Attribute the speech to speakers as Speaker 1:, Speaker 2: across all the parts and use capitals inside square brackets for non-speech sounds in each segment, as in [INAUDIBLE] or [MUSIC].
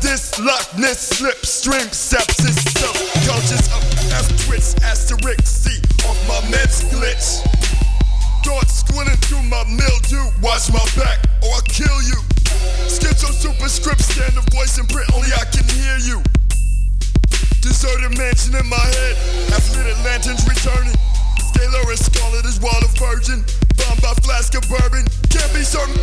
Speaker 1: This Loch Ness slipstream sepsis subconscious of F twitch asterisk C on my meds glitch. Thoughts squinting through my mildew. Watch my back or I'll kill you. Schizo superscript stand the voice in print. Only I can hear you. Deserted mansion in my head. Affluent lanterns returning. Scalar and scarlet is wall of virgin. Bombed by flask of bourbon. Can't be certain.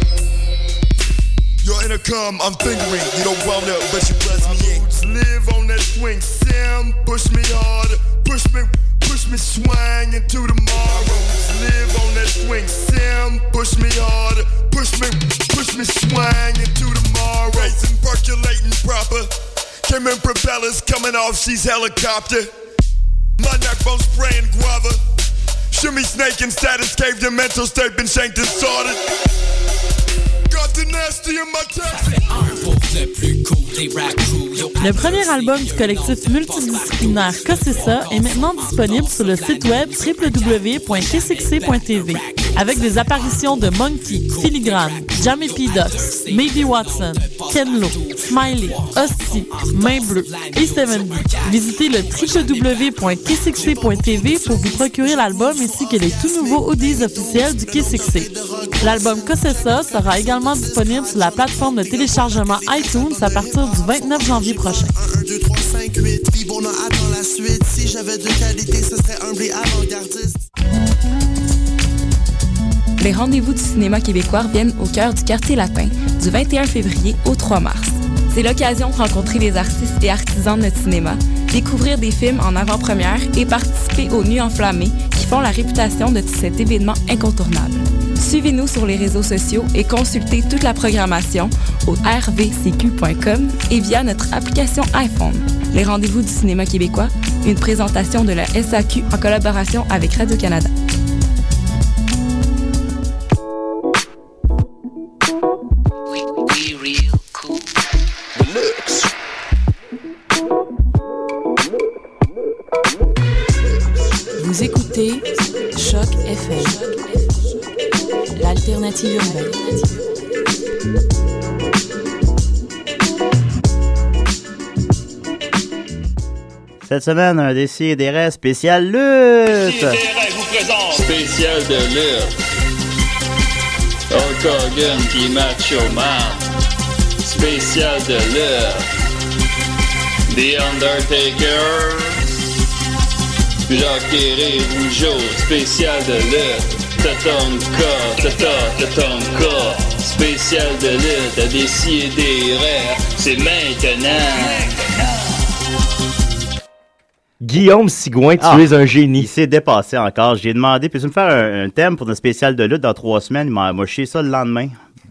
Speaker 1: Your intercom, I'm fingering. You don't wound up, but you bless me in. Live on that swing, Sam. Push me harder. Push me, push me swang into tomorrow. Live on that swing, Sam. Push me harder. Push me, push me swang into tomorrow. Raising, percolating proper. Came in propellers coming off, she's helicopter. My neck bone spraying guava. Shimmy snake in status cave, your mental state been shanked and sorted. Got the nasty in my text.
Speaker 2: Le premier album du collectif multidisciplinaire Cossessa est maintenant disponible sur le site web www.kcc.tv avec des apparitions de Monkey, Filigrane, Jamie P. Ducks, Maybe Watson, Ken Lo, Smiley, Hostie, Main Bleue et Seven D. Visitez le www.kcc.tv pour vous procurer l'album ainsi que les tout nouveaux audios officiels du KCC. L'album Cossessa sera également disponible sur la plateforme de téléchargement iTunes à partir du 29 janvier prochain.
Speaker 3: 1, 2, 3, 5, 8. Vibon attend la suite. Si j'avais deux qualités, ce serait humble et avant-gardiste.
Speaker 4: Les rendez-vous du cinéma québécois viennent au cœur du quartier latin, du 21 février au 3 mars. C'est l'occasion de rencontrer les artistes et artisans de notre cinéma, découvrir des films en avant-première et participer aux Nuits enflammées qui font la réputation de cet événement incontournable. Suivez-nous sur les réseaux sociaux et consultez toute la programmation au rvcq.com et via notre application iPhone. Les rendez-vous du cinéma québécois, une présentation de la SAQ en collaboration avec Radio-Canada.
Speaker 5: Vous écoutez Choc FM, l'alternative urbaine.
Speaker 6: Cette semaine, un des des restes spécial lutte.
Speaker 7: vous présente spécial de lutte. Hulk Hogan qui Macho Man. Spécial de lutte. The Undertaker. Jacques et Rougeau. Spécial de lutte. Tatanka, tata, tatanka. Spécial de lutte à des des C'est maintenant.
Speaker 8: Guillaume Sigouin, tu
Speaker 6: Ah.
Speaker 8: es un génie.
Speaker 6: Il s'est dépassé encore. J'ai demandé, peux-tu me faire un, un thème pour notre spécial de lutte dans trois semaines? Il m'a moché ça le lendemain.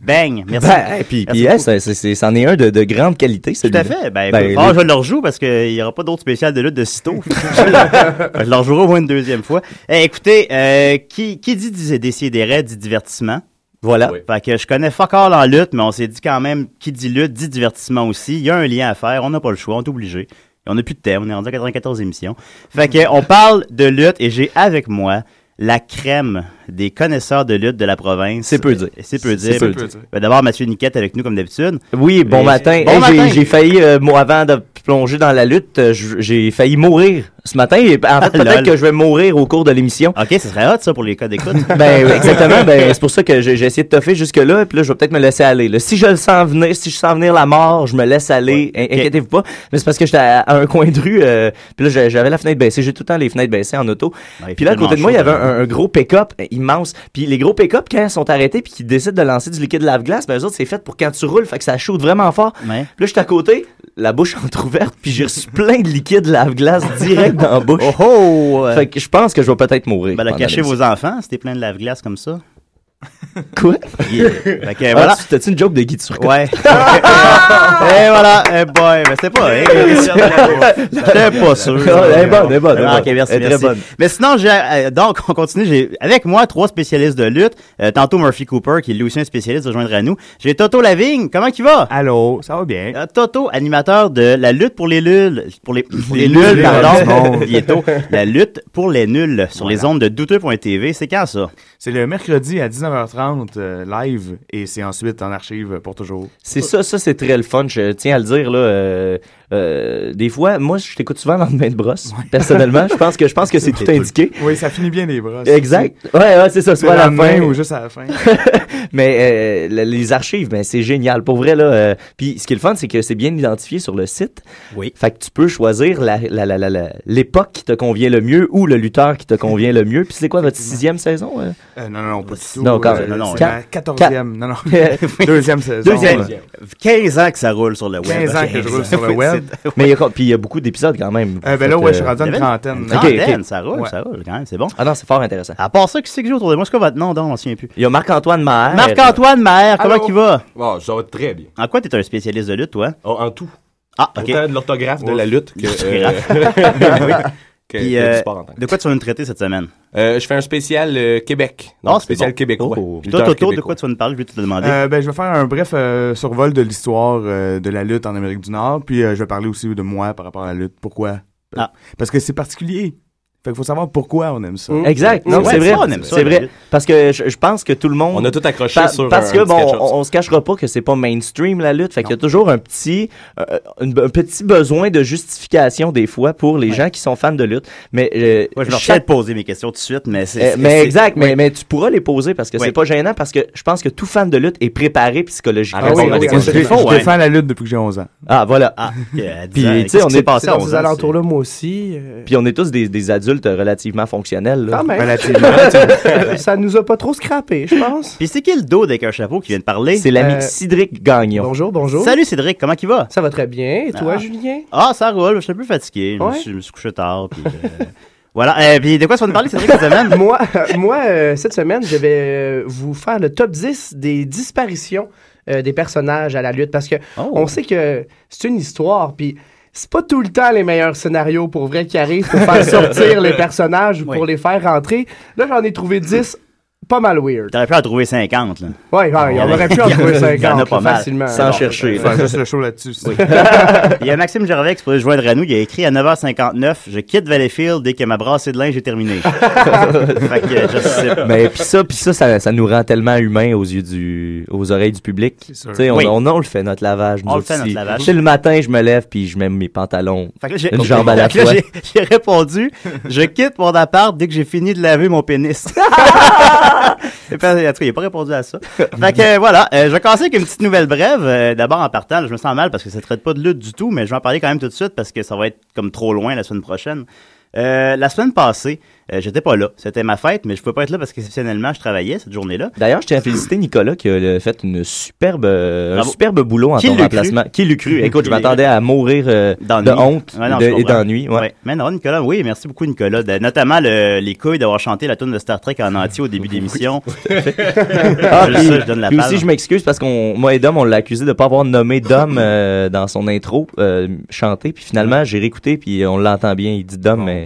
Speaker 6: Bang! Merci. Euh,
Speaker 8: Ben, hey, puis, puis,
Speaker 6: Merci
Speaker 8: hey,
Speaker 6: beaucoup.
Speaker 8: ça- c'est- c'est- c'en est un de, de grande qualité,
Speaker 6: Tout
Speaker 8: celui-là.
Speaker 6: à fait. Ben,
Speaker 8: Ben,
Speaker 6: écoute,
Speaker 8: lui-
Speaker 6: ah, je le rejoue parce qu'il n'y aura pas d'autres spécial de lutte de
Speaker 8: [LAUGHS]
Speaker 6: sitôt. je le rejouerai au moins une deuxième fois. Eh, écoutez, euh, qui, qui dit des décidérés dit divertissement.
Speaker 8: Voilà.
Speaker 6: Fait que je connais fuck all en lutte, mais on s'est dit quand même, qui dit lutte dit divertissement aussi. Il y a un lien à faire, on n'a pas le choix, on est obligé. Et On n'a plus de thème, on est rendu à 94 émissions. Fait que on parle de lutte et j'ai avec moi la crème des connaisseurs de lutte de la province.
Speaker 8: C'est peu dire.
Speaker 6: Et C'est peu
Speaker 8: C'est
Speaker 6: dire.
Speaker 8: peu dire.
Speaker 6: Ben, D'abord, Mathieu Niquette avec nous comme d'habitude.
Speaker 8: Oui, bon
Speaker 6: Et-
Speaker 8: matin.
Speaker 6: Ben, Bon
Speaker 8: Hey, j'ai-
Speaker 6: matin.
Speaker 8: J'ai failli, euh, moi, avant de plonger dans la lutte, euh, je- j'ai failli mourir ce matin. Et, en fait,
Speaker 6: Ah, lol.
Speaker 8: peut-être que je vais mourir au cours de l'émission.
Speaker 6: OK, ce serait hot ça pour les cas d'écoute.
Speaker 8: [LAUGHS] Ben oui,
Speaker 6: [LAUGHS]
Speaker 8: exactement, ben c'est pour ça que j'ai j'ai essayé de toffer jusque-là, puis là je vais peut-être me laisser aller. là. Si je le sens venir, si je sens venir la mort, je me laisse aller. In- Inquiétez-vous pas, mais c'est parce que j'étais à, à un coin de rue, euh, puis là j'a- j'avais la fenêtre baissée, j'ai tout le temps les fenêtres baissées en auto.
Speaker 6: Ouais, il
Speaker 8: puis là à
Speaker 6: fait
Speaker 8: côté de moi, il y
Speaker 6: tellement
Speaker 8: avait
Speaker 6: chaud,
Speaker 8: un, un gros pick-up euh, immense. Puis les gros pick-up quand ils sont arrêtés puis qu'ils décident de lancer du liquide lave-glace, ben eux autres c'est fait pour quand tu roules, fait que ça chaude vraiment fort.
Speaker 6: Ouais.
Speaker 8: Puis là j'étais à côté, la bouche entrouverte, puis j'ai reçu plein de liquide lave-glace direct dans la bouche.
Speaker 6: Oh oh!
Speaker 8: Fait que je pense que je vais peut-être mourir.
Speaker 6: Ben là,
Speaker 8: pendant
Speaker 6: cachez
Speaker 8: l'émission.
Speaker 6: vos enfants, c'était plein de lave-glace comme
Speaker 8: [LAUGHS]
Speaker 6: ça.
Speaker 8: quoi
Speaker 6: Yeah. fait que
Speaker 8: Ah,
Speaker 6: voilà.
Speaker 8: tu- T'as-tu une joke de Guy Turcotte?
Speaker 6: Ouais. Et voilà. Eh boy, mais c'est
Speaker 8: [LAUGHS]
Speaker 6: pas. hein, J'étais pas sûr.
Speaker 8: Elle est bonne, elle est bonne, elle est
Speaker 6: Ah, ok,
Speaker 8: bonne.
Speaker 6: merci,
Speaker 8: Elle est très
Speaker 6: merci.
Speaker 8: bonne.
Speaker 6: Mais sinon, j'ai, euh, donc, on continue. J'ai avec moi trois spécialistes de lutte. Euh, tantôt Murphy Cooper, qui est lui aussi un spécialiste, va se joindre à nous. J'ai Toto Lavigne. Comment il va?
Speaker 9: Allô, ça va bien?
Speaker 6: Euh, Toto, animateur de la lutte pour les nuls, pour les, pour
Speaker 9: [LAUGHS]
Speaker 6: les nuls,
Speaker 9: nuls,
Speaker 6: pardon, [LAUGHS]
Speaker 9: pardon.
Speaker 6: bientôt, la lutte pour les nuls sur les ondes de douteux.tv, c'est quand ça?
Speaker 9: C'est le mercredi à 19 19h30 euh, live et c'est ensuite en archive pour toujours.
Speaker 8: C'est ça, ça c'est très le fun. Je tiens à le dire là. euh, euh, des fois, moi, je t'écoute souvent dans le main de brosse. Personnellement, je pense que
Speaker 6: [LAUGHS]
Speaker 8: je pense que c'est tout indiqué.
Speaker 9: Oui, ça finit bien les bras.
Speaker 8: Exact. Ouais, ouais, c'est ça.
Speaker 9: C'est
Speaker 8: Soit à
Speaker 9: la
Speaker 8: la fin
Speaker 9: main ou juste à la fin.
Speaker 8: Mais euh, le- les archives, ben, c'est génial. Pour vrai, là. euh, Puis ce qui est le fun, c'est que c'est bien identifié sur le site.
Speaker 6: Oui.
Speaker 8: Fait que tu peux choisir la- la- la- la- la- l'époque qui te convient le mieux ou le lutteur qui te convient le mieux. Puis c'est quoi votre sixième saison?
Speaker 9: [LAUGHS]
Speaker 8: euh?
Speaker 9: Euh, non, non, non, pas du tout.
Speaker 8: Non, quand-
Speaker 9: Euh,
Speaker 6: non, non,
Speaker 9: c'est
Speaker 8: quand-
Speaker 9: la quatorzième.
Speaker 8: [LAUGHS]
Speaker 9: Non, non. Deuxième saison.
Speaker 8: Deuxième.
Speaker 9: Euh,
Speaker 6: 15 ans que ça roule sur le web.
Speaker 9: 15 ans que je roule sur le web.
Speaker 8: [LAUGHS] Mais il y a- puis il y a beaucoup d'épisodes quand même.
Speaker 9: Euh, ben là,
Speaker 8: Fait que,
Speaker 9: ouais, je suis rendu à une
Speaker 6: Devine.
Speaker 9: trentaine.
Speaker 8: Ok,
Speaker 6: Trentaine,
Speaker 8: ok.
Speaker 6: ça roule,
Speaker 9: Ouais.
Speaker 6: ça roule quand même, c'est bon.
Speaker 8: Ah non, c'est fort intéressant.
Speaker 6: À part ça, qui c'est que j'ai autour de moi? C'est quoi votre nom, donc? On s'y plus.
Speaker 8: Il y a Marc-Antoine
Speaker 9: Ah,
Speaker 8: Maher.
Speaker 6: Marc-Antoine Maher, comment
Speaker 10: Allô?
Speaker 6: il va?
Speaker 10: Wow, ça va très bien.
Speaker 6: En quoi t'es un spécialiste de lutte, toi?
Speaker 10: Oh, en tout.
Speaker 6: Ah, ok.
Speaker 10: Autant de l'orthographe, de la lutte que,
Speaker 11: euh, [LAUGHS]
Speaker 6: L'orthographe.
Speaker 10: euh, que,
Speaker 6: Puis,
Speaker 10: que
Speaker 6: euh,
Speaker 10: du sport en tant que
Speaker 6: de quoi tu vas nous traiter cette semaine?
Speaker 10: Euh, je fais un spécial euh, Québec.
Speaker 6: Ah,
Speaker 10: Non,
Speaker 6: c'est
Speaker 10: spécial
Speaker 6: bon.
Speaker 10: québécois.
Speaker 6: Oh. Puis toi,
Speaker 10: Lutteur
Speaker 6: Toto, de
Speaker 10: québécois.
Speaker 6: quoi tu vas nous parler? Je vais te le demander.
Speaker 9: Euh, ben, je vais faire un bref euh, survol de l'histoire euh, de la lutte en Amérique du Nord, puis euh, je vais parler aussi de moi par rapport à la lutte. Pourquoi?
Speaker 6: Ah.
Speaker 9: Parce que c'est particulier. Fait qu'il faut savoir pourquoi on aime ça.
Speaker 10: Mmh.
Speaker 8: Exact. Non,
Speaker 6: Ouais,
Speaker 8: c'est vrai.
Speaker 6: ça, on aime ça,
Speaker 8: C'est
Speaker 6: la
Speaker 8: vrai.
Speaker 6: lutte.
Speaker 8: Parce que je, je pense que tout le monde.
Speaker 10: On a tout accroché
Speaker 8: Pa-
Speaker 10: sur
Speaker 8: parce
Speaker 10: un
Speaker 8: que
Speaker 10: petit
Speaker 8: bon,
Speaker 10: ketchup.
Speaker 8: on, on se cachera pas que c'est pas mainstream la lutte, fait qu'il y a toujours un petit, euh, une- un petit besoin de justification des fois pour les gens qui sont fans de lutte. Mais euh,
Speaker 6: Moi, je vais
Speaker 8: chaque-
Speaker 6: peut-être poser mes questions tout de suite, mais
Speaker 8: euh,
Speaker 6: c'est.
Speaker 8: mais
Speaker 6: c'est-
Speaker 8: exact, mais, mais tu pourras les poser parce que
Speaker 6: Oui.
Speaker 8: c'est pas gênant parce que je pense que tout fan de lutte est préparé psychologiquement.
Speaker 10: Ah oui,
Speaker 8: à
Speaker 10: oui,
Speaker 8: répondre
Speaker 10: oui,
Speaker 8: à
Speaker 9: Je,
Speaker 8: des
Speaker 10: oui.
Speaker 9: dé-
Speaker 8: questions.
Speaker 6: Faut,
Speaker 9: je
Speaker 6: hein.
Speaker 9: défends la lutte depuis que j'ai 11 ans.
Speaker 8: Ah voilà.
Speaker 6: Ah,
Speaker 8: Puis,
Speaker 6: puis,
Speaker 8: tu sais, on
Speaker 6: on
Speaker 8: est-
Speaker 6: est passé
Speaker 10: C'est
Speaker 6: à 11
Speaker 10: dans ces
Speaker 6: ans, c'est-
Speaker 10: alentours-là, moi aussi. euh,
Speaker 8: Puis on est tous des, des adultes relativement fonctionnels. là.
Speaker 10: Quand
Speaker 8: [LAUGHS]
Speaker 10: même.
Speaker 9: Relativement.
Speaker 10: ça nous a pas trop scrappé, je pense.
Speaker 6: [LAUGHS] Puis c'est qui le dos avec un chapeau qui vient de parler?
Speaker 8: C'est l'ami
Speaker 10: Euh,
Speaker 8: Cédric Gagnon.
Speaker 10: Bonjour, bonjour.
Speaker 6: Salut Cédric, comment il va?
Speaker 10: Ça va très bien. Et toi,
Speaker 6: Ah.
Speaker 10: Julien?
Speaker 6: Ah, ça roule, je suis un peu fatigué. Je, me,
Speaker 10: Ouais.
Speaker 6: suis, je me suis couché tard. Puis, euh, voilà. Euh, puis de quoi tu vas nous parler Cédric cette semaine?
Speaker 10: [LAUGHS] moi, euh, moi euh, cette semaine, je vais euh, vous faire le top 10 des disparitions euh, des personnages à la lutte parce que
Speaker 6: Oh.
Speaker 10: on sait que c'est une histoire puis c'est pas tout le temps les meilleurs scénarios pour vrai qui arrivent pour
Speaker 8: [LAUGHS]
Speaker 10: faire sortir les personnages ou pour
Speaker 6: Oui.
Speaker 10: les faire rentrer. Là, j'en ai trouvé 10 pas mal weird.
Speaker 6: T'aurais pu en trouver 50, là.
Speaker 10: Ouais, ouais, on aurait pu en trouver 50
Speaker 6: Il y en a pas
Speaker 10: là,
Speaker 6: mal.
Speaker 10: facilement.
Speaker 8: Sans chercher.
Speaker 9: Faire juste le show là-dessus. c'est-
Speaker 6: [LAUGHS] Il y a Maxime Gervais qui se pourrait joindre à nous. Il a écrit à 9h59 Je quitte Valleyfield dès que ma brassée de linge est terminée. fait que euh, je sais pas.
Speaker 8: Mais Ben, puis ça, puis ça, ça, ça nous rend tellement humains aux yeux du, aux oreilles du public. Tu
Speaker 9: sûr.
Speaker 8: sais, on,
Speaker 6: Oui.
Speaker 8: on, on le fait notre lavage. nous
Speaker 6: On le
Speaker 8: autres
Speaker 6: fait, notre
Speaker 8: ici.
Speaker 6: lavage.
Speaker 8: Tu sais, le matin, je me lève puis je mets mes pantalons.
Speaker 6: Fait que là, j'ai- [LAUGHS]
Speaker 8: Une jambe à la
Speaker 6: Fait que là,
Speaker 8: fois.
Speaker 6: j'ai- J'ai répondu Je quitte mon appart dès que j'ai fini de laver mon
Speaker 8: [LAUGHS]
Speaker 6: pénis. [LAUGHS] Et puis, en tout cas, il n'a pas répondu à ça. Fait que euh, voilà, euh, je vais commencer avec une petite nouvelle brève. Euh, D'abord en partant, là, je me sens mal parce que ça ne traite pas de lutte du tout, mais je vais en parler quand même tout de suite parce que ça va être comme trop loin la semaine prochaine. Euh, la semaine passée, euh, j'étais pas là. C'était ma fête, mais je pouvais pas être là parce qu'exceptionnellement, je travaillais cette journée-là.
Speaker 8: D'ailleurs, je tiens à féliciter Nicolas qui a euh, fait une superbe, euh, un
Speaker 6: Bravo.
Speaker 8: superbe boulot en
Speaker 6: Qui
Speaker 8: ton
Speaker 6: l'eût
Speaker 8: remplacement. Qui
Speaker 6: [LAUGHS]
Speaker 8: l'eût cru? Écoute, je
Speaker 6: Qui l'eût
Speaker 8: m'attendais à mourir euh, de
Speaker 6: D'ennui.
Speaker 8: honte
Speaker 6: Ouais, non,
Speaker 8: de-
Speaker 6: je
Speaker 8: et
Speaker 6: comprends.
Speaker 8: d'ennui. ouais.
Speaker 6: Ouais. Mais non, Nicolas, oui, merci beaucoup, Nicolas. De- notamment le- les couilles d'avoir chanté la tune de Star Trek en entier au début de
Speaker 8: [LAUGHS]
Speaker 6: l'émission.
Speaker 8: Ah,
Speaker 6: Juste
Speaker 8: puis-
Speaker 6: ça, je donne la
Speaker 8: puis
Speaker 6: palme.
Speaker 8: aussi, je m'excuse parce qu'on, moi et Dom, on l'a accusé de pas avoir nommé Dom euh, dans son intro euh, chanté. Puis finalement, j'ai réécouté puis on l'entend bien. Il dit Dom, mais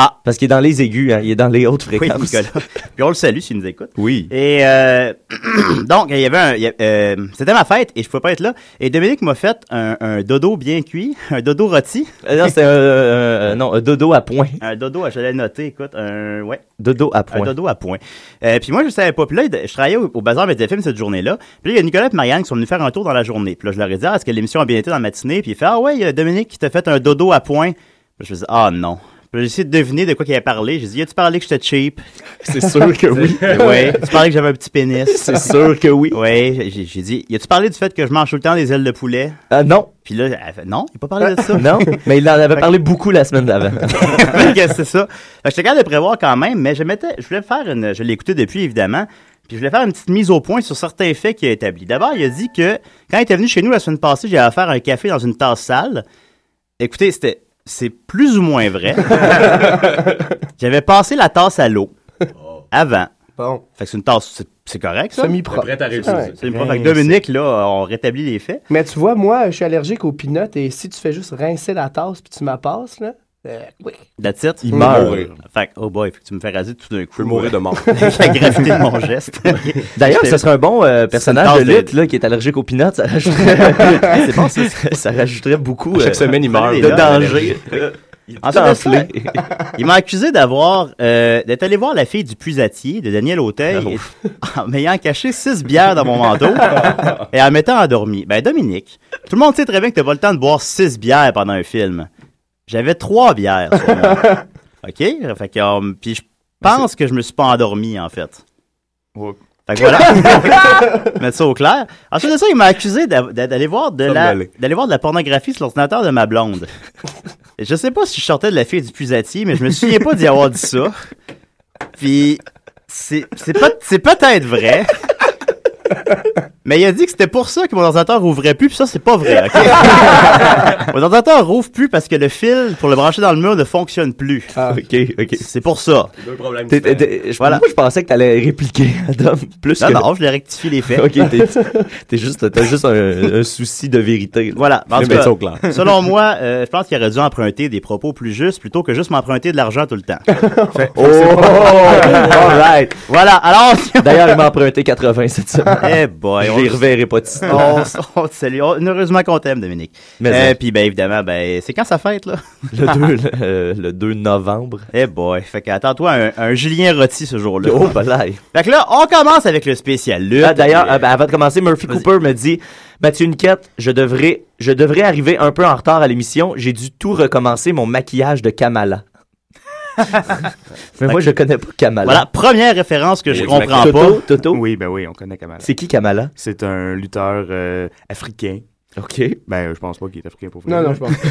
Speaker 8: ah, parce qu'il est dans les aigus, hein, il est dans les hautes
Speaker 6: Oui,
Speaker 8: fréquences.
Speaker 6: Nicolas. Puis on le salue s'il nous écoute.
Speaker 8: Oui.
Speaker 6: Et euh, [CLEARS THROAT] donc, il y avait un. il y a- euh, C'était ma fête et je pouvais pas être là. Et Dominique m'a fait un, un dodo bien cuit, [LAUGHS] un dodo rôti,
Speaker 8: Euh, non, c'est un, euh, euh, non, un dodo à point.
Speaker 6: un dodo, je l'ai noté, écoute, un. Ouais.
Speaker 8: Dodo à
Speaker 6: Un
Speaker 8: point.
Speaker 6: dodo à point. Euh, puis moi, je savais pas. Puis là, je travaillais au, au Bazar Film cette journée-là. Puis là, il y a Nicolas et Marianne qui sont venus faire un tour dans la journée. Puis là, je leur ai dit, ah, est-ce que l'émission a bien été dans la matinée? Puis il fait, ah ouais, il y a Dominique qui t'a fait un dodo à point. Puis je me dis, ah non. Puis j'ai essayé de deviner de quoi qu'il avait parlé. J'ai dit, as-tu parlé que j'étais cheap?
Speaker 8: C'est sûr que oui.
Speaker 6: [LAUGHS] oui. Tu parlais que j'avais un petit pénis?
Speaker 8: [LAUGHS] C'est sûr que oui.
Speaker 6: Oui, j'ai j'ai dit, y a-tu parlé du fait que je mange tout le temps des ailes de poulet?
Speaker 8: Ah, non, Euh,
Speaker 6: Puis là, elle fait, non, il n'a pas parlé de ça.
Speaker 8: [LAUGHS] non, mais il en avait parlé beaucoup la semaine d'avant.
Speaker 6: [LAUGHS] Fait que c'est ça. Fait que j'étais capable de prévoir quand même, mais je mettais, je voulais faire une, je l'ai écouté depuis évidemment, puis je voulais faire une petite mise au point sur certains faits qu'il a établis. D'abord, il a dit que quand il était venu chez nous la semaine passée, j'ai affaire à un café dans une tasse sale. Écoutez, c'était, c'est plus ou moins
Speaker 10: [LAUGHS]
Speaker 6: vrai. J'avais passé la tasse à l'eau
Speaker 10: Oh.
Speaker 6: avant.
Speaker 10: Bon,
Speaker 6: Fait que c'est une tasse, c'est, c'est correct ça.
Speaker 10: semi-pro. Ouais.
Speaker 6: C'est une preuve. Fait que Dominique, là, on rétablit les faits.
Speaker 10: Mais tu vois, moi, je suis allergique aux peanuts et si tu fais juste rincer la tasse puis tu m'appasses, là, euh,
Speaker 8: [LAUGHS]
Speaker 10: oui.
Speaker 6: That's it.
Speaker 8: Il meurt.
Speaker 10: Mourir.
Speaker 6: Fait que, oh boy, faut que tu me fais raser tout d'un coup.
Speaker 10: peux mourir de mort.
Speaker 6: Avec [LAUGHS] la gravité de mon geste.
Speaker 8: D'ailleurs, ce serait un bon euh, personnage de
Speaker 6: tasse de-
Speaker 8: lutte là, qui est allergique aux peanuts. Ça [LAUGHS] rajouterait,
Speaker 6: c'est bon, ça.
Speaker 8: ça rajouterait beaucoup.
Speaker 6: [LAUGHS]
Speaker 10: Chaque
Speaker 8: euh,
Speaker 10: semaine, [LAUGHS] il meurt.
Speaker 8: de
Speaker 6: Là,
Speaker 8: [LAUGHS] danger.
Speaker 6: Ensuite de ça, Euh, [LAUGHS] il m'a accusé d'avoir euh, d'être allé voir la fille du puisatier de Daniel Auteuil
Speaker 10: Ah,
Speaker 6: et- en m'ayant caché six bières dans mon
Speaker 10: [LAUGHS]
Speaker 6: manteau et en m'étant endormi. Ben Dominique, tout le monde sait très bien que t'as pas le temps de boire six bières pendant un film. J'avais trois bières. sur moi. ok, fait que euh, puis je pense que je me suis pas endormi en fait. Fait que voilà. [LAUGHS] Mettre ça au clair. Ensuite de ça, il m'a accusé d'a- d'a- d'aller voir de la
Speaker 8: d'aller.
Speaker 6: d'aller voir de la pornographie sur l'ordinateur de ma blonde. Je sais pas si je sortais de la fille du puisatier, mais je me souviens pas d'y avoir dit ça. Puis c'est c'est peut- c'est peut-être vrai. Mais il a dit que c'était pour ça que mon ordinateur ouvrait plus, puis ça c'est pas vrai.
Speaker 8: [LAUGHS]
Speaker 6: ok? mon ordinateur rouvre plus parce que le fil pour le brancher dans le mur ne fonctionne plus.
Speaker 8: Ah, ok, ok.
Speaker 6: C'est pour ça.
Speaker 11: Deux problèmes
Speaker 8: T'es- t'es-
Speaker 11: différents.
Speaker 8: t'es- je- Moi, je pensais que t'allais répliquer Adam plus
Speaker 6: Non,
Speaker 8: que...
Speaker 6: non, je l'ai rectifié les faits.
Speaker 8: Ok, [LAUGHS] t'es- t'es juste, t'as juste un, un souci de vérité. là.
Speaker 6: Voilà. En
Speaker 8: Mais
Speaker 6: tout
Speaker 8: ben,
Speaker 6: cas,
Speaker 8: c'est au clair.
Speaker 6: selon moi, euh, je pense qu'il aurait dû emprunter des propos plus justes plutôt que juste m'emprunter de l'argent tout le temps.
Speaker 8: Oh, [LAUGHS] all right.
Speaker 6: Voilà. Alors,
Speaker 8: D'ailleurs, il m'a emprunté 80 cette semaine.
Speaker 6: [LAUGHS] eh boy,
Speaker 8: je
Speaker 6: on,
Speaker 8: les reverrai pas d'ici.
Speaker 6: on, on te salue. On- heureusement qu'on t'aime, Dominique.
Speaker 8: Mais
Speaker 6: Euh,
Speaker 8: non.
Speaker 6: Puis, ben évidemment, ben c'est quand sa fête là [LAUGHS]
Speaker 8: le, 2, le, euh, le 2 novembre.
Speaker 6: Eh boy. Fait que attends-toi un, un Julien Rotti ce jour-là.
Speaker 8: [LAUGHS] Oh, balai.
Speaker 6: Fait que là, on commence avec le spécial lutte.
Speaker 8: Ah, D'ailleurs,
Speaker 6: Puis, euh,
Speaker 8: euh, ben, avant de commencer, Murphy
Speaker 6: Vas-y.
Speaker 8: Cooper me dit Mathieu Niquette, je devrais, je devrais arriver un peu en retard à l'émission. J'ai dû tout recommencer mon maquillage
Speaker 6: [LAUGHS]
Speaker 8: de Kamala. Mais moi, je connais pas Kamala.
Speaker 6: voilà, première référence que je
Speaker 11: Exact.
Speaker 6: comprends pas.
Speaker 8: Toto, Toto,
Speaker 9: Oui, ben oui, on connaît Kamala.
Speaker 8: c'est qui Kamala
Speaker 9: C'est un lutteur euh, africain.
Speaker 8: Ok.
Speaker 9: Ben, euh, je pense pas qu'il est africain pour
Speaker 10: Non, non, je pense.
Speaker 9: [LAUGHS]
Speaker 6: [LAUGHS]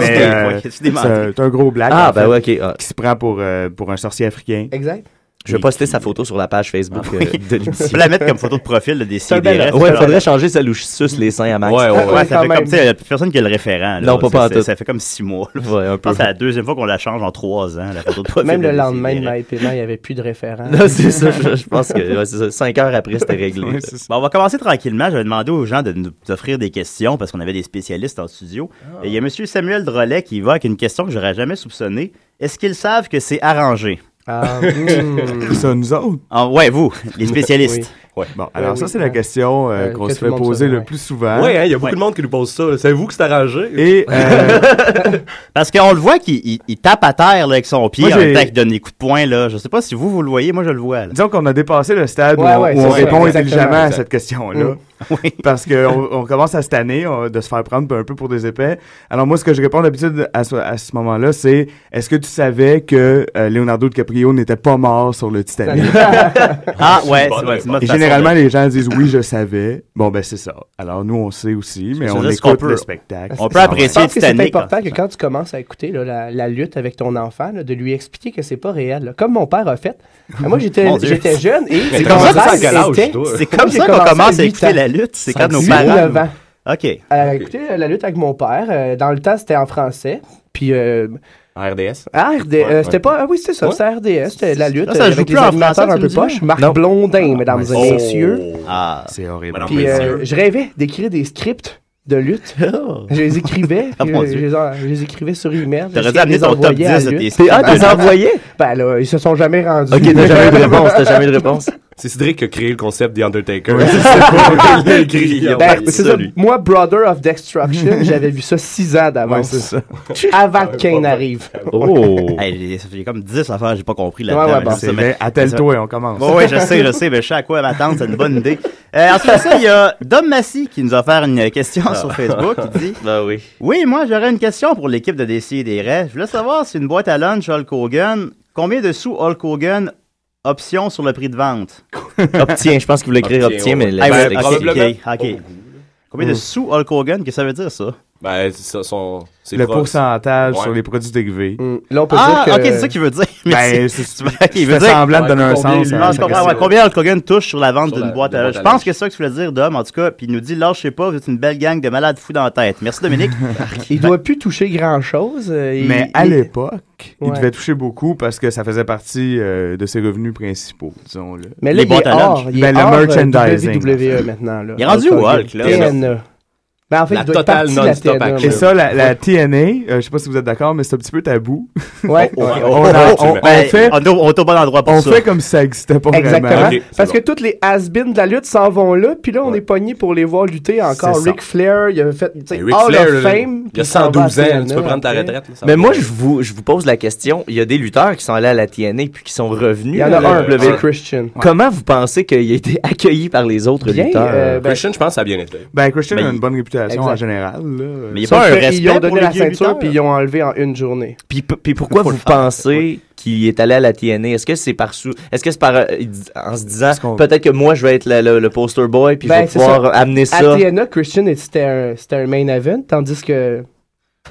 Speaker 9: Mais, euh,
Speaker 6: Ok, tu
Speaker 9: c'est
Speaker 6: démentes.
Speaker 9: un, c'est un gros black.
Speaker 8: Ah,
Speaker 9: en
Speaker 8: ben
Speaker 9: fait,
Speaker 8: ouais, ok. ah.
Speaker 9: Qui se prend pour, euh, pour un sorcier africain.
Speaker 10: Exact.
Speaker 8: Je vais poster sa photo sur la page Facebook
Speaker 6: Ah,
Speaker 8: euh, de
Speaker 6: Tu peux
Speaker 8: l'émission.
Speaker 6: la mettre comme photo de profil de
Speaker 10: un
Speaker 6: décider.
Speaker 10: bel-
Speaker 8: Ouais, faudrait changer celle où je suce les seins à Max.
Speaker 11: Ouais, ouais, ouais.
Speaker 6: Ouais, ça
Speaker 10: quand
Speaker 6: fait
Speaker 10: même.
Speaker 6: comme, tu sais, y a personne qui a le référent. là.
Speaker 8: Non, pas
Speaker 6: Ça-
Speaker 8: pas en
Speaker 6: ça-
Speaker 8: tout.
Speaker 6: Ça fait comme six mois. là.
Speaker 8: Ouais,
Speaker 6: Je
Speaker 8: un peu.
Speaker 6: pense que c'est la deuxième fois qu'on la change en trois ans, la photo de profil
Speaker 10: Même
Speaker 6: de
Speaker 10: le
Speaker 6: Lucie
Speaker 10: lendemain de
Speaker 6: Guéret. [LAUGHS]
Speaker 10: Maï Paiement, il n'y avait plus de référent.
Speaker 8: [LAUGHS] Non, c'est ça, je,
Speaker 10: [LAUGHS]
Speaker 8: je pense que ouais, c'est ça, cinq heures
Speaker 6: [LAUGHS]
Speaker 8: après, c'était réglé.
Speaker 9: Ouais, c'est ça.
Speaker 6: Bon, on va commencer tranquillement. J'avais demandé aux gens de nous offrir des questions parce qu'on avait des spécialistes en studio. Et il y a M. Samuel Drolet qui va avec une question que j'aurais jamais soupçonnée. Est-ce qu'ils savent que c'est arrangé? [LAUGHS]
Speaker 10: Ah, hmm.
Speaker 9: Ça, nous autres.
Speaker 6: Ah, ouais, vous,
Speaker 10: [LAUGHS]
Speaker 6: les spécialistes.
Speaker 9: Bon, alors
Speaker 10: oui,
Speaker 9: ça, c'est
Speaker 10: hein.
Speaker 9: la question euh,
Speaker 10: Euh,
Speaker 9: qu'on
Speaker 10: que
Speaker 9: se
Speaker 10: tout le
Speaker 9: fait
Speaker 10: monde
Speaker 9: poser
Speaker 10: se-
Speaker 9: le
Speaker 10: ouais.
Speaker 9: plus souvent.
Speaker 11: Ouais, hein, il y a beaucoup
Speaker 6: Ouais.
Speaker 11: de monde qui nous pose ça. là. C'est vous que c'est arrangé.
Speaker 9: Et
Speaker 11: [LAUGHS]
Speaker 9: euh,
Speaker 6: Parce qu'on le voit qu'il il- il tape à terre là, avec son pied
Speaker 9: Moi,
Speaker 6: en même
Speaker 9: j'ai-
Speaker 6: temps qu'il donne des coups de poing. Là. Je sais pas si vous, vous le voyez. Moi, je le vois. là.
Speaker 9: disons qu'on a dépassé le stade
Speaker 10: Ouais,
Speaker 9: où, on-
Speaker 10: ouais,
Speaker 9: où on
Speaker 10: c'est ça, exactement.
Speaker 9: répond intelligemment à
Speaker 10: Exact.
Speaker 9: cette question-là. [LAUGHS]
Speaker 10: Mm.
Speaker 6: Oui.
Speaker 9: Parce qu'on on commence à cette année de se faire prendre un peu pour des épais. Alors moi, ce que je réponds d'habitude à ce, à ce moment-là, c'est est-ce que tu savais que euh, Leonardo DiCaprio n'était pas mort sur le Titanic?
Speaker 6: Ah,
Speaker 9: [LAUGHS]
Speaker 6: ouais,
Speaker 11: bonne
Speaker 6: c'est ouais, c'est une bonne
Speaker 9: Et
Speaker 6: façon
Speaker 9: généralement,
Speaker 6: de-
Speaker 9: les gens disent oui, je savais. Bon, ben c'est ça. Alors nous, on sait aussi, mais
Speaker 6: Ça
Speaker 9: on
Speaker 6: veut dire qu'on
Speaker 9: écoute
Speaker 6: peut-
Speaker 9: le spectacle.
Speaker 6: on peut
Speaker 9: Ah,
Speaker 10: Je
Speaker 6: apprécier.
Speaker 10: pense que c'est
Speaker 6: Titanic,
Speaker 10: important
Speaker 6: hein.
Speaker 10: que quand tu commences à écouter là, la, la lutte avec ton enfant, là, de lui expliquer que c'est pas réel. là. Comme mon père a fait. Euh, Moi, j'étais
Speaker 6: Mon Dieu.
Speaker 10: j'étais jeune et
Speaker 11: Mais
Speaker 10: mon
Speaker 11: t'as commencé
Speaker 10: père
Speaker 11: ça à quel âge,
Speaker 10: était-
Speaker 11: toi?
Speaker 6: C'est
Speaker 10: Moi,
Speaker 6: comme
Speaker 10: j'ai
Speaker 6: ça qu'on
Speaker 10: commencé à
Speaker 6: commence à
Speaker 10: huit
Speaker 6: écouter
Speaker 10: ans.
Speaker 6: la lutte. C'est quand nos
Speaker 10: Huit,
Speaker 6: parents.
Speaker 10: neuf ans.
Speaker 6: OK.
Speaker 10: à écouter euh, la lutte avec mon père. Euh, dans le temps, c'était en français. Puis, euh,
Speaker 11: En RDS.
Speaker 10: ah, RD, euh,
Speaker 11: Ouais, ouais.
Speaker 10: c'était pas. Ah oui, c'était ça,
Speaker 11: Ouais.
Speaker 10: c'était RDS, c'était la lutte.
Speaker 6: Là, ça
Speaker 10: euh,
Speaker 6: joue
Speaker 10: avec
Speaker 6: plus
Speaker 10: des
Speaker 6: en
Speaker 10: animateurs
Speaker 6: français, tu
Speaker 10: un peu
Speaker 6: me dis,
Speaker 10: poches. Marc Blondin, mesdames et
Speaker 6: Oh.
Speaker 10: messieurs.
Speaker 6: Ah.
Speaker 9: C'est horrible.
Speaker 11: Madame
Speaker 10: Puis, euh,
Speaker 11: Messieurs.
Speaker 10: je rêvais d'écrire des scripts de lutte. Je les écrivais.
Speaker 6: Ah,
Speaker 10: puis,
Speaker 6: mon
Speaker 10: euh, je,
Speaker 6: Dieu.
Speaker 10: les, en- je les écrivais sur email.
Speaker 6: T'aurais
Speaker 10: j'essayais
Speaker 6: dû
Speaker 10: de
Speaker 6: amener
Speaker 10: les
Speaker 6: ton top
Speaker 10: envoyer à
Speaker 6: 10 de
Speaker 10: lutte.
Speaker 6: tes
Speaker 8: T'es ah, t'es envoyé?
Speaker 10: Ben là, ils se sont jamais rendus.
Speaker 8: Ok, t'as jamais eu de
Speaker 10: [LAUGHS]
Speaker 8: réponse, t'as jamais eu de réponse.
Speaker 11: C'est Cédric qui a créé le concept The Undertaker. [LAUGHS] Il
Speaker 6: [LAUGHS]
Speaker 11: l'a écrit, il a
Speaker 10: Ben,
Speaker 11: parlé
Speaker 10: c'est
Speaker 11: de
Speaker 10: ça. Moi, Brother of Destruction, j'avais vu ça 6 ans
Speaker 9: Ouais,
Speaker 10: d'avance.
Speaker 9: c'est ça.
Speaker 10: [LAUGHS] avant que Kane arrive.
Speaker 8: Oh!
Speaker 6: Hey, j'ai- ça fait comme 10 affaires, j'ai pas compris
Speaker 10: Ouais, ouais,
Speaker 6: là-dedans.
Speaker 10: bon,
Speaker 6: mais
Speaker 9: C'est
Speaker 6: ça, mais-
Speaker 9: vrai. Attelle-toi, on commence.
Speaker 6: Bon, oui, je sais, je sais, mais je sais à quoi m'attendre, c'est une bonne idée. Euh, ensuite de ça, il y a Dom Massy qui nous a offert une question
Speaker 8: Ah.
Speaker 6: sur Facebook. Il dit
Speaker 8: Ben
Speaker 6: [LAUGHS]
Speaker 8: oui.
Speaker 6: Oui, moi, j'aurais une question pour l'équipe de DC et des Rêves. Je voulais savoir si une boîte à lunch Hulk Hogan, combien de sous Hulk Hogan option sur le prix de
Speaker 8: [LAUGHS]
Speaker 6: vente
Speaker 8: Obtien, je pense qu'il voulait écrire
Speaker 11: Obtien,
Speaker 8: obtien,
Speaker 11: ouais.
Speaker 8: mais le-
Speaker 6: Ah, ouais,
Speaker 8: c'est-
Speaker 6: ok,
Speaker 11: probablement.
Speaker 6: ok, ok. Combien de sous Hulk Hogan Qu'est-ce que ça veut dire, ça
Speaker 11: Ben, c'est ça, son. c'est
Speaker 9: Le
Speaker 11: proche.
Speaker 9: pourcentage
Speaker 11: Ouais.
Speaker 9: sur les produits dérivés.
Speaker 10: Mm. Là, on peut
Speaker 6: Ah,
Speaker 10: dire [LAUGHS] que...
Speaker 6: ok, c'est ça qu'il veut dire.
Speaker 9: Ben,
Speaker 6: Merci.
Speaker 10: [LAUGHS]
Speaker 9: c'est
Speaker 6: Ok, il
Speaker 9: il
Speaker 6: veut dire.
Speaker 9: semblant de donner un
Speaker 11: combien
Speaker 9: sens.
Speaker 11: lui-
Speaker 9: à
Speaker 6: Non, je
Speaker 9: chaque
Speaker 6: comprends. ouais.
Speaker 9: question.
Speaker 6: Combien Hulk Hogan touche sur la vente
Speaker 11: Sur
Speaker 6: d'une
Speaker 11: la-
Speaker 6: boîte
Speaker 11: d'une
Speaker 6: à lunch?
Speaker 11: boîte
Speaker 6: Je
Speaker 11: à
Speaker 6: pense
Speaker 11: lunch.
Speaker 6: que c'est ça que tu voulais dire, Dom, en tout cas. Puis il nous dit, là, je sais pas, vous êtes une belle gang de malades fous dans la tête. Merci,
Speaker 8: [LAUGHS]
Speaker 6: Dominique.
Speaker 10: [LAUGHS] Il doit plus toucher grand-chose. euh, il-
Speaker 9: Mais à
Speaker 10: il-
Speaker 9: l'époque, il
Speaker 10: Ouais.
Speaker 9: devait toucher beaucoup parce que ça faisait partie euh, de ses revenus principaux, disons-le.
Speaker 10: Mais
Speaker 6: les
Speaker 10: là, il
Speaker 6: boîtes
Speaker 10: est
Speaker 6: à lunch.
Speaker 10: hors. Il
Speaker 9: Ben,
Speaker 10: est
Speaker 9: le
Speaker 10: hors, euh,
Speaker 9: merchandising,
Speaker 10: WWE maintenant. Là.
Speaker 6: Il est rendu
Speaker 10: Hulk
Speaker 6: où,
Speaker 10: Hogan?
Speaker 6: Hulk, là?
Speaker 10: TNA. Mais E. Ben, en fait, il doit être parti de la E, TNA,
Speaker 9: Et
Speaker 10: là.
Speaker 9: ça, la, la TNA, euh, je sais pas si vous êtes d'accord, mais c'est un petit peu tabou.
Speaker 10: Ouais.
Speaker 9: on,
Speaker 10: Oh,
Speaker 9: a-
Speaker 10: oh,
Speaker 9: on,
Speaker 10: oh,
Speaker 9: a-
Speaker 10: absolument.
Speaker 9: on- on
Speaker 10: Ben,
Speaker 9: fait.
Speaker 10: on est au- on est au bon endroit pour
Speaker 9: on
Speaker 10: ça.
Speaker 9: fait comme si ça existait pas
Speaker 10: Exactement.
Speaker 9: vraiment.
Speaker 10: Parce que toutes les has-beens de la lutte s'en vont là, puis là, on est pogné pour les voir lutter encore.
Speaker 9: C'est ça.
Speaker 10: Ric Flair, il a fait tu sais,
Speaker 8: Ben,
Speaker 9: Mais
Speaker 10: Hall
Speaker 9: Ric
Speaker 10: of
Speaker 9: Flair, là,
Speaker 10: Fame.
Speaker 11: il y a
Speaker 10: puis s'en va à E.
Speaker 11: 112 ans,
Speaker 10: TNA
Speaker 11: tu peux prendre ta
Speaker 10: après.
Speaker 11: retraite, là, ça
Speaker 8: Mais moi, je vous, je vous pose la question. Il y a des lutteurs qui sont allés à la TNA puis qui sont revenus.
Speaker 10: Il y en a
Speaker 8: à la
Speaker 10: un,
Speaker 8: WWE.
Speaker 10: c'est Christian.
Speaker 8: Comment vous pensez qu'il a été [LAUGHS] accueilli par les autres
Speaker 10: Bien,
Speaker 8: lutteurs?
Speaker 10: euh, ben-
Speaker 11: Christian, je pense que ça a bien été.
Speaker 9: Ben, Christian
Speaker 11: Ben,
Speaker 9: a
Speaker 11: il-
Speaker 9: une bonne réputation
Speaker 11: Exact.
Speaker 9: en général. Là.
Speaker 10: Sauf que Ils ont donné la ceinture, puis ils ont enlevé en une journée.
Speaker 8: Puis, puis pourquoi vous pensez qu'il est allé à la TNA? Est-ce que c'est par sous... Est-ce que c'est par... euh, il dit- en se disant, peut-être que moi, je vais être le, le- le poster boy, puis je vais
Speaker 10: Ben, c'est
Speaker 8: pouvoir
Speaker 10: ça.
Speaker 8: amener ça.
Speaker 10: À TNA, Christian, était- c'était un, c'était un main event, tandis que.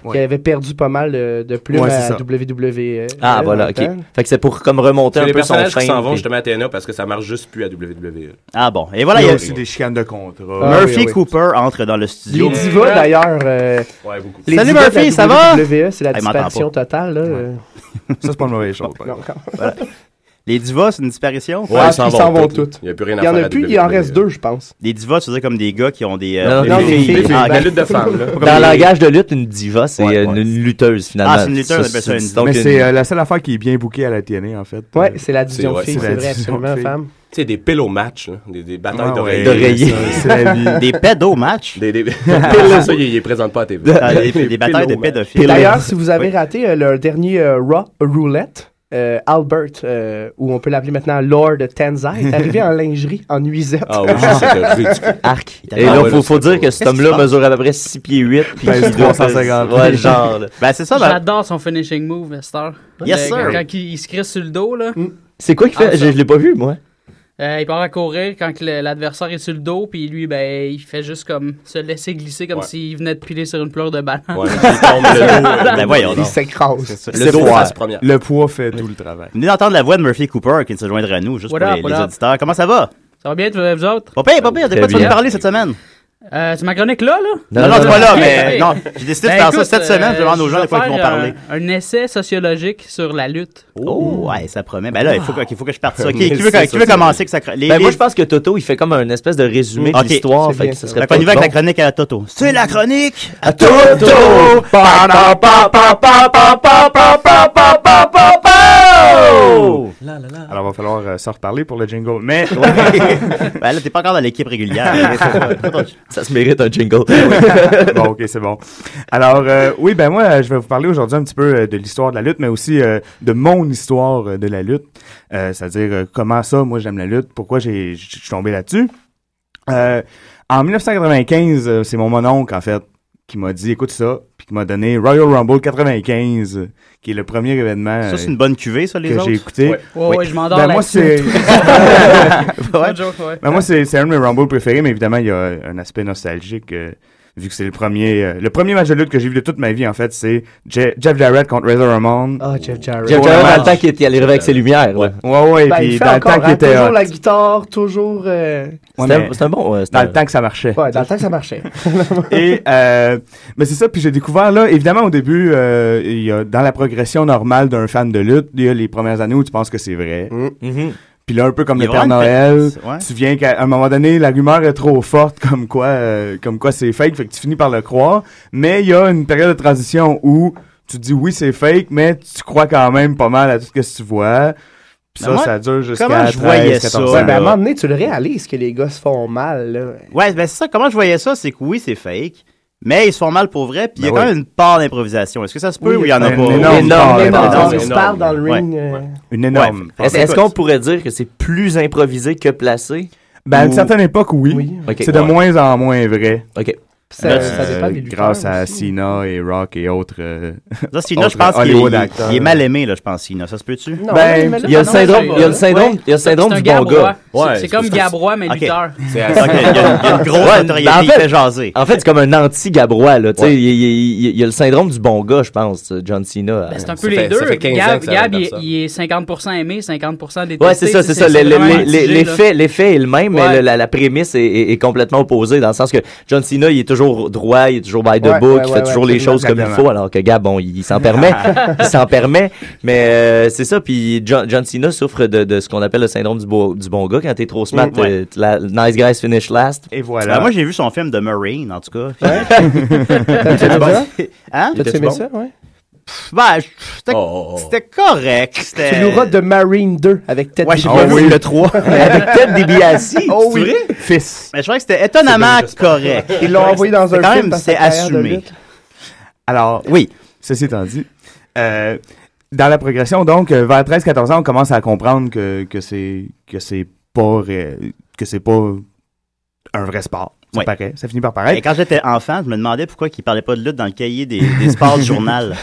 Speaker 8: Ouais.
Speaker 10: qu'il avait perdu pas mal euh, de plumes
Speaker 8: Ouais, c'est
Speaker 10: à
Speaker 8: ça.
Speaker 10: WWE.
Speaker 8: Ah,
Speaker 10: euh,
Speaker 8: voilà,
Speaker 10: dans
Speaker 8: OK.
Speaker 10: le temps.
Speaker 8: Fait que c'est pour comme remonter
Speaker 11: C'est
Speaker 8: un
Speaker 11: les
Speaker 8: peu son
Speaker 11: personnages qui
Speaker 8: fame,
Speaker 11: s'en vont
Speaker 8: puis-
Speaker 11: justement à TNA parce que ça marche juste plus à E. WWE.
Speaker 6: Ah bon, et voilà, il y a aussi
Speaker 9: des chicanes de contrat.
Speaker 11: Ah
Speaker 6: Murphy Cooper entre dans le studio.
Speaker 10: Les
Speaker 6: [LAUGHS]
Speaker 10: divas, d'ailleurs. euh,
Speaker 11: Ouais, beaucoup.
Speaker 10: les
Speaker 6: Salut,
Speaker 10: divas de la
Speaker 6: Murphy, ça va?
Speaker 10: WWE, c'est la
Speaker 6: Elle m'entend pas.
Speaker 10: disparition totale. là, euh.
Speaker 11: [LAUGHS]
Speaker 9: Ça, c'est pas une mauvaise chose. par
Speaker 10: Non,
Speaker 9: exemple.
Speaker 10: quand-
Speaker 6: Voilà. Les divas, c'est une disparition?
Speaker 10: Ouais, Ah, ils s'en ils s'en vont vont toutes. toutes.
Speaker 11: Il y a plus rien
Speaker 10: Il y en a plus, il en reste deux, je pense.
Speaker 6: Des divas, tu veux dire comme des gars qui ont des... euh,
Speaker 8: Non, non, des filles.
Speaker 6: Ah,
Speaker 8: La
Speaker 6: ok.
Speaker 8: lutte de femmes, là.
Speaker 6: Pas comme
Speaker 8: Dans le
Speaker 6: des-
Speaker 8: langage de lutte, une diva, c'est une, une lutteuse, finalement.
Speaker 6: Ah, c'est une lutteuse, on appelle ça une
Speaker 8: donc
Speaker 9: mais c'est
Speaker 8: une-
Speaker 9: euh, la seule affaire qui est bien bookée à la TNA, en fait. Euh,
Speaker 10: Ouais, c'est la
Speaker 11: division
Speaker 10: fille, c'est vrai,
Speaker 9: [LAUGHS]
Speaker 10: absolument, femme.
Speaker 11: Tu sais, des piles au match, là. Des, des batailles
Speaker 9: Ah ouais,
Speaker 11: d'oreilles.
Speaker 9: d'oreillers. Ça, c'est la vie.
Speaker 6: Des pédos match.
Speaker 8: [LAUGHS]
Speaker 11: Des, des... ça, ils les présentent pas à TV.
Speaker 6: Ah, des- des batailles de
Speaker 11: Pillow match.
Speaker 6: pédophiles.
Speaker 10: Et D'ailleurs, si vous avez raté euh, leur dernier euh, Raw Roulette, euh, Albert, euh, ou on peut l'appeler maintenant Lord Tanzai,
Speaker 6: [LAUGHS]
Speaker 10: est arrivé en lingerie, en nuisette.
Speaker 11: Ah oui, ça, c'était ridicule.
Speaker 8: [LAUGHS] Arc.
Speaker 6: Il
Speaker 8: Et
Speaker 6: t'a-
Speaker 8: là,
Speaker 6: Ah,
Speaker 8: faut,
Speaker 6: ouais,
Speaker 8: faut
Speaker 6: là,
Speaker 8: dire
Speaker 6: c'est-
Speaker 8: que cet
Speaker 6: Qu'est-ce
Speaker 8: homme-là
Speaker 6: qui se
Speaker 8: mesure à peu près 6 pieds 8, puis
Speaker 6: Ben,
Speaker 8: il
Speaker 6: c'est
Speaker 8: doit-
Speaker 6: 350.
Speaker 8: Ouais, le genre. là.
Speaker 6: [LAUGHS] Ben, c'est ça, ben-
Speaker 12: J'adore son finishing move, Esther.
Speaker 8: Yes,
Speaker 12: Le-
Speaker 8: sir. Mm.
Speaker 12: Quand il, il se crisse sur le dos, là.
Speaker 8: C'est quoi qu'il fait?
Speaker 12: Ah,
Speaker 8: je
Speaker 12: ça.
Speaker 8: je l'ai pas vu, moi.
Speaker 12: Euh, il part à courir quand que le- l'adversaire est sur le dos, puis lui, ben, il fait juste comme se laisser glisser comme
Speaker 11: Ouais.
Speaker 12: s'il venait de piler sur une pleure de balance.
Speaker 11: Ouais, il tombe
Speaker 12: [LAUGHS]
Speaker 8: euh,
Speaker 11: le dos. Ben voyons
Speaker 10: Il
Speaker 6: donc.
Speaker 10: s'écrase.
Speaker 6: Le dos face première.
Speaker 9: Le poids fait tout le travail.
Speaker 6: Venez d'entendre la voix de Murphy Cooper qui se joindra à nous, juste
Speaker 12: Voilà,
Speaker 6: pour les, les
Speaker 12: voilà.
Speaker 6: auditeurs. Comment ça va?
Speaker 12: Ça va bien, vous vous autres?
Speaker 6: Pas pire, pas pire. De quoi tu vas nous
Speaker 12: bien.
Speaker 6: parler cette semaine?
Speaker 12: Euh, c'est ma chronique là, là?
Speaker 6: Non, non, non, c'est pas là,
Speaker 12: Ok,
Speaker 6: mais
Speaker 12: ok. Ben, euh,
Speaker 6: non, j'ai décidé de faire ça cette semaine, je demande aux gens
Speaker 12: vais
Speaker 6: de quoi ils
Speaker 12: faire
Speaker 6: vont
Speaker 12: un-
Speaker 6: parler.
Speaker 12: Un, essai sociologique sur la lutte.
Speaker 6: Oh, ouais, ça promet. Ben là, il faut, que- il faut que je parte
Speaker 12: [LAUGHS]
Speaker 6: ça. Qui, qui veut,
Speaker 8: Mais
Speaker 6: qui veut
Speaker 8: c'est
Speaker 6: commencer
Speaker 8: ça.
Speaker 6: que ça cro- les-
Speaker 8: Ben, moi,
Speaker 6: les-
Speaker 8: je pense que Toto, il fait comme un espèce de résumé
Speaker 6: Ok.
Speaker 8: de l'histoire.
Speaker 6: C'est
Speaker 8: Fait
Speaker 6: bien
Speaker 8: que ce
Speaker 6: ça.
Speaker 8: serait
Speaker 6: Fait qu'on y va avec la
Speaker 8: chronique
Speaker 6: à la Toto. C'est la chronique
Speaker 8: à
Speaker 6: Toto! Oh!
Speaker 9: Alors, va falloir euh, s'en reparler pour le jingle. Mais.
Speaker 6: [LAUGHS] ben là, t'es pas encore dans l'équipe régulière.
Speaker 8: Ça se mérite un jingle.
Speaker 9: [LAUGHS] bon, ok, c'est bon. Alors, euh, oui, ben moi, euh, je vais vous parler aujourd'hui un petit peu euh, de l'histoire de la lutte, mais aussi euh, de mon histoire euh, de la lutte. Euh, C'est-à-dire, euh, comment ça, moi, j'aime la lutte, pourquoi j'ai- je suis tombé là-dessus. Euh, en 1995, euh, c'est mon mononcle, en fait, qui m'a dit, écoute ça, puis qui m'a donné Royal Rumble 95, euh, qui est le premier événement.
Speaker 6: Ça, c'est
Speaker 9: euh,
Speaker 6: une bonne cuvée, ça, les
Speaker 9: que
Speaker 6: autres?
Speaker 9: j'ai écouté.
Speaker 6: Ouais. Ouais, ouais, je m'endors
Speaker 10: [LAUGHS]
Speaker 9: Ben, moi,
Speaker 6: là-dessus.
Speaker 9: c'est. [LAUGHS]
Speaker 6: Pas de joke, [LAUGHS] ouais.
Speaker 9: Ben, moi, c'est c'est un de mes Rumble préférés, mais évidemment, il y a euh, un aspect nostalgique. euh, Vu que c'est le premier, euh, le premier match de lutte que j'ai vu de toute ma vie, en fait, c'est Je- Jeff Jarrett contre Razor Ramon.
Speaker 10: Ah, Jeff Jarrett.
Speaker 8: Jeff Jarrett, dans le temps qu'il était arrivé avec ses lumières. Ouais,
Speaker 9: ouais, ouais,
Speaker 10: Ben, il
Speaker 9: puis
Speaker 10: fait
Speaker 9: dans le
Speaker 10: encore,
Speaker 9: temps qu'il
Speaker 10: hein,
Speaker 9: était
Speaker 10: toujours
Speaker 9: hot.
Speaker 10: la guitare, toujours... euh,
Speaker 9: Ouais, mais- dans le temps que ça marchait.
Speaker 10: Ouais, dans le temps que ça marchait.
Speaker 9: [LAUGHS] Et euh, mais c'est ça, puis j'ai découvert là, évidemment au début, euh, il y a, dans la progression normale d'un fan de lutte, il y a les premières années où tu penses que c'est vrai. Puis là, un peu comme
Speaker 6: Il y
Speaker 9: le
Speaker 6: a
Speaker 9: Père
Speaker 6: vraiment une
Speaker 9: Noël,
Speaker 6: différence, ouais.
Speaker 9: tu viens qu'à un moment donné, la rumeur est trop forte [LAUGHS] comme quoi euh, comme quoi c'est fake, fait que tu finis par le croire. Mais il y a une période de transition où tu te dis oui c'est fake, mais tu crois quand même pas mal à tout ce que tu vois. Puis ça,
Speaker 10: Ben, moi,
Speaker 9: ça dure jusqu'à
Speaker 10: comment je
Speaker 9: 13,
Speaker 6: voyais ça,
Speaker 9: 14 ans,
Speaker 10: Ouais, ben, à
Speaker 9: là.
Speaker 10: un moment donné, tu le réalises que les gars se font mal, là.
Speaker 6: Ouais, ben c'est ça. Comment je voyais ça, c'est que oui, c'est fake, mais ils se font mal pour vrai, puis il y a
Speaker 10: Ben
Speaker 6: quand
Speaker 10: oui.
Speaker 6: même une part d'improvisation. Est-ce que ça se peut
Speaker 10: Oui,
Speaker 6: ou il y en a
Speaker 9: Ben,
Speaker 10: une
Speaker 6: pas?
Speaker 10: énorme Énorme, part, énorme, énorme. énorme. Ils se parlent dans le ring, euh,
Speaker 9: Une énorme.
Speaker 6: Ouais.
Speaker 8: Est-ce est-ce qu'on pourrait dire que c'est plus improvisé que placé?
Speaker 9: Ben, à une
Speaker 8: Ou-
Speaker 9: certaine époque, oui.
Speaker 8: Ok,
Speaker 9: C'est de
Speaker 8: ouais.
Speaker 9: moins en moins vrai.
Speaker 8: OK.
Speaker 9: Ça,
Speaker 6: Ça- ça dépend des lutteurs
Speaker 9: grâce à Cena et Rock et autres. [LAUGHS] euh,
Speaker 6: Ça, Sina, je
Speaker 9: autres
Speaker 6: pense qu'il est,
Speaker 9: Hollywood
Speaker 6: il-
Speaker 9: acteurs.
Speaker 6: il est mal aimé, là, je pense, Sina. Ça se peut-tu?
Speaker 9: Non, Ben, mais là,
Speaker 8: il y a le non, syndrome- il y a le syndrome- il y a le syndrome
Speaker 12: C'est un
Speaker 8: du bon
Speaker 12: Gabrois.
Speaker 8: gars.
Speaker 12: C'est-
Speaker 8: Ouais,
Speaker 12: c'est
Speaker 8: c'est
Speaker 12: comme
Speaker 8: ça.
Speaker 12: Gabrois, mais
Speaker 8: Ok.
Speaker 12: lutteur.
Speaker 6: C'est assez- Ok, il y a- il [LAUGHS] y a une grosse
Speaker 8: Ouais,
Speaker 6: notoriété,
Speaker 8: ben, en
Speaker 6: il fait jaser.
Speaker 8: En fait, c'est comme un anti-gabrois, là. Tu sais,
Speaker 6: Ouais.
Speaker 8: il, il- il- il y a le syndrome du bon gars, je pense, John Cena.
Speaker 12: Ben, C'est un peu les deux. Gab, Gab, il, il est 50% aimé, 50% détesté.
Speaker 8: Ouais, c'est ça, c'est ça. Le- le-
Speaker 12: vraiment
Speaker 8: le-
Speaker 12: mitigé,
Speaker 8: le-
Speaker 12: là.
Speaker 8: L'effet l'effet est le même, mais
Speaker 12: Ouais.
Speaker 8: le- la, la prémisse est, est- est complètement opposée dans le sens que John Cena, il est toujours droit, il est toujours by the
Speaker 11: Ouais,
Speaker 8: book,
Speaker 11: ouais,
Speaker 8: il
Speaker 11: ouais,
Speaker 8: fait toujours
Speaker 11: ouais,
Speaker 8: les choses comme il
Speaker 11: exactement.
Speaker 8: faut, alors que Gab, bon, il s'en permet. il s'en permet. Mais euh, c'est ça, puis John, John Cena souffre de, de ce qu'on appelle le syndrome du, beau- du bon gars. Quand t'es trop smart,
Speaker 6: Mm, ouais.
Speaker 8: euh, la, nice guys finish last.
Speaker 9: Et
Speaker 6: Ah, moi, j'ai vu son film de Marine, en tout cas. [LAUGHS]
Speaker 8: T'as-tu aimé ça?
Speaker 6: Hein?
Speaker 10: T'as-tu aimé ça, ouais?
Speaker 6: Pff, Ben, je- c'était
Speaker 8: Oh,
Speaker 6: c'était correct.
Speaker 10: Tu
Speaker 6: C'était...
Speaker 10: loueras de Marine 2 avec Ted
Speaker 6: Ouais, j'ai pas vu le 3.
Speaker 10: [LAUGHS] Mais avec Ted DiBiase,
Speaker 6: [LAUGHS] Oh
Speaker 10: c'est
Speaker 6: oui.
Speaker 10: vrai? Fils.
Speaker 6: Mais je crois que c'était étonnamment correct.
Speaker 10: Ils l'ont envoyé dans
Speaker 6: C'était
Speaker 10: un
Speaker 6: quand
Speaker 10: film
Speaker 6: même,
Speaker 10: dans sa
Speaker 6: c'est
Speaker 10: carrière de
Speaker 6: assumé.
Speaker 10: lutte.
Speaker 9: Alors,
Speaker 6: oui.
Speaker 9: Ceci étant dit, euh, dans la progression, donc, euh, vers 13-14 ans, on commence à comprendre que, que c'est que c'est pas ré- que c'est pas un vrai sport. Ça
Speaker 6: Ouais.
Speaker 9: paraît. Ça finit par paraître.
Speaker 6: Et quand j'étais enfant, je me demandais pourquoi il parlait pas de lutte dans le cahier des, des sports
Speaker 8: [LAUGHS]
Speaker 6: du journal.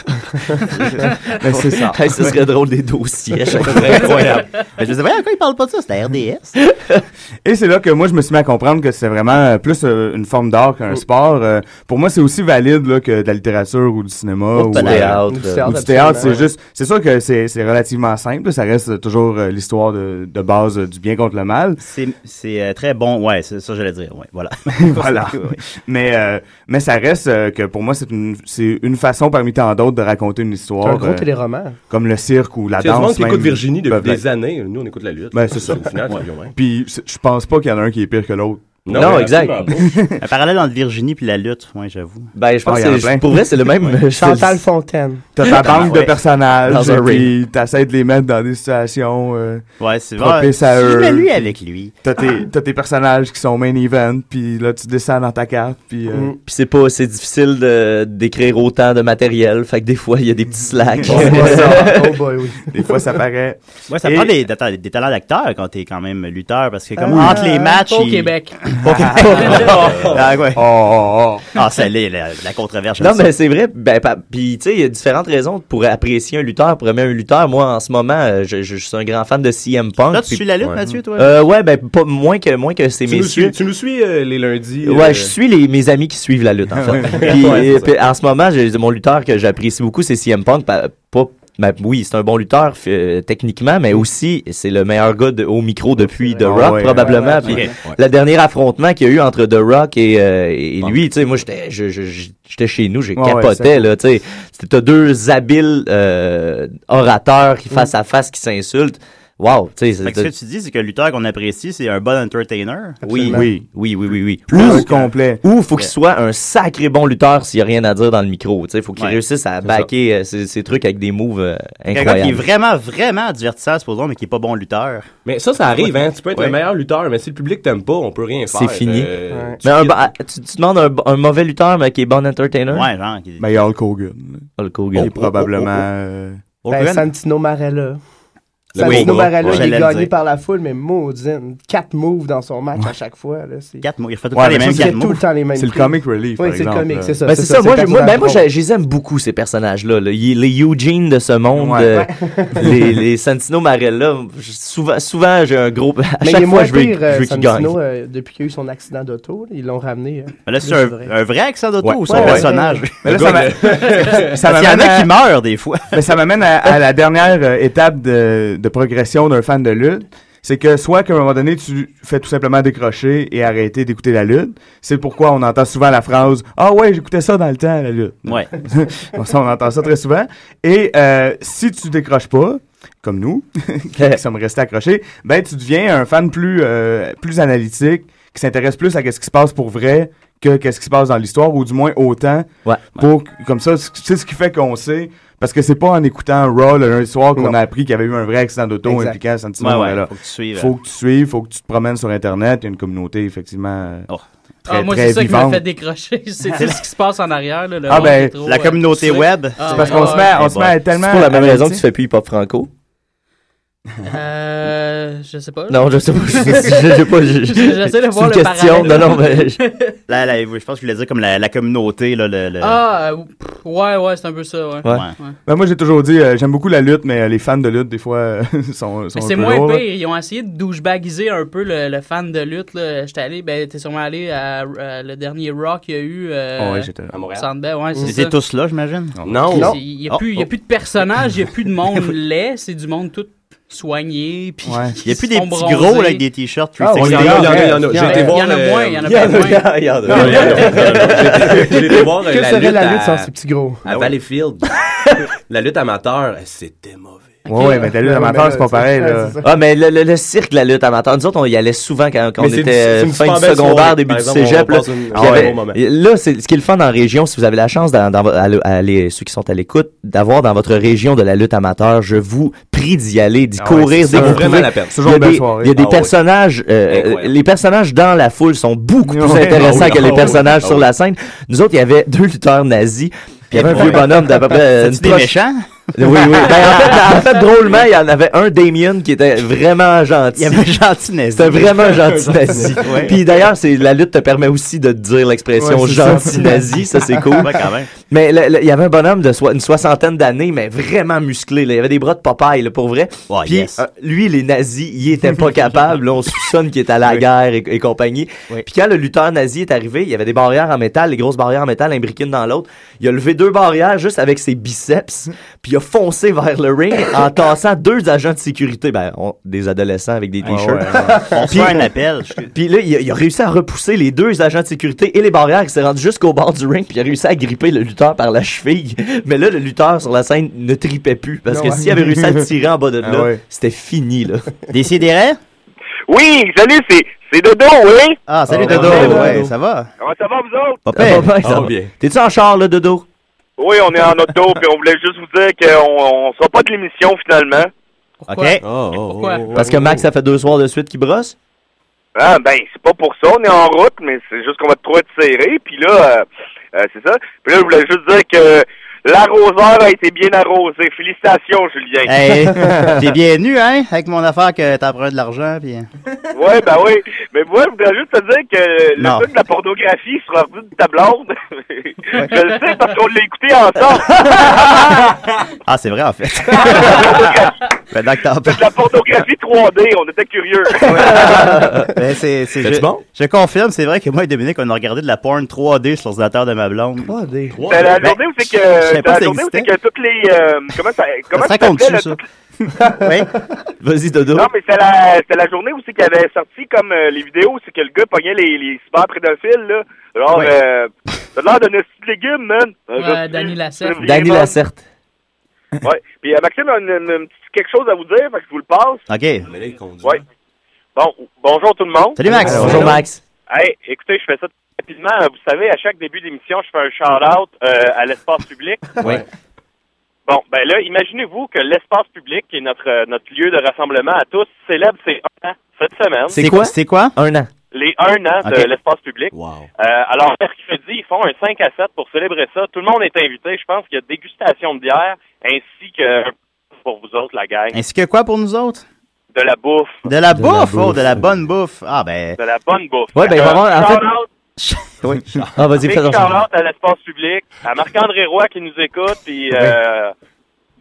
Speaker 9: Ben, c'est ça.
Speaker 6: Hey, [LAUGHS] ce serait drôle des
Speaker 8: [LAUGHS]
Speaker 6: dossiers.
Speaker 9: [LAUGHS] Ça
Speaker 6: serait incroyable. Mais je me disais, voyons, quand il parle pas de ça, c'était RDS.
Speaker 9: Et c'est là que moi, je me suis mis à comprendre que c'est vraiment euh, plus euh, une forme d'art qu'un sport. Euh, pour moi, c'est aussi valide là, que de la littérature ou du cinéma
Speaker 8: Ou
Speaker 9: ou, euh,
Speaker 8: du théâtre.
Speaker 9: ou
Speaker 8: Ou du théâtre,
Speaker 9: du théâtre. C'est
Speaker 8: absolument.
Speaker 9: juste, c'est sûr que c'est c'est relativement simple. Ça reste toujours euh, l'histoire de, de base euh, du bien contre le mal.
Speaker 6: C'est- C'est euh, très bon, ouais, c'est ça j'allais dire, ouais,
Speaker 8: [LAUGHS]
Speaker 6: voilà.
Speaker 9: voilà.
Speaker 6: [LAUGHS] Ouais, ouais.
Speaker 9: Mais, euh, mais ça reste euh, que pour moi, c'est une, c'est une façon parmi tant d'autres de raconter une histoire. euh,
Speaker 10: C'est un gros téléroman.
Speaker 9: Comme le cirque ou la
Speaker 11: C'est du monde
Speaker 9: danse.
Speaker 11: qui
Speaker 9: même,
Speaker 11: écoute Virginie depuis
Speaker 9: peuvent l'être.
Speaker 11: des années. Nous, on écoute la lutte.
Speaker 9: Ben, c'est ça.
Speaker 11: Au final, c'est
Speaker 9: Ouais.
Speaker 11: bien, ouais.
Speaker 9: Puis c'est- je pense pas qu'il y en a un qui est pire que l'autre.
Speaker 11: Non, Non, mais exact.
Speaker 6: [LAUGHS] Un parallèle entre Virginie puis la lutte, ouais, j'avoue. Oh,
Speaker 8: Ben, je pense
Speaker 9: Ah, il y en a
Speaker 8: que c'est-
Speaker 9: plein.
Speaker 8: pour vrai, c'est
Speaker 6: [LAUGHS]
Speaker 8: le même.
Speaker 9: Ouais.
Speaker 8: c'est le-
Speaker 10: Chantal Fontaine.
Speaker 9: T'as ta banque
Speaker 6: euh, Ouais.
Speaker 9: de personnages, euh,
Speaker 6: Dans un
Speaker 9: puis t'essaies de les mettre dans des situations euh,
Speaker 6: Ouais, c'est vrai.
Speaker 9: propices à
Speaker 6: Si je
Speaker 9: eux.
Speaker 6: mets lui
Speaker 9: puis
Speaker 6: avec lui.
Speaker 9: T'as tes, t'as tes personnages qui sont main event, puis là, tu descends dans ta carte, puis... euh,
Speaker 10: Mm.
Speaker 8: Mm. Puis c'est pas, c'est difficile de, d'écrire autant de matériel. Fait que des fois, il y a des petits slacks. [LAUGHS]
Speaker 10: oh boy, oui.
Speaker 9: Des fois, ça paraît.
Speaker 6: Ouais, ça
Speaker 9: Et-
Speaker 6: prend des, attends, des talents d'acteur quand t'es quand même lutteur, parce que comme
Speaker 12: Ah,
Speaker 6: entre les matchs...
Speaker 12: pas au
Speaker 6: il-
Speaker 12: Québec.
Speaker 6: [LAUGHS] Pas au Québec. Ah, ouais.
Speaker 9: Oh,
Speaker 6: Ah, ça l'est, la, la controverse.
Speaker 8: Non,
Speaker 6: j'aime ça.
Speaker 8: mais c'est vrai. Ben, pa- puis, tu sais, il y a différentes raisons pour apprécier un lutteur, pour aimer un lutteur. Moi, en ce moment, euh, je, je suis un grand fan de CM Punk.
Speaker 6: Là, tu
Speaker 8: puis-
Speaker 6: suis la lutte, Mathieu, toi?
Speaker 8: Euh, ouais, ben, pas, moins que, moins que ces
Speaker 11: Tu nous
Speaker 8: messieurs.
Speaker 11: suis, tu nous suis euh, les lundis.
Speaker 8: Ouais,
Speaker 11: euh,
Speaker 8: je suis les, mes amis qui suivent la
Speaker 11: [LAUGHS]
Speaker 8: lutte, en fait. Puis,
Speaker 11: Ouais, c'est
Speaker 8: euh, puis en ce moment, j'ai mon lutteur que j'apprécie beaucoup, c'est CM Punk. Pa- pas- ben, oui, c'est un bon lutteur f- euh, techniquement, mais aussi, c'est le meilleur gars de- au micro depuis The
Speaker 11: Ah
Speaker 8: Rock,
Speaker 11: ouais,
Speaker 8: probablement.
Speaker 11: ouais,
Speaker 8: Puis,
Speaker 11: ouais. Ah.
Speaker 8: Le dernier affrontement qu'il y a eu entre The Rock et, euh, et lui, tu sais, moi, j'étais je- je- je- j'étais chez nous, j'ai
Speaker 11: Ouais, ouais,
Speaker 8: capoté,
Speaker 11: c'est-
Speaker 8: là, tu sais. C'était- T'as deux habiles euh, orateurs
Speaker 11: Mm.
Speaker 8: qui, face à face, qui s'insultent. Wow, tu sais.
Speaker 6: Fait que ce
Speaker 8: c'est-
Speaker 6: que tu dis, c'est que le lutteur qu'on apprécie, c'est un bon entertainer.
Speaker 8: Oui, oui, oui, oui, oui, oui.
Speaker 6: Plus
Speaker 8: Ou-
Speaker 9: complet.
Speaker 8: Ou faut qu'il soit un sacré bon lutteur s'il n'y a rien à dire dans le micro. Il faut qu'il
Speaker 6: Ouais.
Speaker 8: réussisse à backer euh, ses, ses trucs avec des moves euh,
Speaker 6: Quelqu'un qui est
Speaker 8: incroyables.
Speaker 6: vraiment, vraiment divertissant, supposons, mais qui est pas bon lutteur.
Speaker 11: Mais ça, ça arrive, hein. Tu peux être
Speaker 6: Ouais.
Speaker 11: le meilleur lutteur, mais si le public t'aime pas, on peut rien faire.
Speaker 8: C'est fini.
Speaker 11: Euh,
Speaker 8: Mais
Speaker 11: [LAUGHS]
Speaker 8: un ba- ah, tu, tu demandes un, un mauvais lutteur mais qui est bon entertainer?
Speaker 6: Ouais, genre. qui-
Speaker 9: Ben, il y a Hulk Hogan.
Speaker 8: Hulk Hogan.
Speaker 9: Qui est probablement...
Speaker 8: Oh, oh,
Speaker 9: euh,
Speaker 10: Ben, Santino Marella.
Speaker 9: Le
Speaker 10: Santino
Speaker 9: gros gars.
Speaker 10: Marella,
Speaker 9: Ouais,
Speaker 10: il est
Speaker 9: j'allais le
Speaker 10: gagné
Speaker 9: dire.
Speaker 10: par la foule, mais maudine. Quatre moves dans son match à chaque fois. Là, c'est-
Speaker 6: Quatre moves. Il fait tout
Speaker 9: le temps Ouais, les mais mêmes ça,
Speaker 10: Il
Speaker 9: quatre
Speaker 10: fait tout le
Speaker 9: moves.
Speaker 10: temps les mêmes.
Speaker 9: C'est le
Speaker 10: coups.
Speaker 9: comic relief,
Speaker 10: Oui,
Speaker 9: par
Speaker 10: c'est le
Speaker 9: exemple,
Speaker 10: comic,
Speaker 9: là.
Speaker 10: c'est ça.
Speaker 8: Ben, c'est ça, moi,
Speaker 10: le
Speaker 8: je- moi, ben,
Speaker 10: personnage
Speaker 8: moi,
Speaker 10: drôle.
Speaker 8: j'ai- je les aime beaucoup, ces personnages-là. là. Y- Les Eugene de ce monde,
Speaker 10: Ouais.
Speaker 8: euh,
Speaker 10: Ouais.
Speaker 8: les, les Santino Marella. je- Souvent, souvent j'ai un gros. À
Speaker 10: Mais il
Speaker 8: chaque
Speaker 10: est
Speaker 8: fois,
Speaker 10: moins
Speaker 8: je veux,
Speaker 10: pire,
Speaker 8: je
Speaker 10: euh,
Speaker 8: veux qu'il gagne.
Speaker 10: Santino, euh, depuis qu'il y a eu son accident d'auto. là, Ils l'ont ramené. euh,
Speaker 6: Mais là, c'est
Speaker 10: plus
Speaker 6: un,
Speaker 10: vrai.
Speaker 6: un vrai accent d'auto
Speaker 10: Ouais.
Speaker 6: ou son
Speaker 10: Ouais, ouais.
Speaker 6: personnage? [LAUGHS]
Speaker 9: Mais là,
Speaker 6: Le gars,
Speaker 9: ça [LAUGHS] m'a-
Speaker 6: [LAUGHS] le-
Speaker 9: ça
Speaker 6: Parce qu'il y en
Speaker 9: m'amène
Speaker 6: a
Speaker 9: à-
Speaker 6: qui meurent des fois.
Speaker 9: Mais ça m'amène à, à la dernière euh, étape de, de progression d'un fan de lutte. C'est que soit qu'à un moment donné, tu fais tout simplement décrocher et arrêter d'écouter la lutte. C'est pourquoi on entend souvent la phrase « Ah ouais, j'écoutais ça dans le temps, la lutte. »
Speaker 6: Ouais.
Speaker 9: [LAUGHS] Ça, on entend ça très souvent. Et euh, si tu décroches pas, comme nous, [LAUGHS] qui sommes restés accrochés, ben tu deviens un fan plus, euh, plus analytique, qui s'intéresse plus à ce qui se passe pour vrai que qu'est-ce qui se passe dans l'histoire, ou du moins autant. Pour, Comme ça, c- c'est ce qui fait qu'on sait. Parce que c'est pas en écoutant Raw le lundi soir qu'on
Speaker 11: Non.
Speaker 9: a appris qu'il y avait eu un vrai accident d'auto
Speaker 11: Exact.
Speaker 9: impliquant Santino
Speaker 11: Ouais, ouais,
Speaker 9: Morella.
Speaker 11: faut que tu suives. hein.
Speaker 9: Faut que tu suives, faut que tu te promènes sur Internet. Il y a une communauté, effectivement, euh,
Speaker 11: Oh.
Speaker 9: très,
Speaker 12: ah, moi,
Speaker 9: très
Speaker 12: c'est ça qui m'a
Speaker 9: vivante.
Speaker 12: fait décrocher. [LAUGHS] C'est tout ce qui se passe en arrière. Là, le
Speaker 9: Ah,
Speaker 12: monde
Speaker 9: ben,
Speaker 12: est trop,
Speaker 9: la
Speaker 12: euh,
Speaker 9: communauté
Speaker 12: poussé.
Speaker 9: web,
Speaker 12: Ah,
Speaker 9: c'est parce
Speaker 12: ouais,
Speaker 9: qu'on se met-
Speaker 12: ouais.
Speaker 9: on se met à tellement
Speaker 8: C'est pour la même raison que
Speaker 9: analytique.
Speaker 8: tu fais plus hip-hop franco.
Speaker 12: Euh, je sais pas.
Speaker 8: Non, je sais pas. [LAUGHS] Je- je- je sais pas, je-
Speaker 12: J'essaie de
Speaker 8: c'est
Speaker 12: voir
Speaker 8: une
Speaker 12: le
Speaker 8: question.
Speaker 12: parallèle.
Speaker 8: Non, non, mais-
Speaker 6: [LAUGHS] Là, là, je pense que je voulais dire comme la, la communauté, là, le... le-
Speaker 12: Ah, euh, pff, ouais, ouais, c'est un peu ça, ouais.
Speaker 9: Ouais.
Speaker 12: Ouais.
Speaker 9: Ben, moi, j'ai toujours dit, euh, j'aime beaucoup la lutte, mais euh, les fans de lutte, des fois, [LAUGHS] euh, sont, sont
Speaker 12: Mais
Speaker 9: un
Speaker 12: c'est
Speaker 9: peu
Speaker 12: moins
Speaker 9: lourds, là.
Speaker 12: pire. Ils ont essayé de douchebagiser un peu le, le fan de lutte. là. J'étais allé, ben, t'es sûrement allé à euh, le dernier Rock qu'il y a eu. euh,
Speaker 6: Ah ouais, j'étais là. À Montréal.
Speaker 12: au Centre Bell, ouais,
Speaker 6: Ils
Speaker 12: c'est
Speaker 6: étaient
Speaker 12: ça.
Speaker 6: tous là, j'imagine?
Speaker 12: Il n'y a,
Speaker 6: Oh,
Speaker 12: plus- il y a
Speaker 6: oh. [LAUGHS]
Speaker 12: plus de personnages, il n'y a plus de monde laid, c'est du monde tout soignés. Puis
Speaker 6: Ouais. Il y a plus des
Speaker 12: sont
Speaker 6: petits
Speaker 12: bronzés.
Speaker 6: gros, là, avec des t-shirts
Speaker 12: Ah, ouais,
Speaker 6: 360.
Speaker 12: il y en a,
Speaker 6: Il y en a,
Speaker 12: il y en
Speaker 6: il
Speaker 12: a.
Speaker 6: y en a.
Speaker 12: J'ai été
Speaker 6: Il y en
Speaker 12: voir,
Speaker 6: a
Speaker 12: euh,
Speaker 6: moins, il
Speaker 13: [LAUGHS]
Speaker 6: y en a
Speaker 12: il y en
Speaker 8: [LAUGHS]
Speaker 12: a-
Speaker 6: plein.
Speaker 12: il y en a.
Speaker 11: J'ai été voir euh,
Speaker 10: Que
Speaker 11: la
Speaker 10: serait
Speaker 11: lutte
Speaker 10: la lutte
Speaker 11: à-
Speaker 10: sans ces petits gros?
Speaker 8: Ah
Speaker 11: À Valleyfield.
Speaker 8: [LAUGHS]
Speaker 11: La lutte amateur, euh, c'était mauvais.
Speaker 8: Ouais,
Speaker 9: ouais, mais la lutte amateur, c'est pas pareil, là.
Speaker 8: Ah, mais le, le- le cirque, la lutte amateur, nous autres, on y allait souvent quand, quand
Speaker 11: Mais
Speaker 8: on
Speaker 11: c'est
Speaker 8: était
Speaker 11: une- c'est
Speaker 8: euh,
Speaker 11: une
Speaker 8: fin
Speaker 11: super
Speaker 8: du
Speaker 11: belle
Speaker 8: secondaire,
Speaker 11: soirée.
Speaker 8: début
Speaker 11: Par
Speaker 8: du
Speaker 11: exemple, on
Speaker 8: cégep. Là,
Speaker 11: passe une-
Speaker 8: Puis il
Speaker 11: Ah
Speaker 8: y
Speaker 11: ouais,
Speaker 8: avait-
Speaker 11: bon moment.
Speaker 8: là, c'est ce qui est le fun en région, si vous avez la chance, dans, dans vo- à le- à les- ceux qui sont à l'écoute, d'avoir dans votre région de la lutte amateur, je vous prie d'y aller, d'y
Speaker 11: Ah ouais,
Speaker 8: courir,
Speaker 11: c'est
Speaker 8: dès que
Speaker 11: ça.
Speaker 8: vous
Speaker 11: Vraiment
Speaker 8: pouvez.
Speaker 11: la peine. C'est
Speaker 8: Il y
Speaker 11: toujours
Speaker 8: a
Speaker 11: une belle
Speaker 8: des,
Speaker 11: soirée.
Speaker 8: il y a des
Speaker 11: Ah ouais.
Speaker 8: personnages, euh, euh, les personnages dans la foule sont beaucoup plus
Speaker 11: Ouais.
Speaker 8: intéressants
Speaker 11: Ah oui,
Speaker 8: que les
Speaker 11: ah oui,
Speaker 8: personnages
Speaker 11: ah
Speaker 8: sur
Speaker 11: oui. Ah
Speaker 8: la scène. Nous autres, il y avait deux lutteurs nazis, puis il y avait un
Speaker 6: Ouais.
Speaker 8: vieux bonhomme d'à peu près... euh,
Speaker 6: C'est-tu
Speaker 8: une
Speaker 6: des
Speaker 8: proche-
Speaker 6: méchants?
Speaker 8: Oui, oui. Ben,
Speaker 6: [LAUGHS]
Speaker 8: en, fait, en fait, drôlement, il y en avait un, Damien, qui était vraiment gentil. Il
Speaker 6: avait un gentil nazi.
Speaker 8: C'était vraiment un gentil nazi.
Speaker 6: [LAUGHS] Ouais.
Speaker 8: Puis d'ailleurs, c'est la lutte te permet aussi de te dire l'expression
Speaker 6: Ouais, c'est ça.
Speaker 8: gentil nazi, ça c'est cool.
Speaker 6: Ouais, quand même.
Speaker 8: Mais le- le- il y avait un bonhomme de soi- une soixantaine d'années, mais vraiment musclé. là. Il avait des bras de papaye, là, pour vrai. Puis
Speaker 6: yes.
Speaker 8: euh, lui, les nazis, il était pas capable. là. on soupçonne qu'il
Speaker 6: [LAUGHS]
Speaker 8: était à la guerre et, et compagnie.
Speaker 6: Oui.
Speaker 8: Puis quand le lutteur nazi est arrivé, il y avait des barrières en métal, les grosses barrières en métal imbriquées une dans l'autre. Il a levé deux barrières juste avec
Speaker 6: [LAUGHS]
Speaker 8: ses biceps, puis il a foncé vers le ring en tassant deux agents de sécurité, ben, on- des adolescents avec des t-shirts.
Speaker 6: Ah
Speaker 8: [LAUGHS]
Speaker 6: On
Speaker 8: Puis-
Speaker 6: fait un appel. je-
Speaker 8: puis là, il a, il a réussi à repousser les deux agents de sécurité et les barrières. Il s'est rendu jusqu'au bord du ring, puis il a réussi à gripper le lutteur par la cheville. [LAUGHS] Mais là, le lutteur sur la scène ne tripait plus, parce que
Speaker 6: Non, ouais.
Speaker 8: s'il avait
Speaker 6: [LAUGHS]
Speaker 8: réussi à le tirer en bas de là,
Speaker 6: Ah ouais.
Speaker 8: c'était fini, là.
Speaker 6: Décidérez?
Speaker 13: Oui, salut, c'est, c'est Dodo, oui?
Speaker 6: Ah, salut
Speaker 8: Ah,
Speaker 6: Dodo.
Speaker 8: ouais,
Speaker 6: Ouais,
Speaker 8: Dodo.
Speaker 6: ça va?
Speaker 13: Comment ça va, vous autres?
Speaker 8: Pas pire.
Speaker 6: Pas pire,
Speaker 8: Ah,
Speaker 6: ça va.
Speaker 8: bien. T'es-tu en char, là, Dodo?
Speaker 13: Oui, on est en auto, puis on voulait juste vous dire qu'on ne sera pas de l'émission, finalement.
Speaker 6: Ah,
Speaker 8: OK. parce que Max, ça fait deux soirs de suite qu'il brosse.
Speaker 13: Ah, ben, c'est pas pour ça, on est en route, mais c'est juste qu'on va trop être serré, puis là, euh, euh, c'est ça. Puis là, je voulais juste dire que l'arroseur a été bien arrosé. Félicitations, Julien.
Speaker 8: [LAUGHS]
Speaker 6: Hey, t'es bienvenu, hein, avec mon affaire que t'as emprunté de l'argent, puis... hein.
Speaker 13: Ouais, ben oui. Mais moi, je voulais juste te dire que le
Speaker 6: Non.
Speaker 13: truc de la pornographie sur l'ordi de ta blonde, je le sais parce qu'on l'a
Speaker 6: [LAUGHS]
Speaker 13: écouté ensemble.
Speaker 6: Ah, c'est vrai, en
Speaker 13: [LAUGHS]
Speaker 6: fait. Maintenant que t'en
Speaker 13: la pornographie 3D, on était curieux.
Speaker 6: parles. Ben, c'est, c'est,
Speaker 13: C'est-tu
Speaker 6: je,
Speaker 13: bon?
Speaker 6: je confirme, c'est vrai que moi et Dominique, on a regardé de la porn 3D sur l'ordinateur de ma blonde. 3D?
Speaker 13: C'est Ben, la journée où c'est que,
Speaker 6: je savais
Speaker 13: c'est
Speaker 6: pas
Speaker 13: la
Speaker 6: si ça
Speaker 13: journée où c'est que toutes les, euh, comment ça, comment
Speaker 6: Ça se
Speaker 13: ça s'appelait,
Speaker 6: raconte-tu,
Speaker 13: là,
Speaker 6: ça?
Speaker 13: toutes-
Speaker 8: Vas-y, Dodo.
Speaker 13: Non, mais c'est la, c'était la journée où c'est qu'il avait sorti comme euh, les vidéos, c'est que le gars pognait les, les cyber prédophiles, là. Genre,
Speaker 8: Ouais.
Speaker 13: euh, t'as l'air d'un hostie de légumes, man.
Speaker 12: Ouais,
Speaker 13: Euh,
Speaker 12: Danny Lacerte.
Speaker 8: Danny Lacerte.
Speaker 13: [LAUGHS] Ouais. Puis, euh, Maxime a une, une- une petite quelque chose à vous dire, fait que je vous le passe.
Speaker 6: OK.
Speaker 13: Ouais. Bon, bonjour tout le monde.
Speaker 6: Salut, Max. Bonjour,
Speaker 13: Hello.
Speaker 6: Max.
Speaker 13: Hey, écoutez, je fais ça rapidement. Vous savez, à chaque début d'émission, je fais un shout-out euh, à l'espace
Speaker 6: [LAUGHS]
Speaker 13: public.
Speaker 8: Ouais.
Speaker 13: Bon, ben là, imaginez-vous que l'espace public, qui est notre, euh, notre lieu de rassemblement à tous, célèbre ses un an cette semaine.
Speaker 6: C'est quoi?
Speaker 8: Un an.
Speaker 13: Les un an
Speaker 6: Ok.
Speaker 13: de l'espace public. Euh, alors, mercredi, ils font un 5 à 7 pour célébrer ça. Tout le monde est invité. Je pense qu'il y a dégustation de bière ainsi que pour vous autres, la gang,
Speaker 6: Ainsi que quoi pour nous autres?
Speaker 13: de la bouffe.
Speaker 6: De la bouffe, oh, de la bonne bouffe. Ah, ben...
Speaker 13: De la bonne bouffe.
Speaker 6: Ouais, ben,
Speaker 13: Fait que,
Speaker 6: vraiment, en fait-
Speaker 13: shout-out
Speaker 6: [LAUGHS] Oui.
Speaker 8: Ah, vas-y,
Speaker 13: Big
Speaker 8: fais
Speaker 13: shout-out à l'espace public, à Marc-André Roy qui nous écoute, puis euh,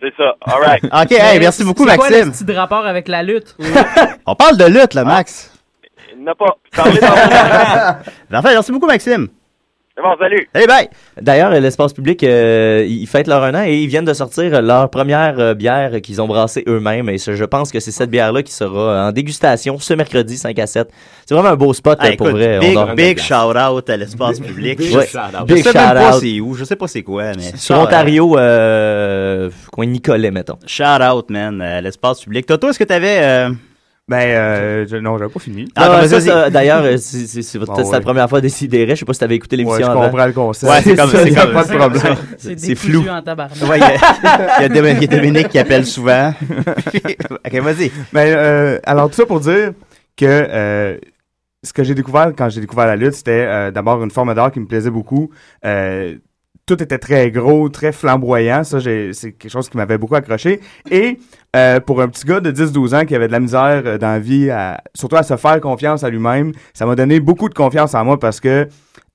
Speaker 13: c'est ça. All
Speaker 6: [LAUGHS]
Speaker 13: right.
Speaker 6: OK, hey, merci beaucoup,
Speaker 12: C'est quoi
Speaker 6: Maxime.
Speaker 12: le petit rapport avec la lutte?
Speaker 6: On parle de lutte, là, Max.
Speaker 13: Il n'a pas.
Speaker 12: [LAUGHS]
Speaker 13: Parlez dans votre-
Speaker 6: Ben, Enfin, merci beaucoup, Maxime.
Speaker 13: C'est bon, salut.
Speaker 6: Allez, bye.
Speaker 8: D'ailleurs, euh, l'espace public, euh, ils fêtent leur un an et ils viennent de sortir euh, leur première euh, bière qu'ils ont brassée eux-mêmes. Et ce- je pense que c'est cette bière-là qui sera euh, en dégustation ce mercredi 5 à 7. C'est vraiment un beau spot euh,
Speaker 6: Ah,
Speaker 8: pour
Speaker 6: écoute,
Speaker 8: vrai.
Speaker 6: big,
Speaker 8: On dort-
Speaker 6: big shout-out à l'espace public.
Speaker 8: big
Speaker 6: Je-
Speaker 8: shout-out.
Speaker 6: Je
Speaker 8: Big
Speaker 6: sais même pas
Speaker 8: shout-out.
Speaker 6: c'est où, je sais pas c'est quoi, mais...
Speaker 8: Sur Ontario, euh, coin Nicolet, mettons.
Speaker 6: Shout-out, man, à l'espace public. Toto, est-ce que t'avais... euh,
Speaker 9: Ben, euh, je- non, j'avais pas fini.
Speaker 8: Ah,
Speaker 6: Attends,
Speaker 8: ouais, ça,
Speaker 6: vas-y.
Speaker 8: ça, D'ailleurs,
Speaker 6: [LAUGHS]
Speaker 8: euh, c'est c'est- c'est votre-
Speaker 9: Ah,
Speaker 8: c'est
Speaker 9: ouais.
Speaker 8: la première fois décidéré. Je sais pas si t'avais écouté l'émission
Speaker 9: Ouais, je
Speaker 8: avant.
Speaker 9: comprends le concept.
Speaker 6: Ouais, c'est comme-
Speaker 8: ça,
Speaker 6: c'est
Speaker 8: y a
Speaker 6: comme-
Speaker 8: pas de problème.
Speaker 6: C'est
Speaker 8: C'est
Speaker 6: décousu
Speaker 8: flou.
Speaker 6: en
Speaker 12: tabarnak.
Speaker 6: Ouais, il y a- il y a Domin- il y a Dominique qui appelle souvent.
Speaker 9: [LAUGHS]
Speaker 6: OK, vas-y.
Speaker 9: Ben, euh, alors, tout ça pour dire que euh, ce que j'ai découvert quand j'ai découvert la lutte, c'était euh, d'abord une forme d'art qui me plaisait beaucoup. Euh, tout était très gros, très flamboyant. Ça, j'ai- c'est quelque chose qui m'avait beaucoup accroché. Et euh, pour un petit gars de 10-12 ans qui avait de la misère euh, dans la vie, à- surtout à se faire confiance à lui-même, ça m'a donné beaucoup de confiance en moi parce que,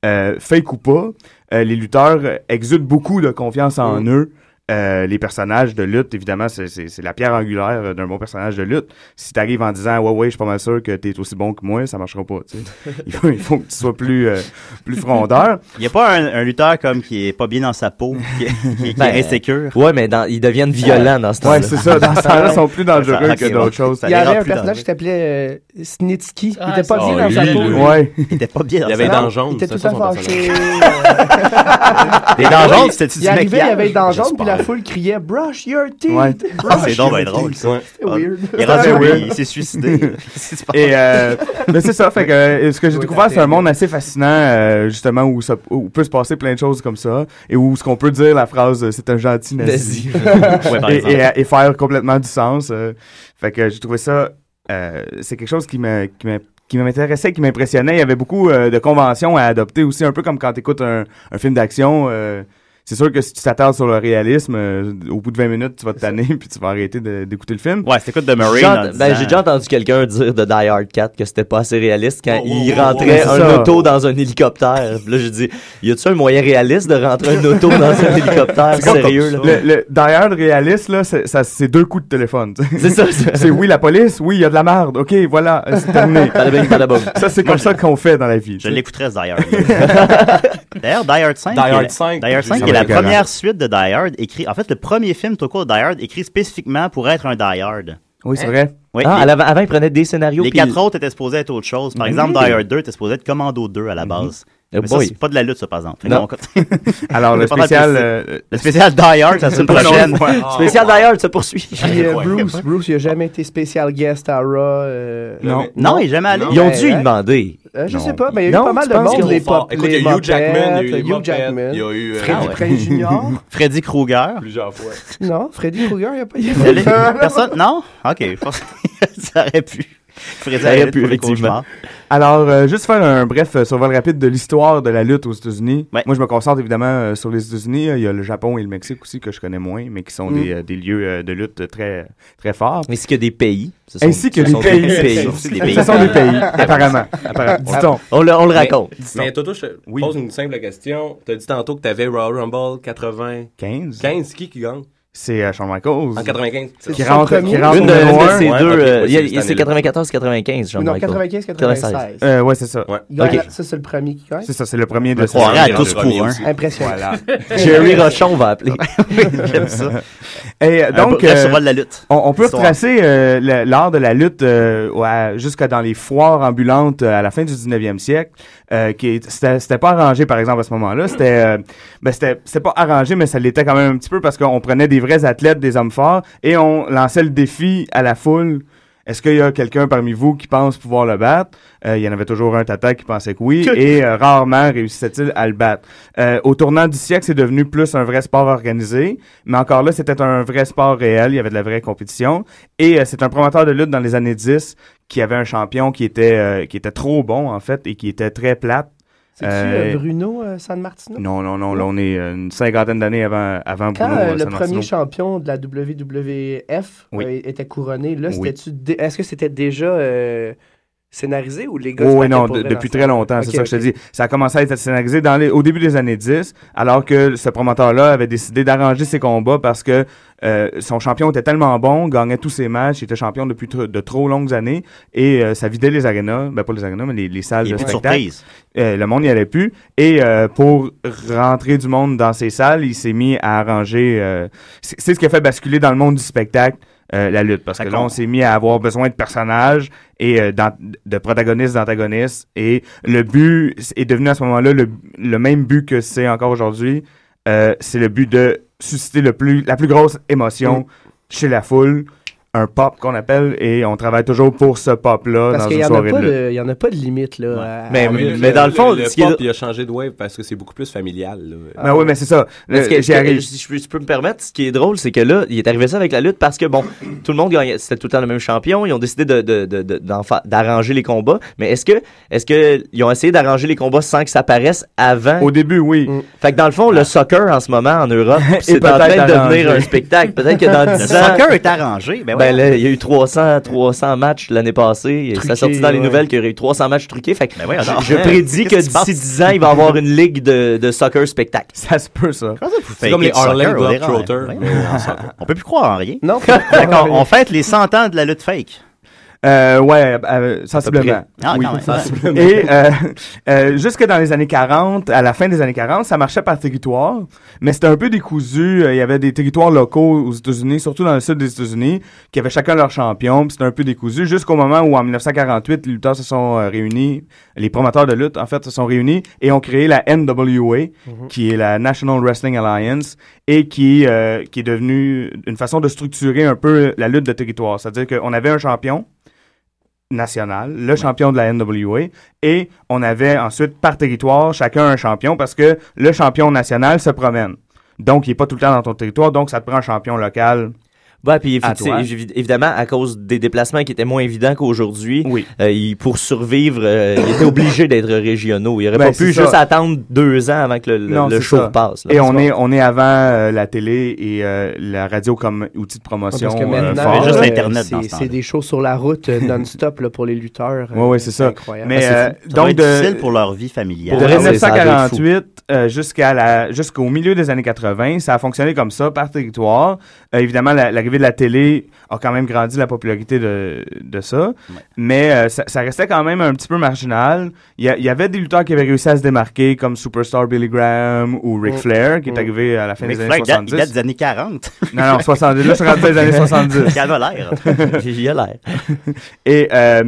Speaker 9: euh, fake ou pas, euh, les lutteurs euh, exudent beaucoup de confiance en eux. euh, les personnages de lutte, évidemment, c'est- c'est c'est la pierre angulaire euh, d'un bon personnage de lutte. Si t'arrives en disant, ouais, ouais, je suis pas mal sûr que t'es aussi bon que moi, ça marchera pas, tu sais. Il faut, il faut que tu sois plus, euh, plus frondeur.
Speaker 6: [LAUGHS] Il n'y a pas un, un lutteur comme qui est pas bien dans sa
Speaker 9: [LAUGHS]
Speaker 6: peau, qui, qui- qui
Speaker 8: Ben,
Speaker 6: est insécure. Euh,
Speaker 8: Ouais, mais dans- ils deviennent violents dans ce temps-là.
Speaker 9: Ouais, c'est ça. Dans ce temps-là, ils sont plus dangereux
Speaker 6: Ça-
Speaker 9: que
Speaker 6: ok,
Speaker 9: d'autres
Speaker 6: ouais.
Speaker 9: choses.
Speaker 6: Ça
Speaker 10: Il y
Speaker 6: les rend
Speaker 10: avait un
Speaker 6: plus
Speaker 10: personnage qui
Speaker 6: dangereux.
Speaker 10: s'appelait euh, Snitsky.
Speaker 12: Ah,
Speaker 10: il était pas
Speaker 12: ça,
Speaker 10: bien
Speaker 12: ah,
Speaker 10: dans sa
Speaker 12: lui, lui.
Speaker 10: peau.
Speaker 9: Ouais.
Speaker 6: Il était pas bien dans
Speaker 11: Il y avait
Speaker 6: sa
Speaker 11: des
Speaker 6: peau.
Speaker 11: donjons.
Speaker 10: Il était tout
Speaker 11: c'est
Speaker 10: le
Speaker 11: ça,
Speaker 10: temps
Speaker 11: son personnage.
Speaker 10: fâché.
Speaker 6: Des donjons, c'était-tu
Speaker 10: Il
Speaker 6: du
Speaker 10: arrivait, il y avait
Speaker 6: maquillage?
Speaker 10: les donjons, puis
Speaker 6: J'espère.
Speaker 10: la foule criait Brush your teeth!
Speaker 9: Ouais.
Speaker 10: Brush
Speaker 6: C'est
Speaker 10: your
Speaker 6: donc ben
Speaker 10: teeth.
Speaker 6: drôle, ça.
Speaker 10: C'était weird.
Speaker 6: Il est rendu weird, il s'est
Speaker 9: [LAUGHS]
Speaker 6: suicidé.
Speaker 9: Et euh, mais c'est ça, fait que euh, ce que j'ai découvert, c'est un monde assez fascinant, euh, justement, où, ça, où peut se passer plein de choses comme ça, et où ce qu'on peut dire la phrase euh, "c'est un gentil nazi" [LAUGHS]
Speaker 6: Nazi. Ouais, par
Speaker 9: et,
Speaker 6: exemple.
Speaker 9: et, et faire complètement du sens. euh. fait que j'ai trouvé ça, euh, c'est quelque chose qui m'a- qui m'a- qui m'intéressait, qui m'impressionnait. Il y avait beaucoup euh, de conventions à adopter aussi, un peu comme quand tu écoutes un, un film d'action. euh, c'est sûr que si tu t'attardes sur le réalisme, euh, au bout de 20 minutes, tu vas te tanner [LAUGHS] puis tu vas arrêter de- d'écouter le film.
Speaker 6: Ouais, c'est quoi de
Speaker 8: J'ai déjà- ben, j'ai déjà entendu quelqu'un dire de Die Hard 4 que c'était pas assez réaliste quand il
Speaker 9: wow,
Speaker 8: rentrait
Speaker 9: wow,
Speaker 8: un
Speaker 9: c'est ça.
Speaker 8: auto dans un hélicoptère. Puis là, j'ai dit, y a-tu un moyen réaliste de rentrer un auto dans
Speaker 9: [LAUGHS]
Speaker 8: un hélicoptère
Speaker 9: C'est comme
Speaker 8: sérieux là
Speaker 9: comme ça. Le, le Die Hard réaliste, là, c'est, ça- c'est deux coups de téléphone. tu sais.
Speaker 8: C'est
Speaker 9: [LAUGHS]
Speaker 8: ça, c'est-
Speaker 9: c'est oui, la police, oui, il y a de la merde. OK, voilà, euh,
Speaker 8: [LAUGHS]
Speaker 9: c'est terminé.
Speaker 8: Bada-bing, bada-boum.
Speaker 9: ça, c'est comme ça qu'on fait dans la vie.
Speaker 6: Je l'écouterais, ce Die
Speaker 9: [LAUGHS]
Speaker 6: Hard. D'ailleurs, Die Hard 5.
Speaker 11: Die
Speaker 6: qui est-
Speaker 11: Hard 5,
Speaker 6: Die Hard 5
Speaker 11: j'ai
Speaker 6: qui est la
Speaker 11: vu.
Speaker 6: première suite de Die Hard écrit. En fait, le premier film tout court de Die Hard écrit spécifiquement pour être un Die Hard.
Speaker 9: Oui,
Speaker 11: Hein?
Speaker 9: c'est vrai.
Speaker 6: Oui,
Speaker 8: Ah,
Speaker 6: les-
Speaker 8: à l'avant- avant, ils prenaient des scénarios.
Speaker 6: Les
Speaker 8: puis-
Speaker 6: quatre autres étaient supposés être autre chose. Par
Speaker 8: Mhm.
Speaker 6: exemple, Die Hard 2 était supposé être Commando 2 à la base.
Speaker 8: Eh
Speaker 6: Mais ça,
Speaker 8: boy.
Speaker 6: c'est pas de la lutte, ça, par exemple. Fait que
Speaker 8: Non.
Speaker 6: on-
Speaker 9: Alors,
Speaker 6: On
Speaker 9: le
Speaker 6: est pas mal
Speaker 9: spécial,
Speaker 6: pressé.
Speaker 9: euh,
Speaker 6: Le spécial Die Hard, ça
Speaker 10: [LAUGHS]
Speaker 6: sera une
Speaker 9: Une autre
Speaker 6: prochaine.
Speaker 9: fois.
Speaker 6: [LAUGHS]
Speaker 8: Spécial Die Hard se poursuit.
Speaker 10: Puis euh, Bruce, Bruce, il a jamais été spécial guest à Raw. euh,
Speaker 9: Non.
Speaker 6: Non, il est jamais allé.
Speaker 8: Ils ont
Speaker 10: Ben,
Speaker 8: dû y
Speaker 10: hein.
Speaker 8: demander.
Speaker 10: Euh, je
Speaker 8: Non.
Speaker 10: sais pas, mais il y a eu
Speaker 8: Non,
Speaker 10: pas mal
Speaker 8: tu
Speaker 10: de
Speaker 8: penses
Speaker 10: monde,
Speaker 8: qu'ils
Speaker 10: les
Speaker 8: sont forts?
Speaker 10: pop,
Speaker 11: Écoute,
Speaker 10: les
Speaker 11: il y a Hugh Jackman, il y a eu
Speaker 10: Moppettes,
Speaker 11: les
Speaker 10: Hugh Jackman,
Speaker 11: Moppettes, [LAUGHS] il y a eu, euh,
Speaker 10: Freddy
Speaker 11: ah ouais.
Speaker 10: Prinze Junior.
Speaker 6: Freddy Krueger.
Speaker 11: Plusieurs fois.
Speaker 10: Non, Freddy Krueger, il n'y a pas. il y a
Speaker 6: Freddy-
Speaker 9: [LAUGHS]
Speaker 10: pas-
Speaker 6: Personne? Non? Ok, je pense que [LAUGHS] ça aurait pu. Freddy
Speaker 8: Ça aurait
Speaker 6: Harriet
Speaker 8: pu,
Speaker 6: pour les
Speaker 8: effectivement.
Speaker 6: cauchemars.
Speaker 9: Alors, euh, juste faire un bref euh, survol rapide de l'histoire de la lutte aux États-Unis. Moi, je me concentre évidemment euh, sur les États-Unis. Euh, Il y a le Japon et le Mexique aussi que je connais moins, mais qui sont
Speaker 10: Mm.
Speaker 9: des, euh, des lieux euh, de lutte très, très forts.
Speaker 8: Ainsi que des pays. Ce sont-
Speaker 9: Ainsi que
Speaker 8: ce
Speaker 9: des
Speaker 8: sont des
Speaker 9: pays. [LAUGHS]
Speaker 8: pays.
Speaker 9: Ce sont des pays, apparemment. apparemment. Dit-on.
Speaker 8: On le, on le raconte.
Speaker 11: Mais Toto, je te pose une simple question. Tu as dit tantôt que tu avais Royal Rumble 95.
Speaker 9: 15.
Speaker 11: qui qui gagne
Speaker 9: C'est euh, Shawn Michaels.
Speaker 11: En 95.
Speaker 10: C'est
Speaker 9: Qui
Speaker 10: son
Speaker 9: rentre,
Speaker 10: premier.
Speaker 9: qui rentre
Speaker 8: Une
Speaker 9: au
Speaker 8: de, une
Speaker 9: numéro
Speaker 8: de
Speaker 9: un.
Speaker 8: ces
Speaker 11: Ouais,
Speaker 8: deux,
Speaker 11: ok,
Speaker 8: euh, il y a-
Speaker 11: c'est cette
Speaker 8: c'est
Speaker 11: année-là.
Speaker 8: 94-95, jean
Speaker 10: Non,
Speaker 8: Michael.
Speaker 10: 94-96.
Speaker 9: Euh, ouais, c'est ça.
Speaker 11: Ouais.
Speaker 10: Il gagne la-
Speaker 8: 96.
Speaker 10: Ça, c'est le premier qui gagne.
Speaker 9: C'est ça, c'est le premier de
Speaker 6: Je croirais à
Speaker 9: saison.
Speaker 6: tous pour un.
Speaker 10: Impressionnant.
Speaker 9: Voilà.
Speaker 8: Jerry Rochon va appeler.
Speaker 6: J'aime ça.
Speaker 9: [LAUGHS] Et euh,
Speaker 6: Donc,
Speaker 9: donc,
Speaker 6: bref
Speaker 9: euh,
Speaker 6: survol de la lutte.
Speaker 9: on, on peut
Speaker 6: Histoire.
Speaker 9: retracer euh, le- l'art de la lutte euh, ouais, jusqu'à dans les foires ambulantes euh, à la fin du 19e siècle. euh, qui est- c'était c'était pas arrangé, par exemple, à ce moment-là. C'était euh, ben, c'était c'était pas arrangé, mais ça l'était quand même un petit peu parce qu'on prenait des vrais athlètes, des hommes forts, et on lançait le défi à la foule. Est-ce qu'il y a quelqu'un parmi vous qui pense pouvoir le battre? Euh, il y en avait toujours un tata qui pensait que oui, et euh, rarement réussissait-il à le battre. Euh, au tournant du siècle, c'est devenu plus un vrai sport organisé, mais encore là, c'était un vrai sport réel, il y avait de la vraie compétition. Et euh, c'est un promoteur de lutte dans les années 10 qui avait un champion qui était, euh, qui était trop bon, en fait, et qui était très plate.
Speaker 10: C'est-tu euh,
Speaker 9: Euh,
Speaker 10: Bruno euh, San Martino?
Speaker 9: Non, non, non, là, on est euh, une cinquantaine d'années avant, avant
Speaker 10: Quand
Speaker 9: Bruno,
Speaker 10: euh,
Speaker 9: euh,
Speaker 10: le
Speaker 9: San Martino.
Speaker 10: premier champion de la WWF
Speaker 9: Oui.
Speaker 10: euh, était couronné, là,
Speaker 9: Oui.
Speaker 10: c'était-tu dé- est-ce que c'était déjà euh, scénarisé ou les gars
Speaker 9: Oh,
Speaker 10: se
Speaker 9: oui, non,
Speaker 10: battaient pour
Speaker 9: de-
Speaker 10: vrai
Speaker 9: depuis
Speaker 10: dans
Speaker 9: très longtemps,
Speaker 10: Ok,
Speaker 9: c'est ça que je te dis. Ça a commencé à être scénarisé dans les, au début des années 10, alors que ce promoteur-là avait décidé d'arranger ses combats parce que euh, son champion était tellement bon, gagnait tous ses matchs, il était champion depuis tr- de trop longues années, et euh, ça vidait les arénas, ben pas les arénas, mais les, les salles
Speaker 6: Il y a
Speaker 9: de
Speaker 6: plus de
Speaker 9: spectacle.
Speaker 6: surprise.
Speaker 9: Euh, le monde n'y allait plus. Et euh, pour rentrer du monde dans ces salles, il s'est mis à arranger. euh, c'est c'est ce qui a fait basculer dans le monde du spectacle euh, la lutte. Parce que là,
Speaker 6: D'accord.
Speaker 9: on s'est mis à avoir besoin de personnages et euh, d'an- de protagonistes, d'antagonistes. Et le but est devenu à ce moment-là le, le même but que c'est encore aujourd'hui. Euh, c'est le but de susciter le plus, la plus grosse émotion
Speaker 10: Mm.
Speaker 9: chez la foule. Un pop qu'on appelle et on travaille toujours pour ce pop-là
Speaker 10: Parce
Speaker 9: dans
Speaker 10: qu'il
Speaker 9: une
Speaker 10: n'y en, a
Speaker 9: soirée de
Speaker 10: pas
Speaker 9: lutte.
Speaker 10: de- il y en a pas de limite. Là, à-
Speaker 8: Mais-
Speaker 10: à-
Speaker 8: mais-
Speaker 10: à-
Speaker 8: mais dans le fond,
Speaker 11: Ah le
Speaker 8: ce qui est-
Speaker 11: pop, il a changé de wave parce que c'est beaucoup plus familial. là.
Speaker 9: Ben oui, mais c'est ça.
Speaker 8: Mais
Speaker 9: Le-
Speaker 8: ce que-
Speaker 9: j'y
Speaker 8: ce que-
Speaker 9: arrive.
Speaker 8: si je peux, si je peux me permettre, ce qui est drôle, c'est que là, il est arrivé ça avec la lutte parce que, bon, tout le monde gagnait, c'était tout le temps le même champion, ils ont décidé de, de- de- de- d'en fa- d'arranger les combats, mais est-ce que, est-ce que ils ont essayé d'arranger les combats sans que ça paraisse avant?
Speaker 9: Au début, oui.
Speaker 6: Mm.
Speaker 8: Fait que dans le fond,
Speaker 6: [LAUGHS]
Speaker 8: le soccer en ce moment en Europe, c'est en
Speaker 9: peut-être
Speaker 8: train de
Speaker 9: arrangé.
Speaker 8: devenir un spectacle. Peut-être que dans
Speaker 6: Le
Speaker 8: 10 ans...
Speaker 6: soccer est arrangé. Ben,
Speaker 8: Ben, ben là, il y a eu 300, 300 matchs l'année passée. ça
Speaker 6: Truqués,
Speaker 8: a sorti dans les
Speaker 6: ouais.
Speaker 8: nouvelles qu'il y aurait eu 300 matchs truqués. Fait que
Speaker 6: Ben voyons
Speaker 8: je,
Speaker 6: donc.
Speaker 8: je prédis que
Speaker 6: Qu'est-ce qui se passe?
Speaker 8: d'ici 10 ans, il va
Speaker 6: [LAUGHS]
Speaker 8: y avoir une ligue de, de soccer spectacle.
Speaker 9: [LAUGHS] Ça se peut, ça.
Speaker 8: C'est comme les Harlem Globetrotters.
Speaker 6: Globetrotters.
Speaker 8: mais en soccer.
Speaker 6: On peut plus croire en rien.
Speaker 10: Non.
Speaker 6: D'accord, on fête les 100 ans de la lutte fake.
Speaker 9: Euh, ouais, euh, sensiblement.
Speaker 6: près. Ah,
Speaker 9: Oui,
Speaker 6: quand même.
Speaker 9: sensiblement. Et euh, [LAUGHS] euh, jusque dans les années 40, à la fin des années 40, ça marchait par territoire, mais c'était un peu décousu. Euh, Il y avait des territoires locaux aux États-Unis, surtout dans le sud des États-Unis, qui avaient chacun leur champion, puis c'était un peu décousu jusqu'au moment où, en 1948, les lutteurs se sont euh, réunis, les promoteurs de lutte, en fait, se sont réunis et ont créé la NWA, qui est la National Wrestling Alliance, et qui, euh, qui est devenue une façon de structurer un peu la lutte de territoire. C'est-à-dire qu'on avait un champion, national, le champion de la NWA, et on avait ensuite par territoire chacun un champion parce que le champion national se promène. Donc, il n'est pas tout le temps dans ton territoire, donc ça te prend un champion local.
Speaker 8: Ouais, puis
Speaker 9: À
Speaker 8: évi-
Speaker 9: toi.
Speaker 8: évi- évi- évidemment, à cause des déplacements qui étaient moins évidents qu'aujourd'hui, euh, il- pour survivre, euh, il était obligé d'être régionaux. Il aurait
Speaker 9: Ben,
Speaker 8: pas pu
Speaker 9: c'est ça.
Speaker 8: juste attendre deux ans avant que le, le-
Speaker 9: Non,
Speaker 8: le
Speaker 9: c'est
Speaker 8: show
Speaker 9: ça.
Speaker 8: passe. là.
Speaker 9: Et on
Speaker 8: Parce
Speaker 9: est, on est avant euh, la télé et euh, la radio comme outil
Speaker 8: Ah,
Speaker 9: de promotion.
Speaker 10: Parce que
Speaker 9: euh,
Speaker 10: maintenant,
Speaker 9: fort.
Speaker 10: là, euh, c'est- c'est des shows sur la route euh, non-stop là, pour les lutteurs.
Speaker 9: Ouais, ouais, euh, c'est ça.
Speaker 10: Incroyable.
Speaker 9: Mais,
Speaker 10: Ah,
Speaker 9: euh,
Speaker 10: c'est fou.
Speaker 9: donc de- De
Speaker 6: Ah
Speaker 9: 1948 euh, jusqu'à la jusqu'au milieu des années 80, ça a fonctionné comme ça par territoire. Euh, évidemment, la- l'arrivée de la télé a quand même grandi la popularité de, de ça, mais euh, ça, ça restait quand même un petit peu marginal. Il y, a- il y avait des lutteurs qui avaient réussi à se démarquer, comme Superstar Billy Graham ou Ric
Speaker 6: Mm.
Speaker 9: Flair, qui est
Speaker 6: Mm.
Speaker 9: arrivé à la fin
Speaker 6: Ric
Speaker 9: des années
Speaker 6: Flair, il date-
Speaker 9: 70.
Speaker 6: il date des années 40.
Speaker 9: Non, non, 70. Là, je suis rendu dans les années 70.
Speaker 6: [LAUGHS] Il en a l'air.
Speaker 8: [LAUGHS]
Speaker 9: [LAUGHS]
Speaker 8: Il a l'air.
Speaker 9: et, euh,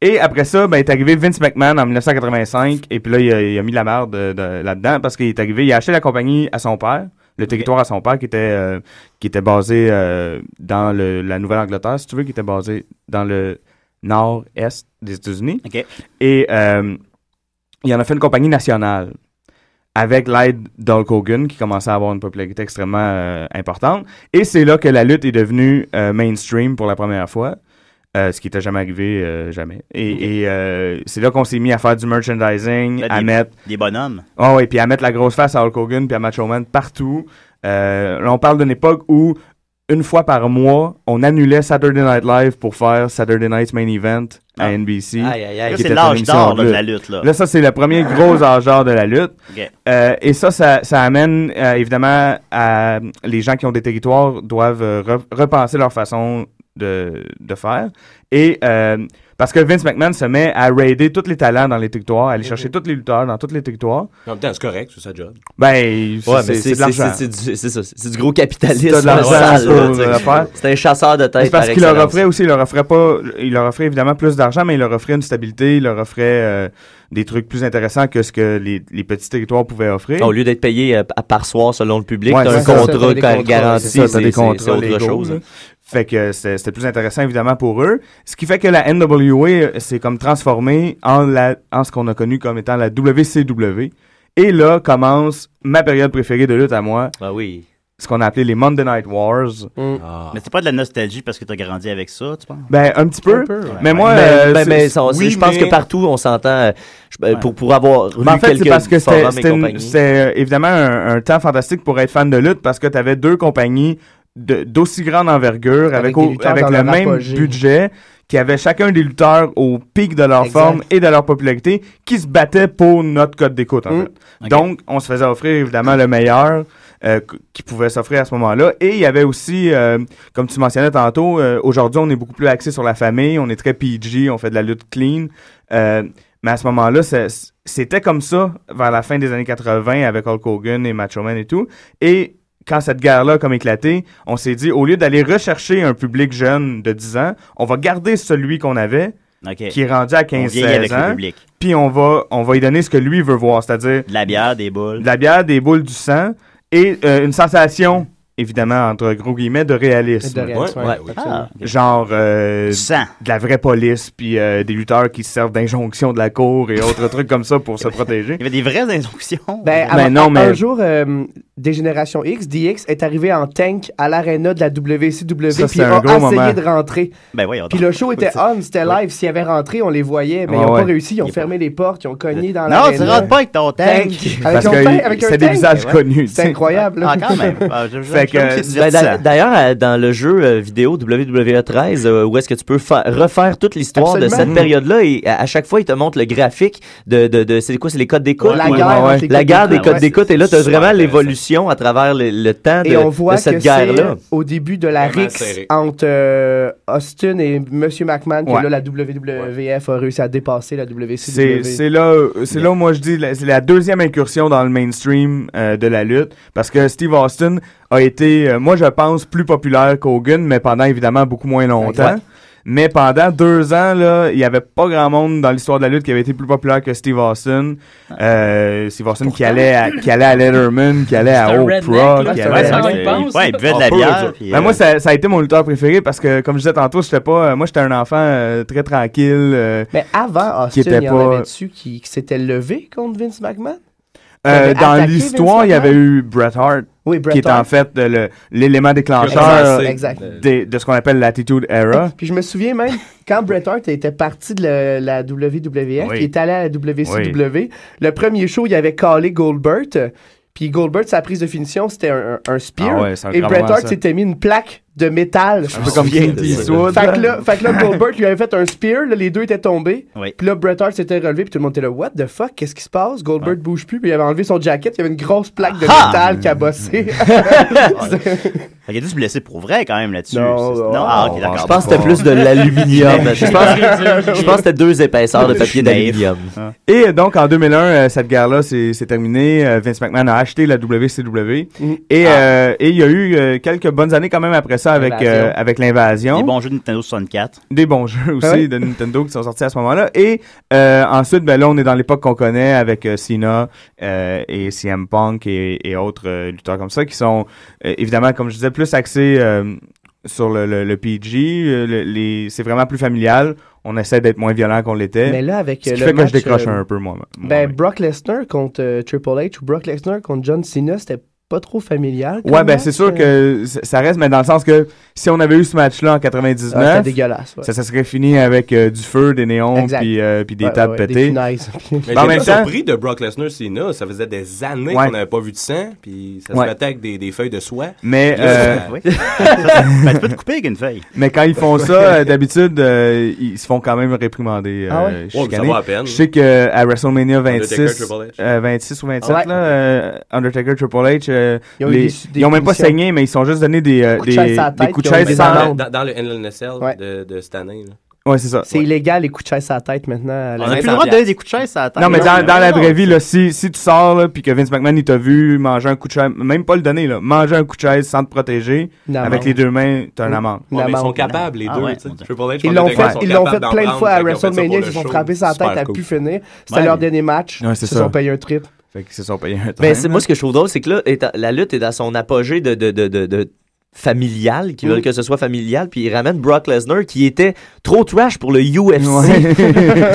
Speaker 9: et après ça, ben, est arrivé Vince McMahon en 1985. Et puis là, il a, il a mis la merde euh, de- là-dedans parce qu'il est arrivé, il a acheté la compagnie à son père, le territoire à son père qui était, euh, qui était basé euh, dans le- la Nouvelle-Angleterre, si tu veux, qui était basé dans le nord-est des États-Unis. Et euh, il en a fait une compagnie nationale avec l'aide d'Hulk Hogan, qui commençait à avoir une popularité extrêmement euh, importante. Et c'est là que la lutte est devenue euh, mainstream pour la première fois, euh, ce qui n'était jamais arrivé, euh, jamais. Et, et, euh, c'est là qu'on s'est mis à faire du merchandising,
Speaker 6: Ben,
Speaker 9: à
Speaker 6: des-
Speaker 9: mettre...
Speaker 6: des bonhommes.
Speaker 9: Ah oui, puis à mettre la grosse face à Hulk Hogan puis à Macho Man partout. Euh, là, on parle d'une époque où, une fois par mois, on annulait Saturday Night Live pour faire Saturday Night's Main Event
Speaker 6: Ah.
Speaker 9: à NBC.
Speaker 6: Aïe, aïe, aïe. Ça,
Speaker 9: qui
Speaker 6: c'est
Speaker 9: était
Speaker 6: l'âge
Speaker 9: une émission
Speaker 6: d'or, là, de la lutte, là.
Speaker 9: Là, ça, c'est le premier
Speaker 6: [LAUGHS]
Speaker 9: gros âge d'or de la lutte.
Speaker 6: Ok.
Speaker 9: Euh, et ça, ça, ça amène euh, évidemment à les gens qui ont des territoires doivent euh, re- repenser leur façon de, de faire. Et euh, parce que Vince McMahon se met à raider tous les talents dans les territoires, à
Speaker 6: Mm-hmm.
Speaker 9: aller chercher tous les lutteurs dans tous les territoires.
Speaker 11: En même temps, c'est correct, c'est sa job.
Speaker 9: Ben, c'est
Speaker 8: Ouais, mais
Speaker 9: c'est-
Speaker 8: c'est-
Speaker 9: c'est de l'argent.
Speaker 8: c'est- c'est du- c'est ça, c'est du gros capitalisme
Speaker 9: C'est de l'argent
Speaker 8: sale,
Speaker 9: sur
Speaker 8: là, tu sais.
Speaker 9: l'affaire.
Speaker 8: C'est un chasseur de tête
Speaker 9: C'est parce
Speaker 8: par
Speaker 9: qu'il leur
Speaker 8: excellence.
Speaker 9: offrait aussi, il leur offrait pas, il leur offrait évidemment plus d'argent, mais il leur offrait une stabilité, il leur offrait euh, des trucs plus intéressants que ce que les, les petits territoires pouvaient offrir.
Speaker 8: Au lieu d'être payé euh, à par soir selon le public,
Speaker 9: Ouais,
Speaker 8: t'as
Speaker 9: c'est
Speaker 8: un
Speaker 9: ça,
Speaker 8: contrat
Speaker 9: t'as des
Speaker 8: gar-
Speaker 9: contrats,
Speaker 8: garanti,
Speaker 9: c'est ça, t'as
Speaker 8: c'est
Speaker 9: des
Speaker 8: c'est-
Speaker 9: contrats
Speaker 8: c'est autre
Speaker 9: légaux,
Speaker 8: chose.
Speaker 9: là. Fait que c'est- c'était plus intéressant évidemment pour eux. Ce qui fait que la NWA euh, s'est comme transformée en, la, en ce qu'on a connu comme étant la WCW. Et là commence ma période préférée de lutte à moi.
Speaker 8: Ah oui.
Speaker 9: Ce qu'on a appelé les Monday Night Wars.
Speaker 8: Ah.
Speaker 6: Mais c'est pas de la nostalgie parce que t'as grandi avec ça, tu penses?
Speaker 9: Ben, un petit peu. Mais moi,
Speaker 8: Ben,
Speaker 9: euh,
Speaker 8: ben,
Speaker 9: c'est-
Speaker 8: ben, ça,
Speaker 9: oui,
Speaker 8: je pense
Speaker 9: mais-
Speaker 8: que partout, on s'entend euh, je- euh, pour, pour avoir lu
Speaker 9: Mais en fait, c'est
Speaker 8: quelques
Speaker 9: parce que c'était-
Speaker 8: forums et
Speaker 9: c'était une-
Speaker 8: compagnie.
Speaker 9: c'était euh, évidemment un, un temps fantastique pour être fan de lutte parce que tu avais deux compagnies de- d'aussi grande envergure avec,
Speaker 10: des
Speaker 9: au-
Speaker 10: lutteurs
Speaker 9: avec
Speaker 10: dans
Speaker 9: le
Speaker 10: leur
Speaker 9: même
Speaker 10: apogée.
Speaker 9: budget qui avaient chacun des lutteurs au pic de leur
Speaker 10: Exact.
Speaker 9: forme et de leur popularité qui se battaient pour notre code d'écoute en
Speaker 10: Mm.
Speaker 9: fait. Donc on se faisait offrir évidemment le meilleur euh, qu- qui pouvait s'offrir à ce moment-là et il y avait aussi euh, comme tu mentionnais tantôt euh, aujourd'hui on est beaucoup plus axé sur la famille, on est très PG, on fait de la lutte clean. Euh, mais à ce moment-là, c'est- c'était comme ça vers la fin des années 80 avec Hulk Hogan et Macho Man et tout. Et quand cette guerre-là a comme éclaté, on s'est dit, au lieu d'aller rechercher un public jeune de 10 ans, on va garder celui qu'on avait,
Speaker 6: Ok.
Speaker 9: qui est rendu à
Speaker 6: On
Speaker 9: 15
Speaker 6: vieillit avec
Speaker 9: 16
Speaker 6: le
Speaker 9: ans,
Speaker 6: public.
Speaker 9: puis on va, on va lui donner ce que lui veut voir, c'est-à-dire...
Speaker 6: De la bière, des boules.
Speaker 9: De la bière, des boules, du sang, et euh, une sensation, évidemment, entre gros guillemets, de réalisme.
Speaker 6: De réalisme, Ouais, ouais, ouais, absolument.
Speaker 9: Ah, Genre euh, de la vraie police, puis euh, des lutteurs qui se servent d'injonctions de la cour et autres [LAUGHS] trucs comme ça pour se protéger. Il y
Speaker 6: avait des vraies injonctions.
Speaker 10: Ben,
Speaker 9: Ben
Speaker 10: avant-
Speaker 9: non, mais-
Speaker 10: Un jour, euh, Dégénération X, DX, est arrivé en tank à l'arena de la WCW
Speaker 9: Ça,
Speaker 10: puis
Speaker 9: c'est un
Speaker 10: a
Speaker 9: gros
Speaker 10: essayé
Speaker 9: moment.
Speaker 10: de rentrer.
Speaker 6: Ben voyons
Speaker 10: Puis
Speaker 6: donc.
Speaker 10: le
Speaker 6: [LAUGHS]
Speaker 10: show était on, c'était live. S'ils avaient rentré, on les voyait, mais
Speaker 9: Ouais,
Speaker 10: ils n'ont
Speaker 9: Ah ouais.
Speaker 10: pas réussi. Ils ont fermé les portes, ils ont cogné dans
Speaker 6: Non,
Speaker 10: l'arène.
Speaker 6: tu rentres pas avec ton tank.
Speaker 10: Avec
Speaker 9: Parce
Speaker 10: ton
Speaker 9: que
Speaker 10: tank, avec un
Speaker 9: c'est des
Speaker 10: tank.
Speaker 9: visages
Speaker 10: Ouais.
Speaker 9: connus. tu
Speaker 10: C'est
Speaker 9: sais.
Speaker 10: incroyable. là.
Speaker 6: Ah, quand même. Ah, je- je-
Speaker 9: Fait Fait que, euh,
Speaker 8: Ben, d'a- D'ailleurs, euh, dans le jeu euh, vidéo WWE 13, euh, où est-ce que tu peux fa- refaire toute l'histoire de
Speaker 9: Absolument.
Speaker 8: cette
Speaker 9: Mhm.
Speaker 8: période-là, et à, à chaque fois, ils te montrent le graphique de, de, de- c'est quoi, c'est les codes d'écoute?
Speaker 10: La guerre entre les
Speaker 8: La
Speaker 10: codes
Speaker 8: guerre des
Speaker 10: d'écoute.
Speaker 8: codes d'écoute, et là, tu as
Speaker 10: Ouais, c'est
Speaker 8: vraiment l'évolution à travers le, le temps de,
Speaker 10: et on voit
Speaker 8: de cette
Speaker 10: que c'est
Speaker 8: guerre-là.
Speaker 10: au début de la
Speaker 8: Vraiment
Speaker 10: rixe
Speaker 8: serré.
Speaker 10: entre euh, Austin et M. McMahon que
Speaker 9: Ouais.
Speaker 10: là, la WWF a réussi à dépasser la WCW.
Speaker 9: C'est c'est là, euh, c'est là où moi je dis, la- c'est la deuxième incursion dans le mainstream euh, de la lutte, parce que Steve Austin a été, euh, moi je pense, plus populaire qu'Hogan, mais pendant évidemment beaucoup moins longtemps.
Speaker 8: Exact.
Speaker 9: Mais pendant deux ans, là, il n'y avait pas grand monde dans l'histoire de la lutte qui avait été plus populaire que Steve Austin. Euh, Steve Austin qui allait, à, qui allait à Letterman, qui allait
Speaker 11: C'est
Speaker 9: à
Speaker 11: un
Speaker 9: Oprah.
Speaker 11: redneck, là,
Speaker 9: qui
Speaker 11: c'est un
Speaker 9: allait
Speaker 11: redneck,
Speaker 9: à-
Speaker 11: il pense. Ouais, il buvait de
Speaker 9: On
Speaker 11: la
Speaker 9: peut
Speaker 11: bière,
Speaker 9: le dire.
Speaker 11: puis,
Speaker 9: Ben,
Speaker 11: euh,
Speaker 9: moi, ça, ça a été mon lutteur préféré parce que, comme je disais tantôt, j'étais pas, euh, moi, j'étais un enfant euh, très tranquille. euh,
Speaker 10: Mais avant
Speaker 9: qui
Speaker 10: Ah, Austin, il
Speaker 9: était
Speaker 10: y en
Speaker 9: pas-
Speaker 10: avait-tu qui, qui s'était levé contre Vince McMahon?
Speaker 9: Euh,
Speaker 10: Qui avait
Speaker 9: dans
Speaker 10: attaqué
Speaker 9: l'histoire,
Speaker 10: Vince
Speaker 9: il y avait
Speaker 10: McMahon?
Speaker 9: eu Bret Hart,
Speaker 10: Oui, Bret
Speaker 9: qui est
Speaker 10: Hart.
Speaker 9: en fait euh, le- l'élément déclencheur
Speaker 10: Exact.
Speaker 9: euh,
Speaker 10: Exact.
Speaker 9: des- de ce qu'on appelle l'attitude era.
Speaker 10: [LAUGHS] Puis je me souviens même, quand Bret Hart était parti de la, la WWF,
Speaker 9: Oui.
Speaker 10: qui est allé à la WCW, le premier show, il avait calé Goldberg. euh, Puis Goldberg, sa prise de finition, c'était un, un- un spear.
Speaker 9: Ah ouais, c'est un
Speaker 10: et
Speaker 9: grand
Speaker 10: Bret
Speaker 9: moment,
Speaker 10: Hart
Speaker 9: ça.
Speaker 10: s'était mis une plaque de métal.
Speaker 9: Un peu comme Clint Eastwood.
Speaker 10: Fait que là,
Speaker 9: [LAUGHS]
Speaker 10: fait que là, Goldberg lui avait fait un spear, là, les deux étaient tombés.
Speaker 6: Oui.
Speaker 10: Puis là, Bret Hart s'était relevé, puis tout le monde était là, What the fuck, qu'est-ce qui se passe? Goldberg bouge plus, puis il avait enlevé son jacket, il y avait une grosse plaque de
Speaker 6: Ah!
Speaker 10: métal
Speaker 9: [LAUGHS]
Speaker 10: cabossée.
Speaker 6: Il a dû se blesser pour vrai quand même là-dessus.
Speaker 10: Non,
Speaker 6: C'est-
Speaker 10: non,
Speaker 6: ah, ok, d'accord.
Speaker 8: Je pense que c'était plus
Speaker 6: [LAUGHS]
Speaker 8: de l'aluminium. je pense, je pense que c'était deux épaisseurs de
Speaker 9: Je
Speaker 8: papier
Speaker 9: suis
Speaker 8: d'aluminium.
Speaker 6: Ah.
Speaker 9: Et donc, en 2001, euh, cette guerre-là, c'est c'est terminé. Euh, Vince McMahon a acheté la
Speaker 6: Mhm.
Speaker 9: WCW.
Speaker 6: Ah.
Speaker 9: Et, euh, et il y a eu euh, quelques bonnes années quand même après ça avec
Speaker 6: L'invasion.
Speaker 9: euh, avec l'invasion.
Speaker 6: Des bons jeux de Nintendo 64.
Speaker 9: des bons jeux aussi
Speaker 6: Ouais.
Speaker 9: de Nintendo qui sont sortis à ce moment-là. Et euh, ensuite, ben là, on est dans l'époque qu'on connaît avec euh, Cena euh, et CM Punk et, et autres euh, lutteurs comme ça qui sont euh, évidemment, comme je disais, plus axés euh, sur le, le- le PG. euh, le- les, c'est vraiment plus familial. On essaie d'être moins violent qu'on l'était.
Speaker 10: Mais là, avec
Speaker 9: ce
Speaker 10: euh,
Speaker 9: qui
Speaker 10: le
Speaker 9: fait que
Speaker 10: match,
Speaker 9: je décroche
Speaker 10: euh,
Speaker 9: un peu moi.
Speaker 10: ben, Brock Lesnar contre euh, Triple H ou Brock Lesnar contre John Cena, c'était pas trop familial. comme
Speaker 9: Ouais, ben
Speaker 10: match,
Speaker 9: c'est sûr
Speaker 10: euh.
Speaker 9: que c- ça reste, mais dans le sens que si on avait eu ce match-là en 99,
Speaker 10: Ah, c'était dégueulasse, ouais.
Speaker 9: ça, ça serait fini avec euh, du feu, des néons,
Speaker 10: Exact.
Speaker 9: puis, euh, puis des
Speaker 10: Ouais,
Speaker 9: tables
Speaker 10: ouais, des [LAUGHS]
Speaker 9: pétées.
Speaker 10: punaises. Mais
Speaker 9: [LAUGHS] Mais
Speaker 11: Mais
Speaker 9: en
Speaker 11: j'étais
Speaker 9: même
Speaker 11: pas
Speaker 9: temps,
Speaker 11: surpris de Brock Lesnar Cena. Ça faisait des années
Speaker 9: Ouais.
Speaker 11: qu'on n'avait pas vu de sang, puis ça se
Speaker 9: Ouais.
Speaker 11: battait avec des, des feuilles de soie.
Speaker 9: mais,
Speaker 11: [LAUGHS] Puis là,
Speaker 9: euh, [LAUGHS]
Speaker 11: ça-
Speaker 6: Ben, tu peux te couper avec une feuille.
Speaker 9: mais quand ils font ça,
Speaker 11: [LAUGHS]
Speaker 9: euh, d'habitude, euh, ils se font quand même réprimander. euh,
Speaker 6: Ah ouais?
Speaker 11: Ouais, mais ça
Speaker 9: chicaner.
Speaker 11: va à peine.
Speaker 9: Je sais qu'à WrestleMania
Speaker 11: Undertaker,
Speaker 9: 26,
Speaker 11: Triple
Speaker 9: euh, 26 ou 27,
Speaker 11: Ouais.
Speaker 9: là, euh, Undertaker, Triple H, euh,
Speaker 11: Ils ont eu
Speaker 9: les-
Speaker 11: des su- des
Speaker 9: ils ont même pas
Speaker 11: punitions.
Speaker 9: saigné, mais ils sont juste donné des, euh,
Speaker 10: Coups de
Speaker 9: des,
Speaker 10: chaise à la
Speaker 9: des
Speaker 10: tête,
Speaker 9: coups de
Speaker 10: ils ont eu
Speaker 9: chaise
Speaker 10: des
Speaker 9: sans-
Speaker 11: dans, dans- dans le NLNSL
Speaker 10: Ouais.
Speaker 11: de, de cette année. là.
Speaker 9: Ouais, c'est ça.
Speaker 10: C'est illégal les coups de chaise à la tête maintenant. à la-
Speaker 6: On a plus le droit de donner des coups de chaise à la tête.
Speaker 9: Non, mais dans, dans la vraie vie, là, si, si tu sors là, puis que Vince McMahon il t'a vu manger un coup de chaise, même pas le donner, là, manger un coup de chaise sans te protéger,
Speaker 10: Une
Speaker 9: avec
Speaker 10: amende.
Speaker 9: les deux mains, t'as un
Speaker 10: Une
Speaker 9: amende.
Speaker 10: Ouais, mais ils amende. sont capables, les
Speaker 9: Ah
Speaker 10: deux,
Speaker 9: ouais.
Speaker 11: tu sais. Triple H,
Speaker 10: Ils
Speaker 11: Undertaker
Speaker 10: l'ont fait,
Speaker 11: sont
Speaker 10: ils l'ont
Speaker 11: capables
Speaker 10: fait
Speaker 11: d'en
Speaker 10: plein de
Speaker 11: prendre,
Speaker 10: fois à
Speaker 11: fait qu'ils ont fait ça pour
Speaker 10: WrestleMania.
Speaker 11: le
Speaker 10: Ils se sont
Speaker 11: show.
Speaker 10: frappés sa tête
Speaker 11: Super
Speaker 10: à
Speaker 11: cool.
Speaker 10: pu finir. C'était
Speaker 8: Ouais.
Speaker 10: leur dernier match.
Speaker 8: Ouais,
Speaker 10: Ils
Speaker 8: c'est
Speaker 10: se
Speaker 8: ça.
Speaker 10: sont payés un trip.
Speaker 9: Fait qu'ils se sont payés un
Speaker 8: Ben,
Speaker 9: time, hein.
Speaker 8: c'est
Speaker 9: là.
Speaker 8: moi ce que je trouve drôle, c'est que là, étant- la lutte est à son apogée de, de, de, de, de familial, qui
Speaker 9: Mm.
Speaker 8: veulent que ce soit familial, puis ils ramènent Brock Lesnar qui était trop trash pour le UFC.
Speaker 9: Ouais.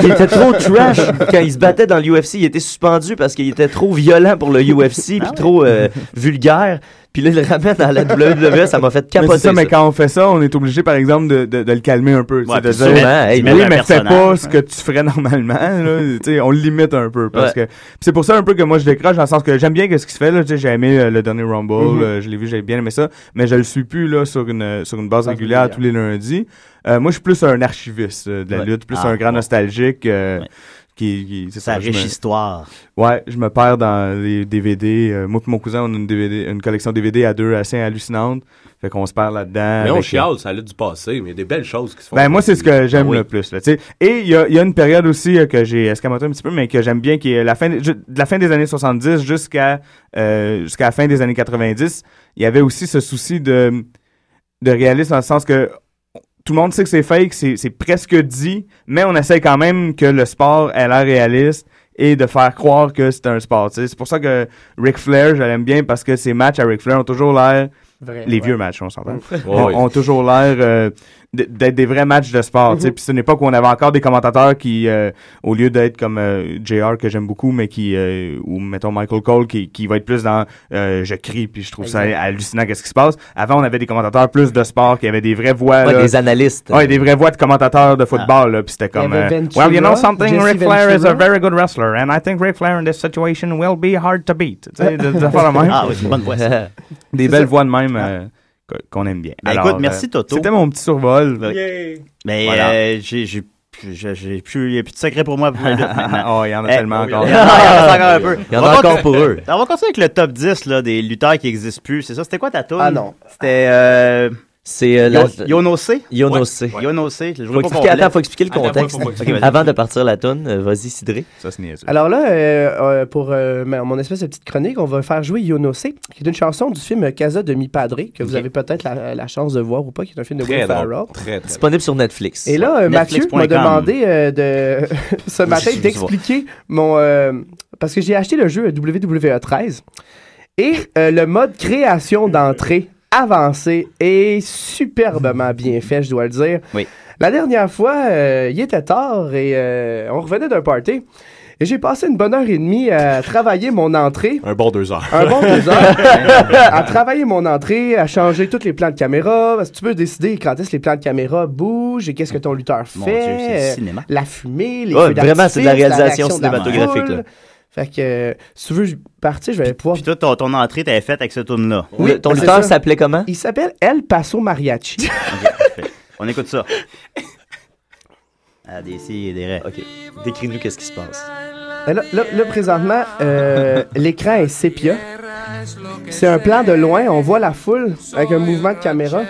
Speaker 8: [LAUGHS] qui était trop trash quand il se battait dans le UFC, il était suspendu parce qu'il était trop violent pour le UFC, puis
Speaker 9: Ah
Speaker 8: trop euh, vulgaire. Puis là, il le ramène à la WWE, ça m'a fait
Speaker 9: Mais
Speaker 8: capoter.
Speaker 9: c'est ça, mais
Speaker 8: ça.
Speaker 9: quand on fait ça, on est obligé, par exemple, de, de, de le calmer un peu. tu sais,
Speaker 8: Ouais,
Speaker 9: de
Speaker 8: puis sûrement, hey,
Speaker 9: oui,
Speaker 8: tu mets un
Speaker 9: mais fais pas
Speaker 8: personnage,
Speaker 9: ce que tu ferais [LAUGHS] normalement. là. Tu sais, on le limite un peu. parce que puis C'est pour ça un peu que moi, je décroche, dans le sens que j'aime bien que ce qui se fait. là. Tu sais, J'ai aimé euh, le dernier Rumble,
Speaker 11: Mhm.
Speaker 9: euh, je l'ai vu, j'ai bien aimé ça, mais je le suis plus là, sur, une, euh, sur une base régulière tous les lundis. Euh, moi, je suis plus un archiviste euh, de la
Speaker 6: Ouais.
Speaker 9: lutte, plus
Speaker 6: Ah,
Speaker 9: un grand nostalgique. euh, Qui, qui, c'est
Speaker 6: Ça
Speaker 9: je me-
Speaker 6: riche histoire.
Speaker 9: Ouais, je me perds dans les DVD. Euh, moi et mon cousin, on a une, DVD, une collection DVD à deux assez hallucinante. Fait qu'on se perd là-dedans.
Speaker 11: Mais on
Speaker 10: euh,
Speaker 9: avec- euh,
Speaker 11: chiale, ça a l'air du passé, mais il y a des belles choses qui se font.
Speaker 9: Ben, moi, c'est ce que j'aime
Speaker 11: Ah oui.
Speaker 9: le plus. Là, tu sais. et il y a, il y a une période aussi euh, que j'ai escamotée un petit peu, mais que j'aime bien, qui est la fin de, ju- de la fin des années 70 jusqu'à euh, jusqu'à la fin des années 90. Il y avait aussi ce souci de, de réalisme dans le sens que tout le monde sait que c'est fake, c'est c'est presque dit, mais on essaie quand même que le sport ait l'air réaliste et de faire croire que c'est un sport. tu sais. C'est pour ça que Ric Flair, je l'aime bien parce que ses matchs à Ric Flair ont toujours l'air...
Speaker 10: Vrai,
Speaker 9: les
Speaker 10: ouais.
Speaker 9: vieux matchs, on s'entend.
Speaker 10: Mm.
Speaker 9: ont,
Speaker 11: Ouais.
Speaker 9: ont toujours l'air euh, d- d'être des vrais matchs de sport.
Speaker 8: Mm-hmm.
Speaker 9: tu sais.
Speaker 10: Mhm.
Speaker 9: Puis c'est une époque où on avait encore des commentateurs qui, euh, au lieu d'être comme euh, JR que j'aime beaucoup, mais qui, euh, ou mettons Michael Cole, qui, qui va être plus dans euh, je crie, puis je trouve
Speaker 8: Exact.
Speaker 9: ça hallucinant qu'est-ce qui se passe. Avant, on avait des commentateurs plus de sport, qui avaient des vraies voix.
Speaker 8: Ouais,
Speaker 9: là.
Speaker 8: des analystes.
Speaker 9: Ouais, des vraies voix de commentateurs de
Speaker 6: Ah.
Speaker 9: football, là, puis c'était
Speaker 8: Il y
Speaker 9: comme.
Speaker 8: avait
Speaker 9: euh,
Speaker 8: Ventura,
Speaker 9: well, you know something,
Speaker 8: Jesse
Speaker 9: Ric Flair is a
Speaker 8: Ventura.
Speaker 9: very good wrestler, and I think Ric Flair in this situation will be hard to beat. Tu sais, des- des affaires de même.
Speaker 6: Ah oui, c'est une bonne voix, ça.
Speaker 9: [LAUGHS] Des
Speaker 6: C'est
Speaker 9: belles
Speaker 6: ça. Ah.
Speaker 9: voix de même euh, que- qu'on aime bien.
Speaker 6: Ben,
Speaker 9: Alors,
Speaker 6: écoute, merci,
Speaker 9: euh,
Speaker 6: Toto.
Speaker 9: C'était mon petit survol.
Speaker 6: Yay! Mais
Speaker 9: Voilà.
Speaker 6: euh, j'ai j'ai- j'ai- j'ai plus, il n'y a plus de secret pour moi. Pour le lutte maintenant.
Speaker 9: Oh, il y en a
Speaker 6: Eh,
Speaker 9: tellement
Speaker 6: oui, [LAUGHS]
Speaker 9: encore.
Speaker 6: Il y en a encore un peu.
Speaker 8: Il y en a
Speaker 6: On va
Speaker 8: encore
Speaker 6: continuer-
Speaker 8: pour eux.
Speaker 6: On va continuer avec le top 10 là, des lutteurs qui n'existent plus. C'est ça? C'était quoi ta tour?
Speaker 8: Ah, non.
Speaker 6: C'était. Euh,
Speaker 8: C'est euh, la-
Speaker 6: Yo- Yonosé?
Speaker 8: Yonosé.
Speaker 6: Ouais. Yonosé. Je
Speaker 8: Faut
Speaker 6: pas
Speaker 8: expliquer,
Speaker 6: complet.
Speaker 8: attends, faut expliquer le
Speaker 6: Attends,
Speaker 8: contexte.
Speaker 6: faut- faut- faut- ok, vas-y.
Speaker 8: Avant de partir la toune, euh, vas-y, Sidré.
Speaker 9: Ça, c'est niaiseux.
Speaker 10: Alors là, euh, euh, pour euh, ma- mon espèce de petite chronique, on va faire jouer Yonose, qui est une chanson du film Casa de Mi Padre, que vous avez peut-être la, la chance de voir ou pas, qui est un film de Will Ferrell.
Speaker 8: Disponible sur Netflix.
Speaker 10: Et là, euh, Mathieu m'a demandé euh, de, [LAUGHS] ce matin
Speaker 8: Je- je- je
Speaker 10: d'expliquer mon... euh, parce que j'ai acheté le jeu WWE 13 et euh, le mode création d'entrée avancé est superbement bien fait, je dois le dire.
Speaker 6: Oui.
Speaker 10: La dernière fois, euh, il était tard et euh, on revenait d'un party. Et j'ai passé une bonne heure et demie à travailler mon entrée.
Speaker 11: Un bon deux heures.
Speaker 10: Un bon
Speaker 11: [LAUGHS]
Speaker 6: [LAUGHS]
Speaker 10: deux heures. à travailler mon entrée, à changer tous les plans de caméra. Parce que tu peux décider quand est-ce que les plans de caméra bougent et qu'est-ce que ton lutteur fait.
Speaker 6: Mon Dieu, c'est
Speaker 10: euh,
Speaker 6: cinéma.
Speaker 10: La fumée, les
Speaker 6: Ouais,
Speaker 10: feux
Speaker 6: vraiment, c'est de la
Speaker 10: d'artifice,
Speaker 6: réalisation
Speaker 10: réaction de la
Speaker 6: cinématographique,
Speaker 10: foule.
Speaker 6: là.
Speaker 10: Fait que, euh, si tu veux je- partir, je vais pouvoir...
Speaker 6: Puis toi, ton, ton entrée, t'avais faite avec ce tune là
Speaker 10: ben, c'est ça. Il s'appelle El
Speaker 6: [LAUGHS]
Speaker 10: Paso Mariachi.
Speaker 6: On écoute ça. Ah, des si et des raies. OK. Décris-nous qu'est-ce qui se passe.
Speaker 10: Ben Là, là- là, présentement, euh, [LAUGHS] l'écran est sépia. C'est un plan de loin. On voit la foule avec un mouvement de caméra.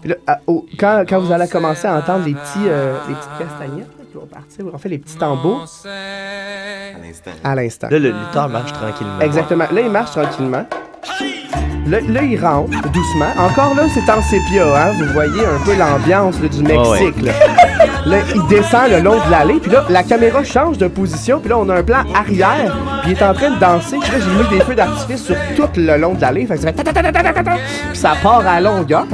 Speaker 10: Puis là, à- au- quand, quand vous allez commencer à entendre les, petits, euh, les petites castagnettes là, qui vont partir, en fait, les petits tambours, à l'instant.
Speaker 8: Là, le lutteur marche tranquillement.
Speaker 10: Exactement. Là, il marche tranquillement. Là, là, il rentre doucement. Encore là, c'est en sépia, hein. Vous voyez un peu l'ambiance là, du Mexique.
Speaker 6: ouais.
Speaker 10: là. Là, il descend le long de l'allée, puis là, la caméra change de position, puis là, on a un plan arrière, puis il est en train de danser. Puis là, j'ai mis des feux d'artifice sur tout le long de l'allée, fait que ça fait ta, ta, ta, ta, ta, ta, ta, puis ça part à longueur.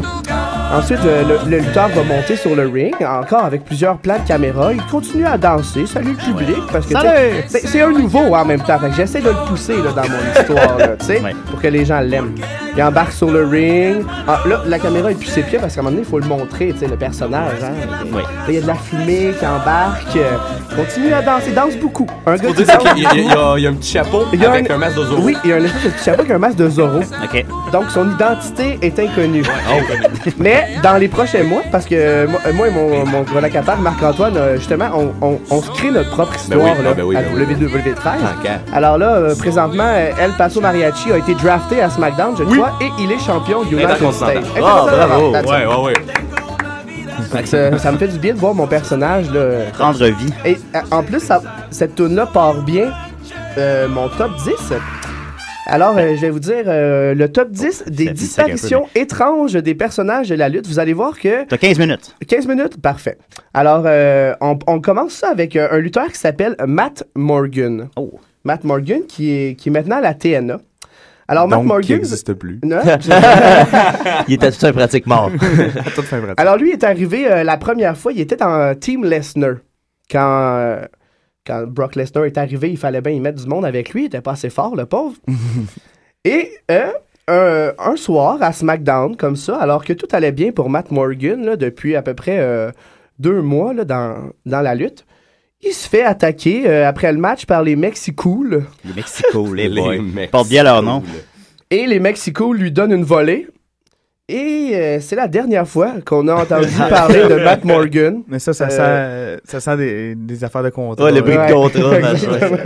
Speaker 10: Ensuite, euh, le, le lutteur va monter sur le ring, encore avec plusieurs plans de caméra. Il continue à danser, salut le public, parce que tu sais,
Speaker 6: Salut!
Speaker 10: c'est c'est un nouveau hein, en même temps. Fait que j'essaie de le pousser là, dans mon histoire, là, tu sais, pour que les gens l'aiment. Il embarque sur le ring. Ah, là, la caméra est plus ses pieds parce qu'à un moment donné, il faut le montrer, tu sais, le personnage. Hein.
Speaker 6: Oui.
Speaker 10: Là, Il y a de la fumée qui embarque. euh, Continue à danser, danse beaucoup. Un gars
Speaker 11: Faut
Speaker 10: qui
Speaker 11: dire
Speaker 10: danse
Speaker 11: qu'il y a- il y,
Speaker 10: beaucoup.
Speaker 11: a- il y a un petit chapeau
Speaker 10: Il y a
Speaker 11: avec un masque de Zorro.
Speaker 10: Oui, il y a un espèce de petit chapeau avec un masque de Zorro.
Speaker 6: OK.
Speaker 10: Donc, son identité est inconnue. [LAUGHS] Mais dans les prochains mois, parce que euh, moi, moi et mon, mon relocataire, Marc-Antoine, euh, justement, on, on- on se crée notre propre
Speaker 11: Ben oui,
Speaker 10: histoire là,
Speaker 11: ah ben oui,
Speaker 10: à
Speaker 11: ben oui.
Speaker 10: WWE 13.
Speaker 11: Tant qu'à.
Speaker 10: Alors là, euh, présentement, euh, El Paso Mariachi a été drafté à SmackDown, je crois, et il est champion United States.
Speaker 11: Intercontinental. Ah, bravo.
Speaker 10: That's it.
Speaker 11: Ouais, ouais, ouais.
Speaker 10: Fait que ça, ça me fait du bien de voir mon personnage là.
Speaker 6: Prendre vie.
Speaker 10: Et euh, en plus, ça- cette tune là part bien euh, mon top 10. Alors, euh, je vais vous dire euh, le top 10 des
Speaker 6: sec un peu,
Speaker 10: disparitions étranges des personnages de la lutte. Vous allez voir que.
Speaker 6: T'as 15 minutes.
Speaker 10: 15 minutes, parfait. Alors, euh, on, on commence ça avec euh, un lutteur qui s'appelle Matt Morgan. Matt Morgan, qui est, qui est maintenant à la TNA. Alors, Matt
Speaker 9: Donc,
Speaker 10: Morgan.
Speaker 9: qui n'existe plus. [LAUGHS]
Speaker 10: Non.
Speaker 8: Il était tout un pratique
Speaker 10: [LAUGHS]
Speaker 8: mort.
Speaker 9: Toute fin pratique.
Speaker 10: Alors lui est arrivé euh, la première fois, il était dans Team Lesnar. Quand, euh, quand Brock Lesnar est arrivé, il fallait bien y mettre du monde avec lui, il était pas assez fort, le pauvre. Et euh, euh, un soir à SmackDown, comme ça, alors que tout allait bien pour Matt Morgan là, depuis à peu près euh, deux mois là, dans, dans la lutte, il se fait attaquer euh, après le match par les Mexicools.
Speaker 6: Les Mexico, les,
Speaker 11: Les
Speaker 6: boys.
Speaker 11: Mexico.
Speaker 6: Porte bien leur nom.
Speaker 10: Et les Mexicos lui donnent une volée. Et euh, c'est la dernière fois qu'on a
Speaker 6: Ah,
Speaker 9: [LAUGHS]
Speaker 10: entendu
Speaker 6: [LAUGHS]
Speaker 10: parler de Matt Morgan.
Speaker 9: Mais ça, ça,
Speaker 10: Euh,
Speaker 9: sent, ça sent des, des affaires de contrat.
Speaker 6: Ouais, le bruit de
Speaker 10: [LAUGHS]
Speaker 9: Ouais.
Speaker 6: contrat, machin.
Speaker 9: Exactement.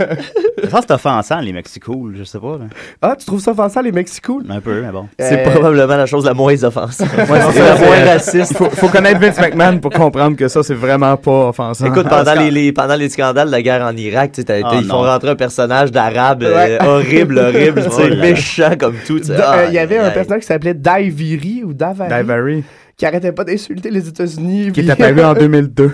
Speaker 6: Je pense que c'est offensant, les Mexico, je sais pas.
Speaker 10: Ah, tu trouves ça offensant, les Mexico?
Speaker 6: Un peu, mais bon.
Speaker 8: C'est probablement la chose la moins offensive.
Speaker 9: [LAUGHS] Ouais,
Speaker 8: c'est
Speaker 9: c'est-
Speaker 8: la
Speaker 9: c'est-
Speaker 8: moins raciste.
Speaker 9: Il faut, faut connaître Vince McMahon pour comprendre que ça, c'est vraiment pas offensant.
Speaker 8: Écoute, pendant les, les- pendant les scandales de la guerre en Irak, tu sais, t'as-
Speaker 9: Ah,
Speaker 8: t'as- ils
Speaker 9: non.
Speaker 8: font rentrer un personnage d'arabe euh,
Speaker 10: Ouais.
Speaker 8: horrible, horrible, tu
Speaker 10: Oh là
Speaker 8: sais,
Speaker 10: là.
Speaker 8: méchant comme tout. tu
Speaker 10: euh, Il
Speaker 8: sais. Ah,
Speaker 10: y avait un
Speaker 8: aïe, aïe.
Speaker 10: personnage qui s'appelait Daiviri ou Davari.
Speaker 9: Daivari.
Speaker 10: qui arrêtait pas d'insulter les États-Unis.
Speaker 9: Qui
Speaker 10: puis-
Speaker 9: est
Speaker 10: [LAUGHS]
Speaker 9: apparu en 2002.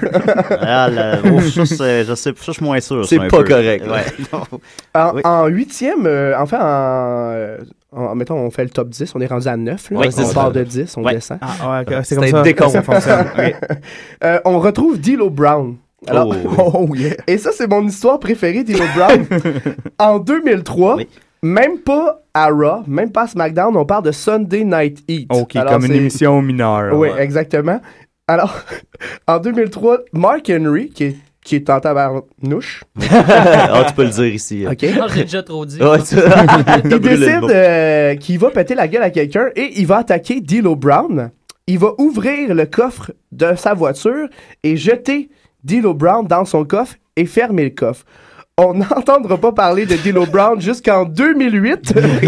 Speaker 6: Ah, là, oh, ça, c'est- je sais, ça, je suis moins sûr. ça,
Speaker 10: C'est
Speaker 6: un
Speaker 10: pas
Speaker 6: peu.
Speaker 10: correct, là.
Speaker 6: Ouais.
Speaker 10: En, en huitième, euh, enfin, en, euh, en- mettons, on fait le top 10, on est rendu à 9. Là,
Speaker 6: Ouais,
Speaker 10: on
Speaker 6: c'est ça.
Speaker 10: part de 10, on
Speaker 6: Ouais.
Speaker 10: descend.
Speaker 9: Ah, ouais, ok, c'est comme ça. Ça [LAUGHS] fonctionne. Ok.
Speaker 10: Euh, on retrouve D'Lo Brown. Alors,
Speaker 9: Oh. Oh, yeah.
Speaker 10: [LAUGHS] Et ça, c'est mon histoire préférée d'Ilo
Speaker 9: [LAUGHS]
Speaker 10: Brown. en 2003, même pas à Raw, même pas à SmackDown, on parle de Sunday Night Heat.
Speaker 9: OK,
Speaker 10: Alors,
Speaker 9: comme une
Speaker 10: c'est-
Speaker 9: émission mineure.
Speaker 10: oui,
Speaker 9: ouais.
Speaker 10: exactement. Alors, [LAUGHS] en 2003, Mark Henry, qui est, qui est en tabarnouche,
Speaker 8: [LAUGHS] Ah, tu peux le dire ici.
Speaker 10: OK.
Speaker 12: Ah, j'ai déjà trop dit.
Speaker 8: Ouais, tu-
Speaker 10: [LAUGHS] il
Speaker 8: brûlé le
Speaker 10: décide
Speaker 8: mot.
Speaker 10: euh, qu'il va péter la gueule à quelqu'un et il va attaquer D'Lo Brown. Il va ouvrir le coffre de sa voiture et jeter D'Lo Brown dans son coffre et fermer le coffre. On [LAUGHS] n'entendra pas parler de D'Lo Brown jusqu'en 2008 [LAUGHS]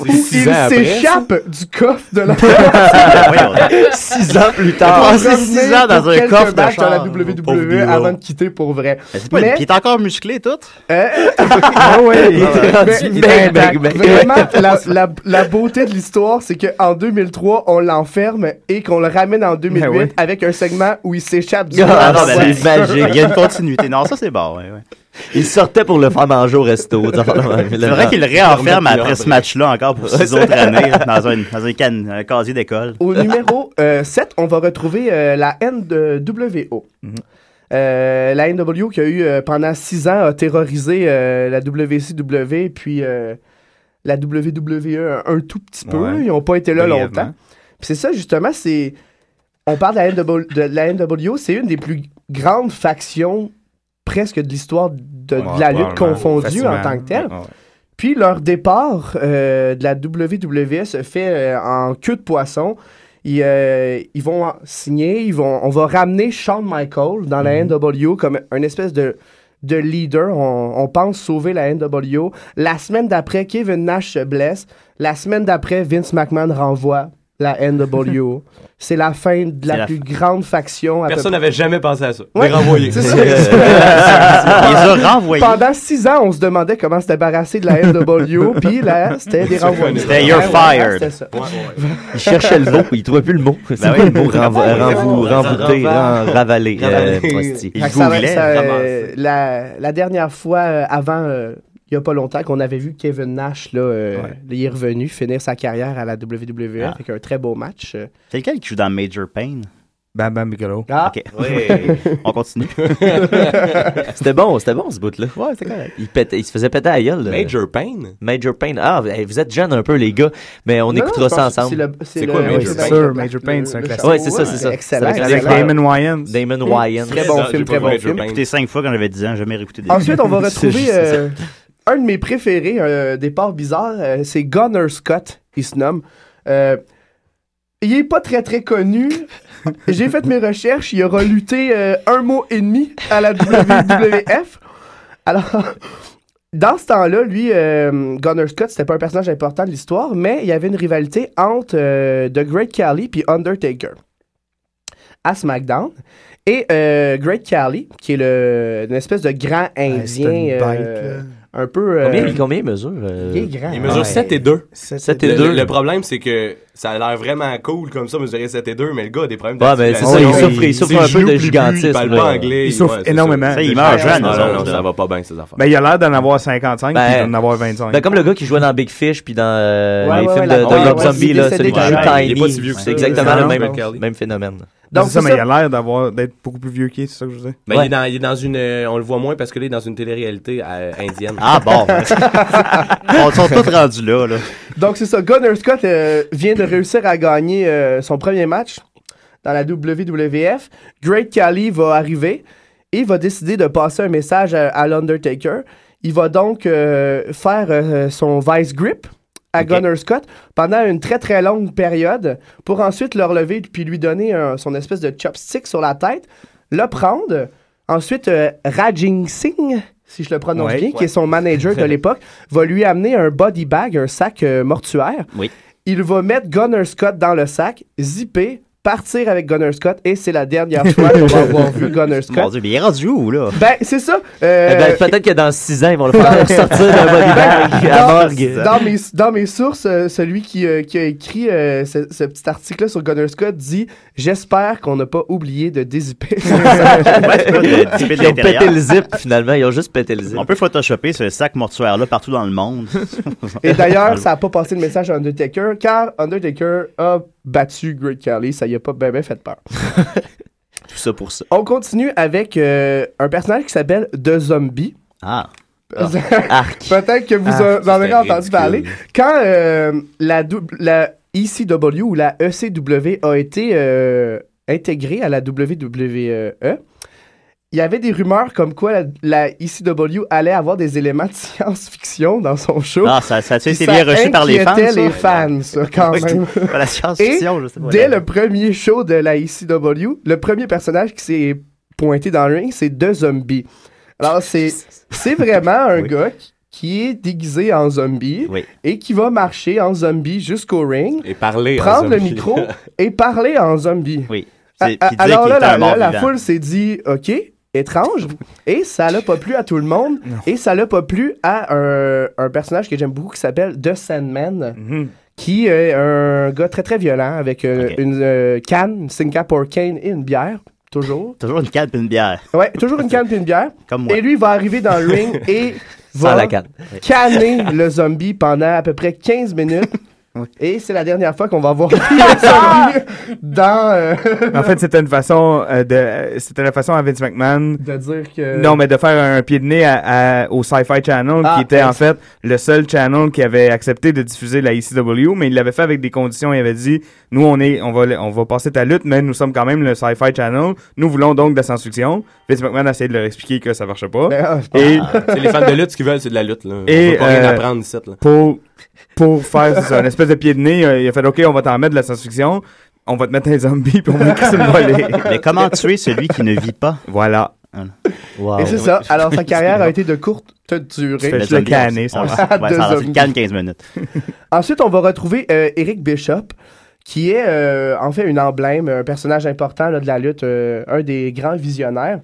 Speaker 10: où
Speaker 8: six
Speaker 10: il
Speaker 8: ans après,
Speaker 10: s'échappe du coffre de la [LAUGHS]
Speaker 8: Six ans plus tard.
Speaker 10: Pour
Speaker 6: Passer six
Speaker 10: revenir
Speaker 6: ans dans
Speaker 10: pour
Speaker 6: un
Speaker 10: quelques
Speaker 6: coffre de
Speaker 10: matchs dans la
Speaker 6: char, pauvre
Speaker 10: WWE
Speaker 6: Bilo.
Speaker 10: avant de quitter pour vrai. Hein?
Speaker 6: Mais c'est pas une- puis il est encore musclé, tout. [LAUGHS]
Speaker 10: ah
Speaker 6: ouais, il était rendu
Speaker 10: Mais-
Speaker 6: bang,
Speaker 10: mais-
Speaker 6: bang, bang.
Speaker 10: Vraiment, la, la- la beauté de l'histoire, c'est qu'en 2003, on l'enferme et qu'on le ramène en 2008
Speaker 6: Ben ouais.
Speaker 10: avec un segment où il s'échappe du
Speaker 6: Ah, non, ben,
Speaker 10: Ouais.
Speaker 6: c'est magique. Il y a
Speaker 10: [LAUGHS]
Speaker 6: une continuité. Non, ça, c'est bon. Ouais, ouais.
Speaker 8: Il sortait pour le faire manger au resto.
Speaker 6: C'est vrai qu'il le réenferme après ce match-là encore pour six autres années là, dans, un, dans un, can- un casier d'école.
Speaker 10: Au numéro 7, on va retrouver euh, la NWO.
Speaker 9: Mhm.
Speaker 10: Euh, la NWO qui a eu euh, pendant 6 ans a terrorisé euh, la WCW puis euh, la WWE un, un tout petit peu.
Speaker 9: Ouais.
Speaker 10: Ils n'ont pas été là
Speaker 9: Brièvement.
Speaker 10: longtemps. Puis c'est ça, justement, c'est. On parle de la NWO, de la NWO, c'est une des plus grandes factions presque de l'histoire de, de
Speaker 9: Ouais,
Speaker 10: la lutte
Speaker 9: probablement.
Speaker 10: confondue en
Speaker 9: Facilement.
Speaker 10: tant que telle.
Speaker 9: Ouais, ouais.
Speaker 10: Puis leur départ euh, de la WWE se fait euh, en queue de poisson. Ils, euh, ils vont en- signer, ils vont, on va ramener Shawn Michaels dans
Speaker 11: Mhm.
Speaker 10: la NWO comme un espèce de, de leader. On, on pense sauver la NWO. La semaine d'après, Kevin Nash se blesse. La semaine d'après, Vince McMahon renvoie la
Speaker 11: [LAUGHS]
Speaker 10: NWO. C'est la fin de la,
Speaker 11: C'est la
Speaker 10: plus grande faction. à peu
Speaker 11: Personne
Speaker 10: près.
Speaker 11: n'avait jamais pensé à ça.
Speaker 10: Ouais.
Speaker 11: Les renvoyer. [LAUGHS]
Speaker 10: C'est ça.
Speaker 11: les a renvoyés.
Speaker 10: Pendant six ans, on se demandait comment se débarrasser de la
Speaker 11: [LAUGHS]
Speaker 10: NWO, puis là, c'était [LAUGHS] des renvois.
Speaker 8: C'était
Speaker 10: Ouais,
Speaker 8: you're
Speaker 10: ouais, ah,
Speaker 8: fired.
Speaker 10: c'était ça.
Speaker 8: Il cherchait le mot, il trouvait plus le mot. C'est
Speaker 6: Ben
Speaker 8: quoi
Speaker 6: oui.
Speaker 8: le mot renvo-
Speaker 6: Ah,
Speaker 8: renvou-
Speaker 6: vraiment.
Speaker 8: renvoûté,
Speaker 6: Raval-
Speaker 8: ren- ravalé,
Speaker 6: Ravalé.
Speaker 8: euh, prosti.
Speaker 10: Fait que ça va- ça, euh, la, la dernière fois, euh, avant, euh, il n'y a pas longtemps, qu'on avait vu Kevin Nash, là, euh, il est revenu finir sa carrière à la WWE
Speaker 11: Ah.
Speaker 10: avec un très beau match. euh.
Speaker 6: C'est lequel qui joue dans Major Pain?
Speaker 9: Bam Bam Bigelow.
Speaker 10: Ah.
Speaker 6: OK.
Speaker 10: Ouais.
Speaker 6: [LAUGHS] On continue.
Speaker 8: [LAUGHS] C'était bon, c'était bon ce bout-là.
Speaker 6: Ouais, c'était correct.
Speaker 8: Il, pétait- il se faisait péter à gueule. là.
Speaker 11: Major Pain?
Speaker 8: Major Pain. Ah, hey, vous êtes jeunes un peu, les gars, mais on
Speaker 10: Non,
Speaker 8: écoutera
Speaker 10: non, je
Speaker 8: ça
Speaker 10: pense que
Speaker 8: ensemble.
Speaker 10: c'est le- c'est C'est le- quoi, Major
Speaker 8: Oui,
Speaker 10: Pain?
Speaker 8: sûr.
Speaker 10: Le-
Speaker 9: Major Pain, c'est un
Speaker 10: le-
Speaker 9: classique.
Speaker 8: Ouais, c'est ça, c'est ça.
Speaker 10: C'est excellent,
Speaker 8: C'est
Speaker 10: excellent.
Speaker 8: avec
Speaker 10: Damon
Speaker 9: Wayans.
Speaker 8: Damon
Speaker 10: Mm.
Speaker 8: Wayans.
Speaker 10: Très bon film, très bon film.
Speaker 6: J'ai écouté cinq fois quand j'avais 10 ans, j'ai jamais réécouté des
Speaker 10: Ensuite, on
Speaker 6: [LAUGHS]
Speaker 10: va
Speaker 6: C'est
Speaker 10: retrouver
Speaker 6: juste ça.
Speaker 10: euh, un de mes préférés, un départ bizarre, euh, c'est Gunner Scott, il se nomme. Euh, il est pas très
Speaker 6: [LAUGHS]
Speaker 10: très connu. J'ai fait mes recherches, il aura lutté euh, un mois et demi à la WWF. Alors, [LAUGHS] dans ce temps-là, lui, euh, Gunner Scott, c'était pas un personnage important de l'histoire, mais il y avait une rivalité entre euh, The Great Khali puis Undertaker à SmackDown. Et euh, Great Khali, qui est le, une espèce de grand
Speaker 8: c'est une
Speaker 10: indien, euh, un peu... euh,
Speaker 8: Combien, combien il mesure euh,
Speaker 10: il est grand.
Speaker 11: Il mesure
Speaker 8: Ouais.
Speaker 11: 7 et 2.
Speaker 8: 7 et 2.
Speaker 11: Le, le problème, c'est que ça a l'air vraiment cool comme ça, mesurer 7 et 2, mais le gars a des problèmes
Speaker 8: Ouais, ben, c'est ça, il souffre- il souffre un peu de gigantisme,
Speaker 11: Il parle
Speaker 8: là.
Speaker 11: pas anglais.
Speaker 9: Il souffre
Speaker 11: ouais, c'est
Speaker 9: énormément.
Speaker 11: ça.
Speaker 9: Ça, il meurt jeune,
Speaker 11: Non,
Speaker 9: eux
Speaker 11: non,
Speaker 9: autres,
Speaker 11: non,
Speaker 9: là.
Speaker 11: ça va pas bien, ces affaires.
Speaker 9: Ben, il a l'air d'en avoir 55
Speaker 8: Ben,
Speaker 9: puis d'en avoir 25.
Speaker 8: Ben, comme le gars qui jouait dans Big Fish puis dans euh,
Speaker 9: Ouais,
Speaker 8: les
Speaker 9: ouais,
Speaker 8: films
Speaker 9: ouais,
Speaker 8: de, de
Speaker 9: la- ouais,
Speaker 8: Rob
Speaker 9: ouais,
Speaker 8: Zombie,
Speaker 9: il
Speaker 8: là,
Speaker 9: est
Speaker 8: celui qui
Speaker 9: décédé
Speaker 8: joue
Speaker 9: jeune. Ouais,
Speaker 8: Tiny.
Speaker 9: il est pas si vieux que ça.
Speaker 8: C'est exactement
Speaker 9: Non,
Speaker 8: le
Speaker 9: non.
Speaker 8: même, même phénomène.
Speaker 11: Donc,
Speaker 9: Donc, ça,
Speaker 11: c'est
Speaker 9: mais il
Speaker 11: ça.
Speaker 9: a l'air d'avoir, d'être beaucoup plus vieux qu'il est, c'est ça que je veux dire.
Speaker 11: Ben, il, est dans, il est dans une. euh, on le voit moins parce qu'il est dans une télé-réalité euh, indienne.
Speaker 6: Ah bon!
Speaker 8: ben,
Speaker 10: [LAUGHS]
Speaker 6: Ils sont tous rendus là, là.
Speaker 10: Donc c'est ça, Gunner Scott euh, vient de réussir à gagner euh, son premier match dans la WWF. Great Khali va arriver et va décider de passer un message à, à l'Undertaker. Il va donc euh, faire euh, son vice grip à Gunner Scott pendant une très très longue période pour ensuite le relever puis lui donner un- son espèce de chopstick sur la tête, le prendre, ensuite euh, Raging Singh, si je le prononce
Speaker 9: Ouais.
Speaker 10: bien, qui est
Speaker 9: Ouais.
Speaker 10: son manager de l'époque, va lui amener un body bag, un sac euh, mortuaire.
Speaker 6: Oui.
Speaker 10: Il va mettre Gunner Scott dans le sac, zipper, partir avec Gunner Scott et c'est la dernière fois qu'on va avoir vu Gunner Scott.
Speaker 6: Mon Dieu, mais il est rendu où, là?
Speaker 10: Ben, c'est ça. euh, Ben,
Speaker 8: Eh ben, peut-être que dans 6 ans, ils vont le
Speaker 10: [LAUGHS]
Speaker 8: faire sortir d'un body bag à
Speaker 10: dans,
Speaker 8: morgue.
Speaker 10: dans mes, dans mes sources, euh, celui qui, euh, qui a écrit euh, ce, ce petit article-là sur Gunner Scott dit J'espère qu'on n'a pas oublié
Speaker 8: [LAUGHS]
Speaker 10: de dézipper.
Speaker 8: Ils ont pété le zip, finalement. Ils ont juste pété le zip.
Speaker 6: On peut photoshopper ce sac mortuaire-là partout dans le monde. [LAUGHS]
Speaker 10: Et d'ailleurs, ça n'a pas passé le message à Undertaker, car Undertaker a battu Great Khali. Ça y a pas bien ben fait peur.
Speaker 6: [LAUGHS] Tout ça pour ça.
Speaker 10: On continue avec euh, un personnage qui s'appelle The Zombie.
Speaker 6: Ah.
Speaker 10: [LAUGHS] Peut-être que vous
Speaker 6: Arc,
Speaker 10: en aurez
Speaker 6: c'était
Speaker 10: entendu
Speaker 6: ridicule.
Speaker 10: parler. Quand euh, la, dou- la ECW ou la ECW a été euh, intégrée à la WWE, il y avait des rumeurs comme quoi la, la ECW allait avoir des éléments de [LAUGHS] science-fiction dans son show.
Speaker 6: Ah, ça, ça a-tu
Speaker 10: Puis
Speaker 6: été bien reçu par les fans,
Speaker 10: inquiétait
Speaker 6: ça?
Speaker 10: les fans, ça,
Speaker 6: [LAUGHS]
Speaker 10: quand
Speaker 6: Ouais,
Speaker 10: même.
Speaker 6: c'était pas la science-fiction,
Speaker 10: Et
Speaker 6: je sais pas.
Speaker 10: Dès le premier show de la ECW, le premier personnage qui s'est pointé dans le ring, c'est deux zombies.
Speaker 6: [LAUGHS]
Speaker 10: Alors, c'est c'est vraiment un gars qui- qui est déguisé en zombie et qui va marcher en zombie jusqu'au ring,
Speaker 11: Et parler. en
Speaker 10: prendre le
Speaker 11: zombie. [LAUGHS]
Speaker 10: micro et parler en zombie.
Speaker 6: Oui.
Speaker 10: A-
Speaker 11: C'est-
Speaker 10: a-
Speaker 11: puis dire
Speaker 10: Alors
Speaker 11: qu'il
Speaker 10: là,
Speaker 11: est un
Speaker 10: la,
Speaker 11: mort
Speaker 10: la- la
Speaker 11: vivant.
Speaker 10: foule s'est dit, OK, étrange, et ça l'a pas plu à tout le monde, et ça l'a pas plu à un, un personnage que j'aime beaucoup qui s'appelle The Sandman,
Speaker 11: Mhm.
Speaker 10: qui est un gars très très violent avec euh, une euh, canne, une Singapore cane et une bière, toujours.
Speaker 6: Toujours une canne et une bière.
Speaker 10: Ouais, toujours une canne et une bière.
Speaker 6: [LAUGHS] Comme moi.
Speaker 10: Et lui va arriver dans le ring et
Speaker 6: [LAUGHS] Sans
Speaker 10: va
Speaker 6: la canne.
Speaker 10: canner le zombie pendant à peu près
Speaker 6: [LAUGHS]
Speaker 10: 15 minutes. Et c'est la dernière fois qu'on va voir dans. euh,
Speaker 9: [LAUGHS] En fait, c'était une façon euh, de, c'était la façon à Vince McMahon.
Speaker 10: de dire que.
Speaker 9: Non, mais de faire un pied de nez à- à- au Sci-Fi Channel,
Speaker 10: Ah,
Speaker 9: qui était en
Speaker 10: ex-
Speaker 9: fait le seul channel qui avait accepté de diffuser la ECW, mais il l'avait fait avec des conditions. Il avait dit, nous, on est, on va, le- on va passer ta lutte, mais nous sommes quand même le Sci-Fi Channel. Nous voulons donc de la science-fiction. Vince McMahon a essayé de leur expliquer que ça marchait pas.
Speaker 10: Ben, ah,
Speaker 9: Et-
Speaker 11: C'est les fans de lutte, ce qu'ils veulent, c'est de la lutte. Là.
Speaker 9: et
Speaker 11: on peut pas rien
Speaker 9: euh,
Speaker 11: apprendre ici. Là.
Speaker 9: pour pour faire c'est ça, une espèce de pied de nez, euh, il a fait OK, on va t'en mettre de la science-fiction, on va te mettre un zombie puis on va lui crisser le volet.
Speaker 6: [LAUGHS] Mais comment tuer celui qui ne vit pas?
Speaker 9: Voilà.
Speaker 10: Et
Speaker 6: Ah,
Speaker 10: c'est ça. Alors, sa carrière a été de courte
Speaker 6: Tu
Speaker 10: durée.
Speaker 6: fais juste le canner,
Speaker 10: [LAUGHS]
Speaker 6: ça va. Ouais,
Speaker 10: Deux
Speaker 6: ça va. Tu
Speaker 10: zombies.
Speaker 6: le cannes 15 minutes.
Speaker 10: Ensuite, on va retrouver euh, Eric Bishop, qui est euh, en fait une emblème, un personnage important là, de la lutte, euh, un des grands visionnaires.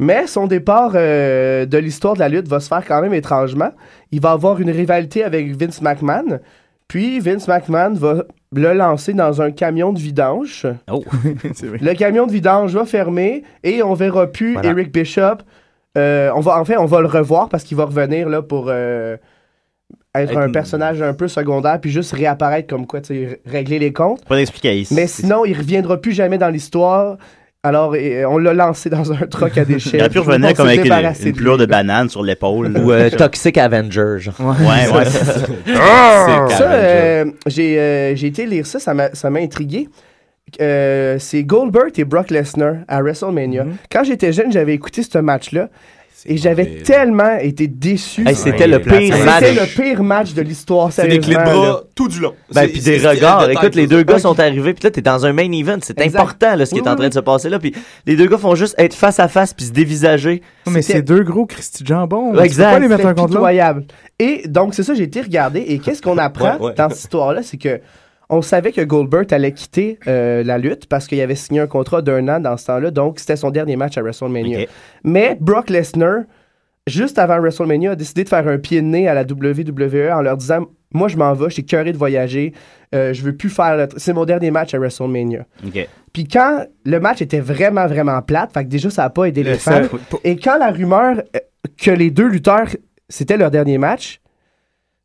Speaker 10: Mais son départ euh, de l'histoire de la lutte va se faire quand même étrangement. Il va avoir une rivalité avec Vince McMahon. Puis Vince McMahon va le lancer dans un camion de vidange.
Speaker 6: [LAUGHS] Oh,
Speaker 9: [LAUGHS] c'est vrai.
Speaker 10: Le camion de vidange va fermer et on verra plus
Speaker 9: Voilà.
Speaker 10: Eric Bishop. Euh, on va, en fait, on va le revoir parce qu'il va revenir là, pour euh, être,
Speaker 6: Être
Speaker 10: un
Speaker 6: une-
Speaker 10: personnage un peu secondaire puis juste réapparaître comme quoi, tu sais, r- régler les comptes.
Speaker 6: Pas d'explication.
Speaker 10: Mais sinon, il reviendra plus jamais dans l'histoire. Alors, et- on l'a lancé dans un
Speaker 6: [LAUGHS]
Speaker 10: troc à déchets.
Speaker 6: Il aurait pu
Speaker 10: On
Speaker 6: revenir
Speaker 10: s'est
Speaker 6: comme avec
Speaker 10: débarrassé
Speaker 6: une, une
Speaker 10: de
Speaker 6: pelure de banane sur l'épaule.
Speaker 8: Ou euh, Toxic Avenger. genre.
Speaker 6: Ouais, ouais. [LAUGHS]
Speaker 10: Ah!
Speaker 6: Ah!
Speaker 10: Ça, euh, j'ai euh, j'ai été lire ça, ça m'a ça m'a intrigué. Euh, c'est Goldberg et Brock Lesnar à WrestleMania. Quand j'étais jeune, j'avais écouté ce match-là et j'avais tellement été déçu.
Speaker 8: Hey, c'était le pire match.
Speaker 10: C'était le pire match de l'histoire.
Speaker 8: C'est des clés de
Speaker 10: sérieusement,
Speaker 8: bras
Speaker 10: là.
Speaker 11: tout du long.
Speaker 8: Ben, puis des regards. Écoute, les deux gars sont arrivés, puis là, t'es dans un main event. C'est important, là, ce qui est en train de se passer, là. Puis les deux gars font juste être face à face, puis se dévisager.
Speaker 9: Mais c'est
Speaker 8: C'était-
Speaker 9: deux gros Christy de Jambon.
Speaker 8: Ouais,
Speaker 9: Tu peux pas les mettre
Speaker 10: C'était
Speaker 9: un contre l'autre.
Speaker 10: pitoyable. Et donc, c'est ça, j'ai été regarder. Et qu'est-ce qu'on apprend
Speaker 9: [LAUGHS] Ouais, ouais.
Speaker 10: dans cette histoire-là? C'est que on savait que Goldberg allait quitter euh, la lutte parce qu'il avait signé un contrat d'un an dans ce temps-là. Donc, c'était son dernier match à WrestleMania. Mais Brock Lesnar, juste avant WrestleMania, a décidé de faire un pied de nez à la WWE en leur disant Moi, je m'en vais, je suis curé de voyager. euh, je veux plus faire. le tr- C'est mon dernier match à WrestleMania.
Speaker 6: OK.
Speaker 10: Puis quand le match était vraiment, vraiment plate, fait que déjà, ça n'a pas aidé les
Speaker 6: Le
Speaker 10: fans.
Speaker 6: seul-
Speaker 10: Et quand la rumeur euh, que les deux lutteurs, c'était leur dernier match,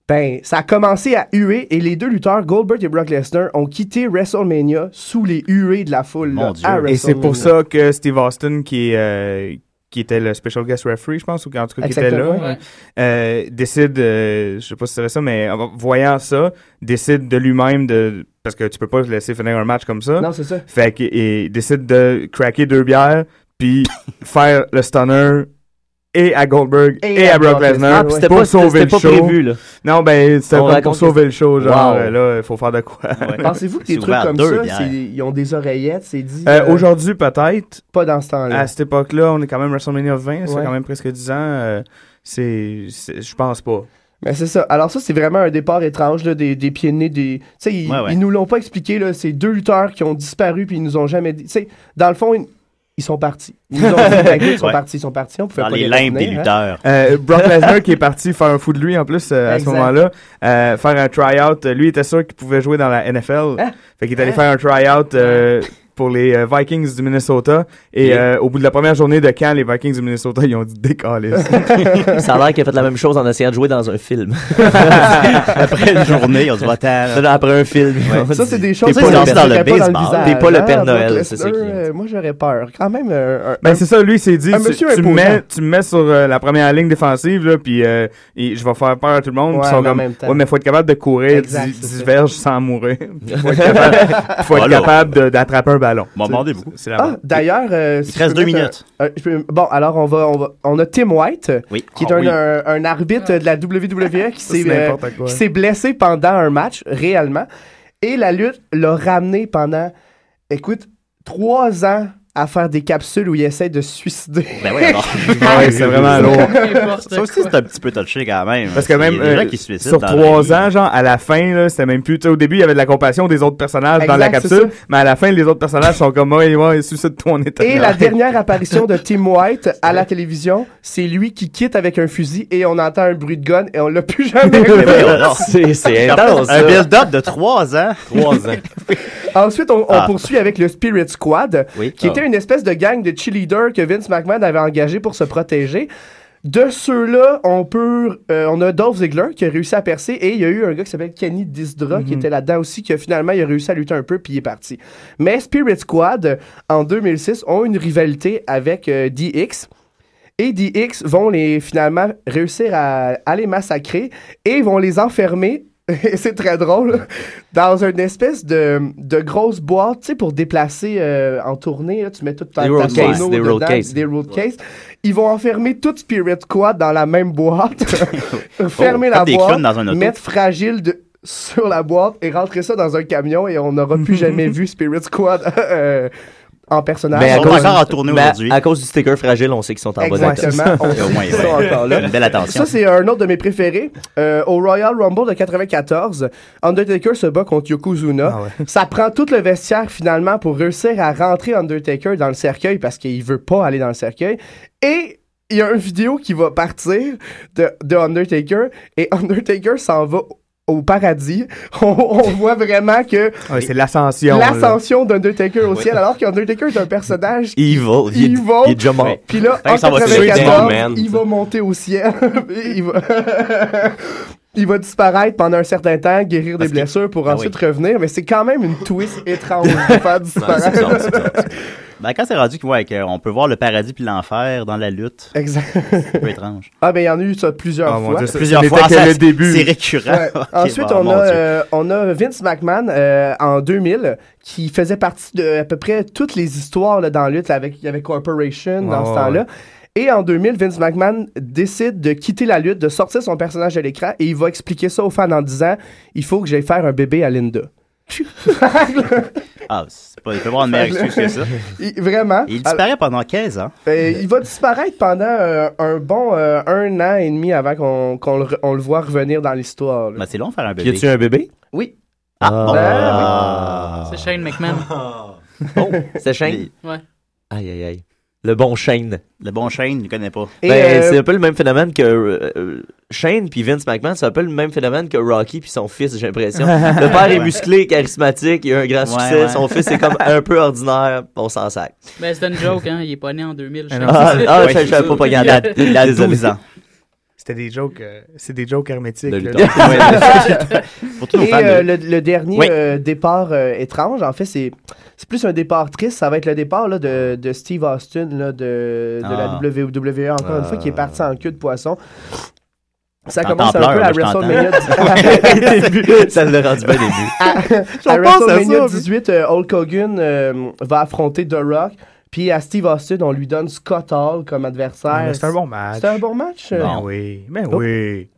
Speaker 10: ben, ça a commencé à huer et les deux lutteurs, Goldberg et Brock Lesnar, ont quitté WrestleMania sous les huées de la foule. là, à
Speaker 9: Et c'est pour
Speaker 10: WrestleMania.
Speaker 9: ça que Steve Austin, qui, est, euh, qui était le special guest referee, je pense, ou en tout cas qui était là,
Speaker 10: Exactement, ouais.
Speaker 9: euh, décide, euh, je sais pas si c'est ça, mais en voyant ça, décide de lui-même de. Parce que tu peux pas laisser finir un match comme ça.
Speaker 10: Non, c'est ça.
Speaker 9: Fait qu'il il décide de craquer deux bières, puis faire le stunner. Et à Goldberg et, à Brock Lesnar
Speaker 8: Ah, puis c'était
Speaker 9: pour
Speaker 8: pas-
Speaker 9: sauver
Speaker 8: c'était
Speaker 9: le
Speaker 8: pas
Speaker 9: show.
Speaker 8: prévu, là.
Speaker 9: Non, ben, c'était
Speaker 8: On
Speaker 9: comme pour
Speaker 8: raconte
Speaker 9: sauver
Speaker 8: que-
Speaker 9: le show. Genre,
Speaker 8: Wow.
Speaker 9: euh, là, il faut faire de quoi.
Speaker 10: Pensez-vous que des trucs comme ça, c'est- ils ont des oreillettes, c'est dit.
Speaker 9: Euh,
Speaker 10: euh,
Speaker 9: Aujourd'hui, peut-être.
Speaker 10: Pas dans ce temps-là.
Speaker 9: À cette époque-là, on est quand même WrestleMania 20, ça fait
Speaker 10: Ouais.
Speaker 9: quand même presque 10 ans. euh, c'est, c'est- je pense pas.
Speaker 10: Mais c'est ça. Alors ça, c'est vraiment un départ étrange là, des, des pieds de nez. Des... Tu sais, ils,
Speaker 6: Ouais, ouais.
Speaker 10: ils nous l'ont pas expliqué. là. C'est deux lutteurs qui ont disparu puis ils nous ont jamais dit. Tu sais, dans le fond, ils, ils sont partis. Ils nous ont dit,
Speaker 9: [LAUGHS]
Speaker 10: la gueule, ils sont
Speaker 9: Ouais.
Speaker 10: partis, ils sont partis. On pouvait pas retenir, hein.
Speaker 9: Euh,
Speaker 10: [LAUGHS]
Speaker 9: Brock Lesnar qui est parti faire un fou de lui en plus euh, à ce
Speaker 10: Exact.
Speaker 9: moment-là, euh, faire un try-out. Lui il était sûr qu'il pouvait jouer dans la NFL. Fait qu'il est allé
Speaker 10: Hein?
Speaker 9: faire un try-out euh, pour les euh, Vikings du Minnesota. Et
Speaker 8: Yeah.
Speaker 9: euh, au bout de la première journée de camp, les Vikings du Minnesota, ils ont dit décaler.
Speaker 10: [LAUGHS]
Speaker 8: Ça a l'air qu'il a fait la même chose en essayant de jouer dans un film.
Speaker 6: Après une journée, on se voit
Speaker 8: Non, non, Après un film.
Speaker 10: Ouais. [LAUGHS] Ça, c'est des choses
Speaker 8: T'es pas
Speaker 10: qu'on
Speaker 8: dans, dans le
Speaker 10: dirait pas dans le
Speaker 8: baseball.
Speaker 10: visage,
Speaker 8: T'es pas le
Speaker 10: hein,
Speaker 8: Père
Speaker 10: Brock
Speaker 8: Noël, c'est ça
Speaker 10: Lesnar,
Speaker 8: qui.
Speaker 10: euh, moi, j'aurais peur. Quand même, euh, un-
Speaker 9: Ben
Speaker 10: un-
Speaker 9: c'est ça, lui il s'est dit,
Speaker 10: un
Speaker 9: tu,
Speaker 10: monsieur
Speaker 9: tu me
Speaker 10: imposant.
Speaker 9: mets, tu me mets sur euh, la première ligne défensive, là, puis euh, et je vais faire peur à tout le monde. puis
Speaker 10: Ouais,
Speaker 9: ils sont
Speaker 10: mais en
Speaker 9: comme,
Speaker 10: même temps.
Speaker 9: ouais, mais faut être capable de courir
Speaker 10: Exact,
Speaker 9: 10 verges
Speaker 6: [LAUGHS]
Speaker 9: sans mourir. Puis faut être capable, faut être
Speaker 6: Voilà.
Speaker 9: capable de- d'attraper un ballon.
Speaker 6: Bon,
Speaker 9: Tu sais,
Speaker 6: demandez beaucoup.
Speaker 9: C'est la
Speaker 10: Ah, d'ailleurs, euh, si
Speaker 6: Il te reste
Speaker 10: je peux
Speaker 6: deux
Speaker 10: mettre un-
Speaker 6: minutes.
Speaker 10: un- je peux- bon, alors on va, on va- on a Tim White, euh,
Speaker 6: Oui.
Speaker 10: qui est
Speaker 6: Ah
Speaker 10: un,
Speaker 6: oui.
Speaker 10: un- un arbitre de la WWE qui
Speaker 9: [LAUGHS] Ça, c'est
Speaker 10: s'est euh,
Speaker 9: n'importe quoi.
Speaker 10: qui s'est blessé pendant un match réellement, et la lutte l'a ramené pendant, écoute, trois ans à faire des capsules où il essaie de se suicider.
Speaker 6: [LAUGHS] Ben oui,
Speaker 10: [LAUGHS]
Speaker 6: alors.
Speaker 9: Ouais, c'est vraiment lourd.
Speaker 6: Ça aussi, c'est un petit peu touché quand même.
Speaker 9: Parce que
Speaker 6: Il
Speaker 9: même
Speaker 6: y a des gens
Speaker 9: euh,
Speaker 6: qui se suicident
Speaker 9: sur
Speaker 6: dans la vie. [LAUGHS]
Speaker 9: trois ans, genre à la fin, là, c'était même plus. tu sais, Au début, il y avait de la compassion des autres personnages dans
Speaker 10: Exact,
Speaker 9: la
Speaker 10: c'est ça.
Speaker 9: capsule, mais à la fin, les autres personnages sont comme ouais, ouais, suicide-toi en état.
Speaker 10: Et la dernière apparition
Speaker 9: [LAUGHS]
Speaker 10: de Tim White à la télévision, c'est lui qui quitte avec un fusil et on entend un bruit de gun et on l'a plus
Speaker 9: [LAUGHS]
Speaker 10: jamais
Speaker 6: Ben
Speaker 10: revu.
Speaker 6: voyons donc.
Speaker 8: c'est
Speaker 6: En plus,
Speaker 8: intense,
Speaker 6: Un
Speaker 8: ça.
Speaker 6: build-up de trois ans. [LAUGHS] Trois ans.
Speaker 8: [LAUGHS]
Speaker 10: Ensuite, on, on
Speaker 6: Ah.
Speaker 10: poursuit avec le Spirit Squad,
Speaker 6: Oui.
Speaker 10: qui
Speaker 6: Ah.
Speaker 10: était une espèce de gang de cheerleaders que Vince McMahon avait engagé pour se protéger. De ceux-là, on peut, euh, on a Dolph Ziggler qui a réussi à percer et il y a eu un gars qui s'appelle Kenny Dizdra
Speaker 6: Mhm.
Speaker 10: qui était là-dedans aussi, que finalement il a réussi à lutter un peu puis il est parti. Mais Spirit Squad, euh, en 2006, ont une rivalité avec euh, DX. Et DX vont les finalement réussir à, à les massacrer et vont les enfermer. [LAUGHS] et c'est très drôle. Dans une espèce de, de grosse boîte, tu sais, pour déplacer euh, en tournée, là, tu mets tout ta,
Speaker 8: Des
Speaker 10: ta
Speaker 8: road
Speaker 10: tonneau
Speaker 8: case, des road
Speaker 10: dedans,
Speaker 8: case.
Speaker 10: des road case. Ils vont enfermer toute Spirit Squad dans la même
Speaker 8: [LAUGHS]
Speaker 10: boîte, [LAUGHS] fermer
Speaker 6: Oh,
Speaker 10: la
Speaker 6: comme des
Speaker 10: boîte,
Speaker 6: clowns dans un auto.
Speaker 10: mettre fragile de- sur la boîte et rentrer ça dans un camion et on n'aura plus jamais vu Spirit Squad [LAUGHS] euh, en personnage.
Speaker 8: à
Speaker 10: On
Speaker 8: cause-
Speaker 10: va-
Speaker 8: mais à- À cause du sticker fragile, on sait qu'ils sont en bonne état.
Speaker 10: Exactement. On sait qu'ils sont encore là.
Speaker 6: Une belle attention.
Speaker 10: Ça, c'est un autre de mes préférés. Euh, au Royal Rumble de 94, Undertaker se bat contre Yokozuna.
Speaker 9: Ah
Speaker 10: Ça prend tout le vestiaire, finalement, pour réussir à rentrer Undertaker dans le cercueil parce qu'il veut pas aller dans le cercueil. Et il y a une vidéo qui va partir de, de Undertaker et [LAUGHS] Undertaker s'en va au paradis. [LAUGHS] On, on voit vraiment que
Speaker 9: Ouais, c'est l'ascension. là.
Speaker 10: l'ascension d'Undertaker au ciel, alors qu'Undertaker est un personnage
Speaker 8: Evil.
Speaker 10: il, va.
Speaker 8: il est déjà mort.
Speaker 10: Puis là,
Speaker 8: Fait
Speaker 10: en
Speaker 8: que ça va tuer
Speaker 10: 94,
Speaker 8: Deadman.
Speaker 10: il va monter au ciel. [LAUGHS] il, va... il va disparaître pendant un certain temps, guérir des blessures pour
Speaker 6: Ah
Speaker 10: ensuite revenir. Mais c'est quand même une twist étrange
Speaker 8: [LAUGHS]
Speaker 10: de faire disparaître.
Speaker 6: Ben, quand c'est rendu qu'on voit qu'on peut voir le paradis puis l'enfer dans la lutte.
Speaker 10: Exact.
Speaker 6: C'est un peu étrange.
Speaker 10: Ah, ben il y en a eu ça plusieurs
Speaker 6: Ah, mon
Speaker 10: fois.
Speaker 6: Dieu, ça, Plusieurs ce fois, n'était que ça, le c'est- début. c'est récurrent.
Speaker 10: Ouais.
Speaker 6: [LAUGHS] Ok,
Speaker 10: Ensuite,
Speaker 6: bon,
Speaker 10: on,
Speaker 6: mon
Speaker 10: a,
Speaker 6: Dieu.
Speaker 10: euh, on a Vince McMahon euh, en 2000 qui faisait partie de à peu près toutes les histoires là, dans la lutte. Avec, il y avait Corporation dans
Speaker 9: Ouais,
Speaker 10: ce
Speaker 9: ouais,
Speaker 10: temps-là.
Speaker 9: ouais.
Speaker 10: Et en 2000, Vince McMahon décide de quitter la lutte, de sortir son personnage de l'écran et il va expliquer ça aux fans en disant Il faut que j'aille faire un bébé à Linda.
Speaker 6: Ah, c'est pas, il peut avoir une meilleure excuse que ça.
Speaker 10: Il- vraiment.
Speaker 6: Il disparaît pendant 15 ans.
Speaker 10: Euh, il va disparaître pendant euh, un bon euh, un an et demi avant qu'on qu'on le, re- on le voit revenir dans l'histoire. là.
Speaker 6: Ben, c'est long de faire un
Speaker 8: Y
Speaker 6: bébé.
Speaker 8: a-tu un bébé?
Speaker 10: Ben Oui.
Speaker 6: Ah, bon.
Speaker 8: Ah.
Speaker 12: C'est Shane McMahon.
Speaker 13: Ah.
Speaker 8: Oh, c'est Shane?
Speaker 12: Ouais.
Speaker 8: Aïe, aïe, aïe. Le bon Shane.
Speaker 6: Le bon Shane, il ne connaît pas.
Speaker 8: Ben,
Speaker 6: euh,
Speaker 8: C'est un peu le même phénomène que euh, euh, Shane puis Vince McMahon. C'est un peu le même phénomène que Rocky puis son fils,
Speaker 6: [LAUGHS]
Speaker 8: j'ai l'impression. Le père est
Speaker 12: Ouais.
Speaker 8: musclé, charismatique, il a un grand
Speaker 6: Ouais,
Speaker 8: succès.
Speaker 6: ouais.
Speaker 8: Son fils est comme un peu ordinaire. On s'en sac.
Speaker 12: Ben, c'est une joke, hein. Il est pas né en 2000. je sais.
Speaker 8: Ah, ah, je savais pas
Speaker 12: [LAUGHS]
Speaker 8: pas
Speaker 10: [LAUGHS]
Speaker 9: Il a- il a
Speaker 8: Désolé.
Speaker 9: 12 ans. C'était des jokes, euh, c'est des jokes hermétiques. [LAUGHS] là. [LAUGHS] Ben
Speaker 10: Et euh, le, le dernier
Speaker 9: Oui.
Speaker 10: euh, départ euh, étrange, en fait, c'est c'est plus un départ triste. Ça va être le départ là, de, de Steve Austin là, de, de
Speaker 6: Ah.
Speaker 10: la WWE, encore une
Speaker 6: Ah.
Speaker 10: fois,
Speaker 9: Euh.
Speaker 10: qui est parti en queue de poisson. Ça
Speaker 6: T'entends
Speaker 10: commence un
Speaker 6: pleurs,
Speaker 10: peu à
Speaker 6: moi, je t'entends.
Speaker 10: WrestleMania. [LAUGHS]
Speaker 8: Ça l'a rendu bien début.
Speaker 10: à,
Speaker 6: J'en
Speaker 10: à
Speaker 6: pense à ça,
Speaker 10: WrestleMania
Speaker 6: oui.
Speaker 10: 18, euh, Hulk Hogan euh, va affronter The Rock. Puis à Steve Austin, on lui donne Scott Hall comme adversaire.
Speaker 9: Ouais, C'est un bon match.
Speaker 10: C'est un bon match. euh.
Speaker 9: Ben oui, ben
Speaker 10: Oh.
Speaker 9: oui.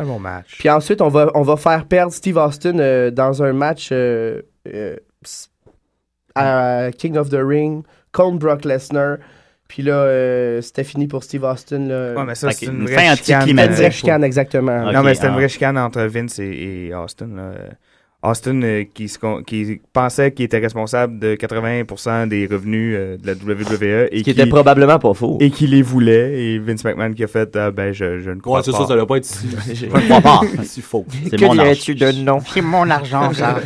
Speaker 9: Un bon match.
Speaker 10: Puis ensuite, on va, on va faire perdre Steve Austin euh, dans un match euh, euh, s- à King of the Ring contre Brock Lesnar. Puis là, euh, c'était fini pour Steve Austin. Là.
Speaker 9: Ouais, mais ça, c'est une, vraie chicane. euh,
Speaker 10: Une
Speaker 8: euh,
Speaker 10: vraie chicane, exactement.
Speaker 9: Non, mais c'était
Speaker 8: ah.
Speaker 9: une vraie chicane entre Vince et, et Austin. là. Euh, Austin euh, qui, se con- qui pensait qu'il était responsable de 80% des revenus euh, de la WWE. Et
Speaker 8: Ce qui était probablement pas faux.
Speaker 9: Et qui les voulait. Et Vince McMahon qui a fait ah, ben, je, je ne crois
Speaker 11: Ouais,
Speaker 9: pas.
Speaker 11: c'est ça, ça doit pas être si-
Speaker 9: [LAUGHS] Je
Speaker 11: je ne crois pas. si faux. C'est
Speaker 8: Que
Speaker 11: mon argent.
Speaker 8: dirais-tu de non?
Speaker 10: [LAUGHS] C'est mon
Speaker 9: [LAUGHS]
Speaker 6: [LAUGHS]
Speaker 10: argent, ça.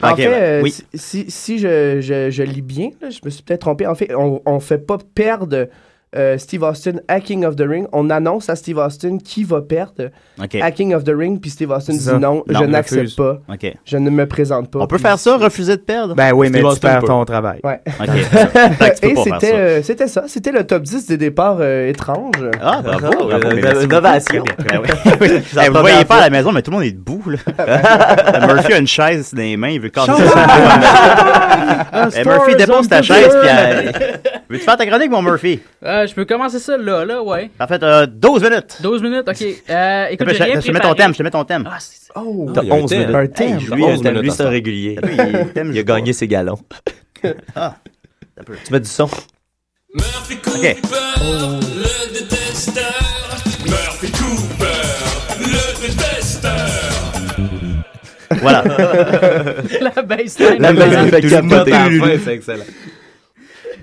Speaker 6: bah,
Speaker 10: En fait, euh, si, si- si je, je- je lis bien, là, je me suis peut-être trompé. En fait, on ne fait pas perdre euh, Steve Austin à King of the Ring. On annonce à Steve Austin qui va perdre
Speaker 6: Ok.
Speaker 10: à King of the Ring. Puis Steve Austin
Speaker 6: C'est
Speaker 10: dit
Speaker 6: ça.
Speaker 10: non, je
Speaker 6: refuse.
Speaker 10: n'accepte pas.
Speaker 6: OK.
Speaker 10: Je ne me présente pas.
Speaker 6: On peut faire ça, refuser de perdre? Ben
Speaker 9: oui, mais tu perds ton travail.
Speaker 10: Ouais.
Speaker 6: OK. [LAUGHS] Fait que tu peux
Speaker 10: Et
Speaker 6: pas faire
Speaker 10: c'était
Speaker 6: ça.
Speaker 10: euh, c'était ça. C'était le top 10 des départs euh, étranges.
Speaker 6: Ah, bravo, bravo,
Speaker 8: Euh,
Speaker 6: mais
Speaker 8: euh,
Speaker 6: merci
Speaker 8: innovation.
Speaker 6: beaucoup. [LAUGHS] Ben
Speaker 10: [LAUGHS]
Speaker 6: oui, oui. Eh,
Speaker 8: Ça
Speaker 6: vous
Speaker 8: va
Speaker 6: voyez
Speaker 8: bien.
Speaker 6: pas à la maison, mais tout le monde est debout. Là. Euh, Murphy a une chaise dans les mains, il veut casser ça.
Speaker 12: Ah,
Speaker 6: Eh, Murphy, dépose ta chaise. Puis, euh,
Speaker 12: [LAUGHS]
Speaker 6: Veux-tu faire ta chronique, mon Murphy?
Speaker 12: Euh, je peux commencer ça là, là, ouais.
Speaker 6: En fait, euh, 12 minutes.
Speaker 12: 12 minutes, ok. Euh, écoute,
Speaker 6: Je-
Speaker 12: j'ai rien
Speaker 6: je te mets ton
Speaker 12: préparé. Ah,
Speaker 6: thème, je te mets ton thème. Ah,
Speaker 8: [LAUGHS]
Speaker 10: Oh,
Speaker 8: T'as 11 minutes.
Speaker 6: Un thème.
Speaker 8: Hey, lui, euh, lui, c'est un régulier. Il, a gagné ses galons.
Speaker 6: Ah,
Speaker 8: Tu mets du son.
Speaker 6: OK.
Speaker 1: le détesteur. Murphy Cooper, le détesteur.
Speaker 6: Voilà.
Speaker 12: La baseline. Euh,
Speaker 1: La baseline
Speaker 12: fait capoter.
Speaker 11: à la fin, c'est excellent.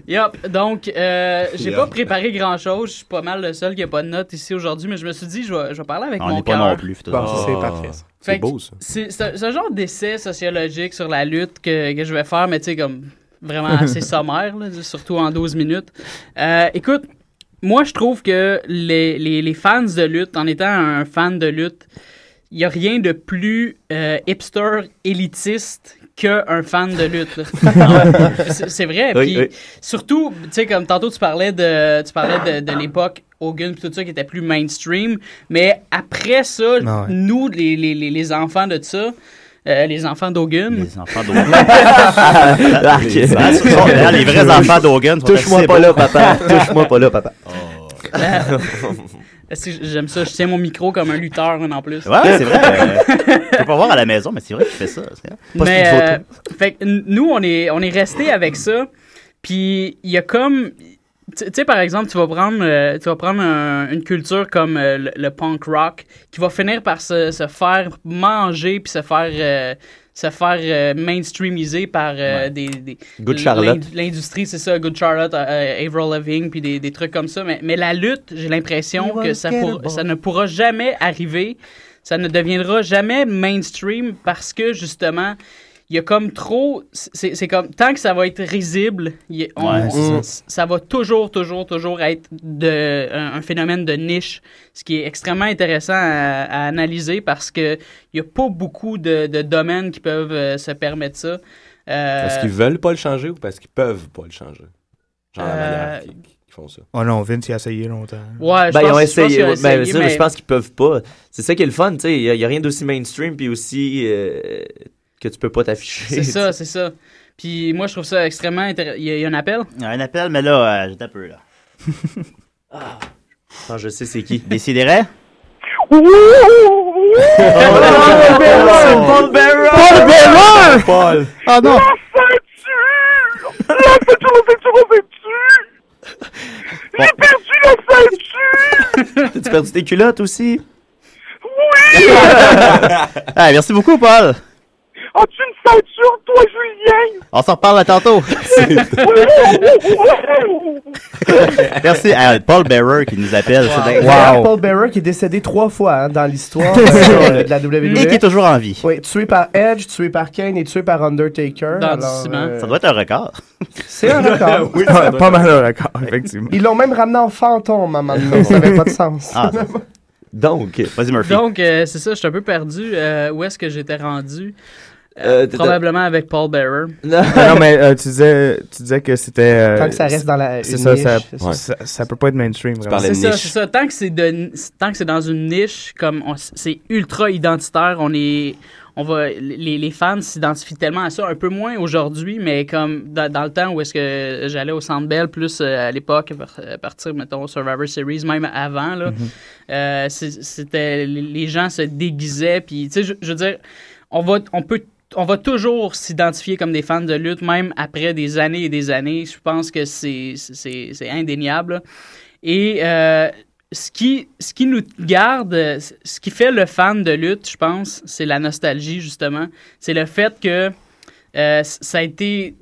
Speaker 12: Yep, donc euh, j'ai
Speaker 11: Yup.
Speaker 12: pas préparé grand chose. Je suis pas mal le seul qui a pas de notes ici aujourd'hui, mais je me suis dit, je vais, je vais parler avec
Speaker 6: On
Speaker 12: mon
Speaker 6: n'est pas
Speaker 12: cœur.
Speaker 6: non plus.
Speaker 12: Bon,
Speaker 10: ça, c'est parfait, ça.
Speaker 12: Fait
Speaker 6: C'est
Speaker 12: que
Speaker 6: beau, ça.
Speaker 12: C'est ce, ce genre d'essai sociologique sur la lutte que, que je vais faire, mais tu sais, comme
Speaker 6: [LAUGHS]
Speaker 12: vraiment assez sommaire, là, surtout en 12 minutes. Euh, écoute, moi, je trouve que les, les- les fans de lutte, en étant un fan de lutte, il n'y a rien de plus euh, hipster élitiste qu'un fan de
Speaker 6: [LAUGHS]
Speaker 12: lutte. là. c'est c'est vrai.
Speaker 8: Oui,
Speaker 12: puis
Speaker 8: oui.
Speaker 12: Surtout, tu sais, comme tantôt, tu parlais de, tu parlais de, de l'époque Hogan et tout ça qui était plus mainstream. Mais après ça,
Speaker 6: Ah ouais.
Speaker 12: nous, les, les, les, les enfants de ça, euh, les enfants d'Hogan.
Speaker 6: Les
Speaker 12: [LAUGHS]
Speaker 6: enfants d'Hogan. Ah,
Speaker 8: [LAUGHS]
Speaker 6: Les vrais enfants d'Hogan sont
Speaker 8: Touche-moi
Speaker 6: assez
Speaker 8: pas
Speaker 6: beaux.
Speaker 8: là,
Speaker 6: [LAUGHS]
Speaker 8: papa. Touche-moi pas là, papa.
Speaker 12: [LAUGHS] Euh, est-ce que J'aime ça, je tiens mon micro comme un lutteur hein, en plus.
Speaker 6: Ouais, ouais, c'est vrai. euh, Je peux pas voir à la maison, mais c'est vrai qu'il fait ça. c'est-
Speaker 12: Mais euh, fait que n- nous, on est, on est resté avec ça. Puis il y a comme. Tu tu sais, par exemple, tu vas prendre, euh, tu vas prendre un- une culture comme euh, le, le punk rock qui va finir par se, se faire manger puis se faire. euh, se faire euh, mainstreamiser par euh, des, des-
Speaker 8: Good Charlotte.
Speaker 12: l'in- l'industrie c'est ça Good Charlotte euh, euh, Avril Lavigne puis des, des trucs comme ça mais, mais la lutte j'ai l'impression
Speaker 8: You
Speaker 12: que ça, pour-
Speaker 8: unforgettable.
Speaker 12: ça ne pourra jamais arriver ça ne deviendra jamais mainstream parce que justement il y a comme trop c'est c'est comme tant que ça va être risible il y a- on-
Speaker 8: Ouais, c'est
Speaker 12: on- ça va toujours toujours toujours être de un, un phénomène de niche ce qui est extrêmement intéressant à, à analyser parce que il y a pas beaucoup de, de domaines qui peuvent euh, se permettre ça Euh,
Speaker 11: Parce qu'ils veulent pas le changer ou parce qu'ils peuvent pas le changer? Genre la
Speaker 12: Euh,
Speaker 11: manière qu'ils qu'ils font ça.
Speaker 9: Oh non, Vince, il a essayé longtemps.
Speaker 12: Ouais, je
Speaker 8: ben, ils ont
Speaker 12: pense- je pense
Speaker 8: essayé.
Speaker 12: qu'ils ont
Speaker 8: ouais, ben,
Speaker 12: essayé,
Speaker 8: ça,
Speaker 12: mais-
Speaker 8: Je pense qu'ils peuvent pas. C'est ça qui est le fun, tu sais. Il n'y a, rien d'aussi mainstream puis aussi euh, que tu peux pas t'afficher.
Speaker 12: c'est ça c'est ça puis moi je trouve ça extrêmement intéressant il y, a- il y a un appel
Speaker 6: Un appel, mais là, euh, j'étais un peu là.
Speaker 8: Attends, Ah, je sais
Speaker 6: [LAUGHS]
Speaker 8: c'est qui.
Speaker 6: Décidérez?
Speaker 1: Paul Bearer! Paul Bearer!
Speaker 8: Paul!
Speaker 1: [LAUGHS] Ah non! La ceinture! La ceinture, la ceinture, la ceinture! J'ai perdu la ceinture!
Speaker 8: tu perdu tes culottes aussi?
Speaker 1: [LAUGHS] Oui!
Speaker 6: Ah, merci beaucoup, Paul.
Speaker 1: As-tu une ceinture, toi, Julien?
Speaker 6: On s'en reparle à
Speaker 8: [LAUGHS]
Speaker 6: tantôt.
Speaker 1: [LAUGHS]
Speaker 6: Merci. Ah, Paul Bearer qui nous appelle. c'est dingue.
Speaker 10: Paul Bearer qui est décédé trois fois hein, dans l'histoire euh, de la WWE.
Speaker 6: Et qui est toujours en vie.
Speaker 10: Oui, tué par Edge, tué par Kane et tué par Undertaker.
Speaker 6: Dans
Speaker 10: Alors, euh,
Speaker 6: Ça doit être un record.
Speaker 10: C'est un
Speaker 6: [LAUGHS]
Speaker 10: record.
Speaker 9: Oui, ça doit- pas mal un record, effectivement.
Speaker 10: Ils l'ont même ramené en fantôme à un moment
Speaker 6: [LAUGHS]
Speaker 10: donné, Ça n'avait pas de sens.
Speaker 6: Ah, ça.
Speaker 8: Donc,
Speaker 6: vas-y, Murphy.
Speaker 12: donc euh, c'est ça je suis un peu perdu euh, où est-ce que j'étais rendu
Speaker 8: Euh,
Speaker 9: t'étais-
Speaker 12: probablement avec Paul Bearer
Speaker 9: non, [LAUGHS] non, mais euh, tu, disais, tu disais que c'était. euh,
Speaker 12: Tant que ça reste dans la-
Speaker 9: C'est
Speaker 12: une
Speaker 9: ça,
Speaker 12: niche,
Speaker 9: ça,
Speaker 12: c'est ça.
Speaker 9: ça, ça peut pas être mainstream. vraiment.
Speaker 12: C'est ça, c'est ça. Tant que c'est de, tant que c'est dans une niche, comme on- c'est ultra identitaire, on est, on va, les, les fans s'identifient tellement à ça, un peu moins aujourd'hui, mais comme dans, dans le temps où est-ce que j'allais au Centre Bell, plus euh, à l'époque, par- à partir mettons au Survivor Series, même avant là, euh, c'est- c'était les gens se déguisaient, puis tu sais, je, je veux dire, on va, on peut on va toujours s'identifier comme des fans de lutte, même après des années et des années. Je pense que c'est c'est- c'est indéniable. là. Et euh, ce, qui, ce qui nous garde, euh, ce qui fait le fan de lutte, je pense, c'est la nostalgie, justement. C'est le fait que euh, ça a été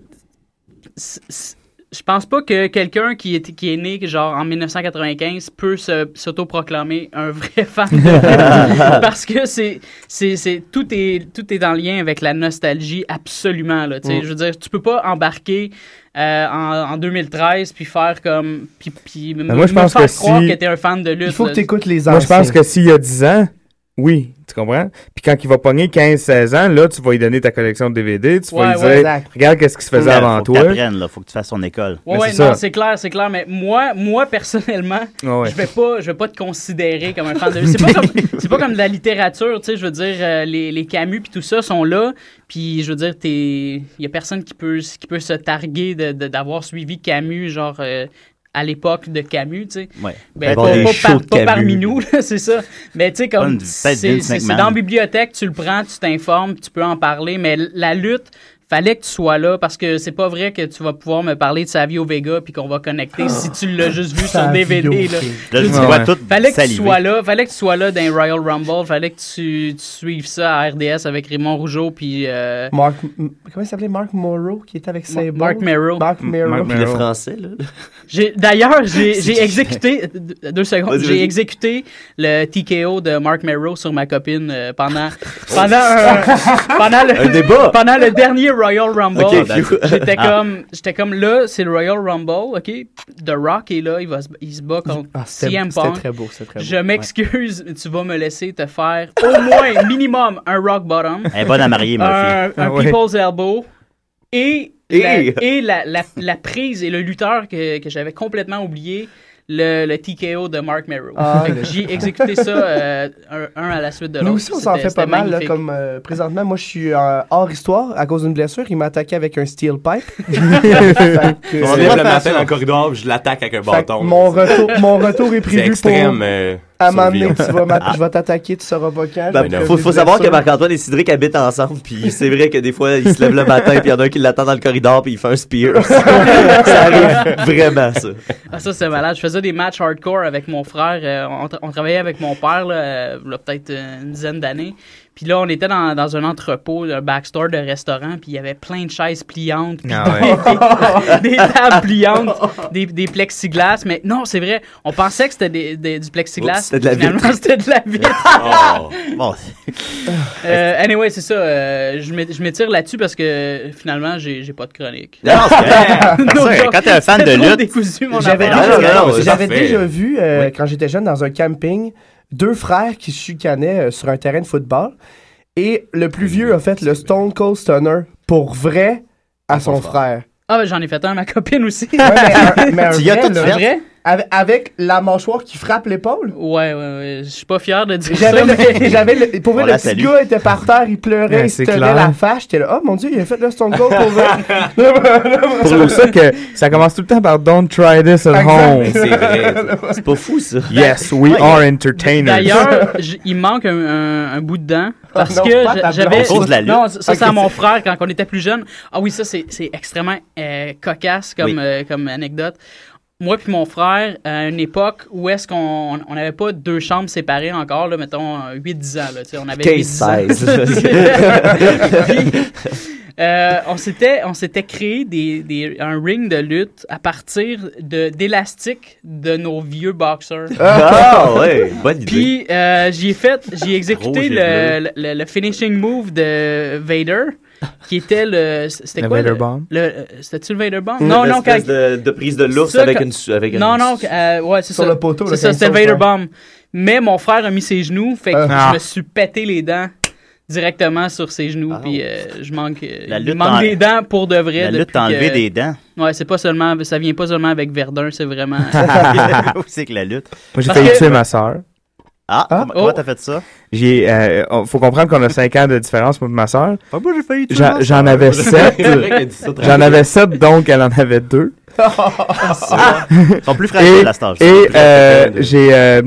Speaker 12: c- c- je pense pas que quelqu'un qui est, qui est né genre en 1995 peut se- s'autoproclamer un vrai [LAUGHS] fan de lutte. parce que c'est c'est c'est- tout est tout est en lien avec la nostalgie absolument là, tu sais.
Speaker 14: Mm.
Speaker 12: je veux dire tu peux pas embarquer euh, en, en 2013 puis faire comme puis, puis me-
Speaker 9: moi, je
Speaker 12: me
Speaker 9: pense
Speaker 12: faire
Speaker 9: que
Speaker 12: croire
Speaker 9: si-
Speaker 12: que t'es un fan de lutte
Speaker 10: Il faut que
Speaker 12: là.
Speaker 10: t'écoutes les
Speaker 9: Moi, je
Speaker 10: anciens.
Speaker 9: pense que s'il y a 10 ans, oui, tu comprends? Puis quand il va pogner 15-16 ans, là, tu vas lui donner ta collection de DVD, tu vas lui dire, regarde qu'est-ce qui se faisait
Speaker 6: Ouais,
Speaker 9: avant
Speaker 6: faut
Speaker 9: toi.
Speaker 6: Que t'apprennes, là, faut que tu fasses ton école.
Speaker 12: Ouais, ouais, non, c'est clair, c'est clair, mais moi, moi personnellement,
Speaker 6: Ouais, ouais.
Speaker 12: je vais pas, je vais pas te considérer comme un fan de. C'est pas comme, c'est pas comme de la littérature, tu sais. Je veux dire, euh, les, les Camus puis tout ça sont là, puis je veux dire, t'es, y a personne qui peut, qui peut se targuer de, de- d'avoir suivi Camus, genre. euh, à l'époque de Camus, tu sais.
Speaker 6: Ouais.
Speaker 12: Ben,
Speaker 6: D'avoir
Speaker 12: pas,
Speaker 6: des
Speaker 12: pas
Speaker 6: shows
Speaker 12: par-
Speaker 6: de
Speaker 12: pas
Speaker 6: Camus.
Speaker 12: parmi nous, là, [LAUGHS] c'est ça. Mais tu sais, comme.
Speaker 6: Peut-être
Speaker 12: C'est,
Speaker 6: Vince
Speaker 12: c'est- c'est
Speaker 6: McMahon.
Speaker 12: dans la bibliothèque, tu le prends, tu t'informes, tu peux en parler, mais la lutte, fallait que tu sois là parce que c'est pas vrai que tu vas pouvoir me parler de Savio Vega puis qu'on va connecter si tu l'as juste vu sur
Speaker 6: Ah. Savio
Speaker 12: DVD. Là.
Speaker 6: Vega.
Speaker 12: Je
Speaker 6: Là, je
Speaker 12: veux
Speaker 6: vois
Speaker 12: dire,
Speaker 6: tout
Speaker 12: fallait que tu
Speaker 6: saliver.
Speaker 12: sois là, fallait que tu sois là dans les Royal Rumble, fallait que tu, tu suives ça à RDS avec Raymond Rougeau puis euh,
Speaker 10: Mark, m- comment il s'appelait Mark Morrow qui était avec Sable?
Speaker 12: Mark Merrill.
Speaker 10: Mark Merrill.
Speaker 12: là. J'ai- D'ailleurs, [LAUGHS] j'ai
Speaker 6: [LAUGHS]
Speaker 12: j'ai exécuté, d- deux secondes,
Speaker 10: Vas-y, vas-y.
Speaker 12: j'ai exécuté le TKO de Mark Merrow sur ma copine
Speaker 6: [LAUGHS]
Speaker 12: euh, pendant,
Speaker 8: [LAUGHS]
Speaker 12: pendant, un-
Speaker 6: Oh.
Speaker 12: pendant, le,
Speaker 8: Oh. Un débat.
Speaker 12: pendant le dernier Royal Rumble. ben,
Speaker 8: Ok, cool.
Speaker 12: J'étais
Speaker 8: Ah.
Speaker 12: comme, j'étais comme là, c'est le Royal Rumble, ok? The Rock est là, il, va, se- il se bat contre
Speaker 10: Ah, c'était-
Speaker 12: CM
Speaker 10: c'était
Speaker 12: Punk.
Speaker 10: très beau, c'était très beau.
Speaker 12: Je m'excuse, mais tu vas me laisser te faire au moins, [LAUGHS] minimum, un Rock Bottom.
Speaker 6: Elle est bonne à marier, ma
Speaker 12: un-
Speaker 6: fille.
Speaker 12: Un,
Speaker 6: Ah ouais.
Speaker 12: People's Elbow. Et,
Speaker 6: Et-
Speaker 12: la, et la, la- la prise et le lutteur que, que j'avais complètement oublié, le, le TKO de Mark Merrow.
Speaker 10: Ah,
Speaker 12: Fait que
Speaker 10: le-
Speaker 12: J'ai exécuté ça euh, un, un à la suite de l'autre.
Speaker 10: Nous aussi, on s'en
Speaker 12: C'était-
Speaker 10: fait pas
Speaker 12: c'était
Speaker 10: mal. là,
Speaker 12: magnifique.
Speaker 10: comme euh, présentement, moi, je suis euh, hors histoire à cause d'une blessure. Il m'a attaqué avec un steel pipe. Fait que-
Speaker 11: On
Speaker 10: C'est
Speaker 11: lève
Speaker 10: pas
Speaker 11: le
Speaker 10: facile.
Speaker 11: matin dans le corridor, puis je l'attaque avec un
Speaker 10: Fait que
Speaker 11: bâton.
Speaker 10: mon, retour, mon retour est prévu
Speaker 11: C'est extrême,
Speaker 10: pour.
Speaker 11: euh,
Speaker 10: à un moment donné,
Speaker 11: survie.
Speaker 10: tu vas m'atta- je vais t'attaquer, tu seras pas calme.
Speaker 8: Ben, faut, faut savoir que Marc-Antoine et Cédric habitent ensemble, puis c'est vrai que des fois, ils se lèvent le matin, puis il y en a un qui l'attend dans le corridor, puis il fait un
Speaker 10: [LAUGHS]
Speaker 8: spear. ça arrive vraiment, ça.
Speaker 12: Ah, ça, c'est malade. Je faisais des matchs hardcore avec mon frère. Euh, on, tra- on travaillait avec mon père, là, euh, v'là peut-être euh, une dizaine d'années. Puis là, on était dans, dans un entrepôt, un backstore de restaurant, puis il y avait plein de chaises pliantes, puis
Speaker 14: Ah ouais.
Speaker 12: des, des tables pliantes, des, des plexiglas. Mais non, c'est vrai, on pensait que c'était des- des- du plexiglas.
Speaker 6: Oups, c'était de la
Speaker 12: Finalement,
Speaker 6: vitre.
Speaker 12: [LAUGHS] c'était de la
Speaker 6: [LAUGHS]
Speaker 12: vitre.
Speaker 6: [LAUGHS] Oh. Bon.
Speaker 12: Euh, anyway, c'est ça. euh, je m'é- je m'étire là-dessus parce que euh, finalement, j'ai j'ai pas de chronique.
Speaker 6: Non, non,
Speaker 10: [LAUGHS]
Speaker 12: [LAUGHS]
Speaker 6: c'est vrai.
Speaker 12: No
Speaker 6: C'est vrai,
Speaker 12: joke.
Speaker 6: quand t'es un
Speaker 12: [LAUGHS]
Speaker 6: fan
Speaker 12: C'était
Speaker 6: de
Speaker 12: trop
Speaker 6: lutte, euh,
Speaker 12: décousu, mon
Speaker 10: J'avais
Speaker 12: affaire.
Speaker 10: déjà, j'avais déjà vu, euh, quand j'étais jeune, dans un camping, deux frères qui se chicanaient euh, sur un terrain de football. Et le plus vieux a fait le Stone Cold Stunner pour vrai à son frère.
Speaker 12: Ah, ben, j'en ai fait un à ma [LAUGHS] copine aussi.
Speaker 10: Ouais, mais
Speaker 12: [LAUGHS]
Speaker 10: un- mais un
Speaker 12: Tu y as
Speaker 10: vrai,
Speaker 12: tout
Speaker 10: là.
Speaker 12: fait?
Speaker 10: Vrai? Avec, avec la mâchoire qui frappe l'épaule.
Speaker 12: Ouais, ouais, ouais. Je suis pas fier de dire
Speaker 10: J'avais
Speaker 12: ça.
Speaker 10: le,
Speaker 12: mais-
Speaker 10: [LAUGHS] j'avais le- pour vrai, le petit gars était par terre,
Speaker 9: [LAUGHS]
Speaker 10: il pleurait,
Speaker 9: Ouais,
Speaker 10: il se
Speaker 9: c'est
Speaker 10: tenait
Speaker 9: clair.
Speaker 10: la fâche. J'étais là, oh mon dieu, il a fait le Stone Cold pour
Speaker 9: [LAUGHS]
Speaker 10: vrai. [LAUGHS]
Speaker 9: pour [LAUGHS] ça que ça commence tout le temps par Don't try this at
Speaker 10: Exact.
Speaker 9: home.
Speaker 10: C'est vrai,
Speaker 8: ça. C'est pas fou, ça.
Speaker 9: Yes, we
Speaker 12: Ouais.
Speaker 9: are entertainers. [LAUGHS]
Speaker 12: D'ailleurs, j- il me manque un, un- un bout de dent. Parce
Speaker 10: Ah non,
Speaker 12: que
Speaker 10: pas ta
Speaker 12: j- j'avais.
Speaker 10: blonde. On cause de la lutte.
Speaker 12: Non, ça, ça, c'est
Speaker 10: Ok.
Speaker 12: à mon frère quand on était plus jeune. Ah oui, ça, c'est c'est extrêmement euh, cocasse comme,
Speaker 10: Oui.
Speaker 12: euh, comme anecdote. Moi puis mon frère, à une époque où est-ce qu'on on n'avait pas deux chambres séparées encore, là, mettons euh, 8-10 ans. Là, tu sais, on avait 8-10 ans.
Speaker 8: 15-16.
Speaker 12: [LAUGHS] Puis, euh, on s'était on s'était créé des, des- un ring de lutte à partir de d'élastiques de nos vieux boxers.
Speaker 8: Ah, [LAUGHS] ouais, bonne idée.
Speaker 12: Puis euh, j'ai fait, j'ai exécuté
Speaker 8: Rouge et
Speaker 12: le, le, le finishing move de Vader, qui était le, c'était
Speaker 8: Le
Speaker 12: quoi
Speaker 8: Vader
Speaker 12: le,
Speaker 8: Bomb?
Speaker 12: le- euh, C'était-tu le Vader Bomb Non, non, quand,
Speaker 8: L'espèce de, de prise de l'ours
Speaker 12: ça,
Speaker 8: avec,
Speaker 12: quand-
Speaker 8: une su- avec une.
Speaker 12: non, non, euh, ouais, c'est
Speaker 10: Sur
Speaker 12: ça.
Speaker 10: le poteau, là,
Speaker 12: C'est ça,
Speaker 10: quand
Speaker 12: c'était
Speaker 10: ils sautent,
Speaker 12: Vader
Speaker 10: ouais.
Speaker 12: Bomb. Mais mon frère a mis ses genoux, fait que
Speaker 6: Euh. Ah.
Speaker 12: je me suis pété les dents directement sur ses genoux, puis euh, je manque, euh,
Speaker 6: Ah. La
Speaker 12: il
Speaker 6: lutte
Speaker 12: manque
Speaker 6: t'en-
Speaker 12: des dents pour de vrai.
Speaker 6: La lutte
Speaker 12: depuis
Speaker 6: t'a enlevé
Speaker 12: que-
Speaker 6: des dents.
Speaker 12: Ouais, c'est pas seulement, ça vient pas seulement avec Verdun, c'est vraiment.
Speaker 6: [LAUGHS]
Speaker 12: euh,
Speaker 6: Où c'est que la lutte?
Speaker 9: Moi, j'ai
Speaker 6: Parce
Speaker 9: failli
Speaker 6: que-
Speaker 9: tuer ma sœur.
Speaker 6: Ah,
Speaker 10: Hein?
Speaker 6: comment
Speaker 10: Oh.
Speaker 6: comment t'as fait ça?
Speaker 10: [LAUGHS]
Speaker 9: J'ai, euh, on- faut comprendre qu'on a 5 ans de différence, moi et ma sœur.
Speaker 6: Ah, moi, j'ai failli tuer
Speaker 9: J'en
Speaker 6: ma sœur.
Speaker 9: j'en
Speaker 6: [LAUGHS]
Speaker 9: avais
Speaker 6: C'est
Speaker 9: 7.
Speaker 6: vrai qu'elle dit ça très
Speaker 9: J'en
Speaker 6: bien.
Speaker 9: avais 7, donc elle en avait 2.
Speaker 6: Ils sont plus fragiles à cet âge.
Speaker 9: [LAUGHS]
Speaker 6: [LAUGHS]
Speaker 9: Et euh, j'ai, euh,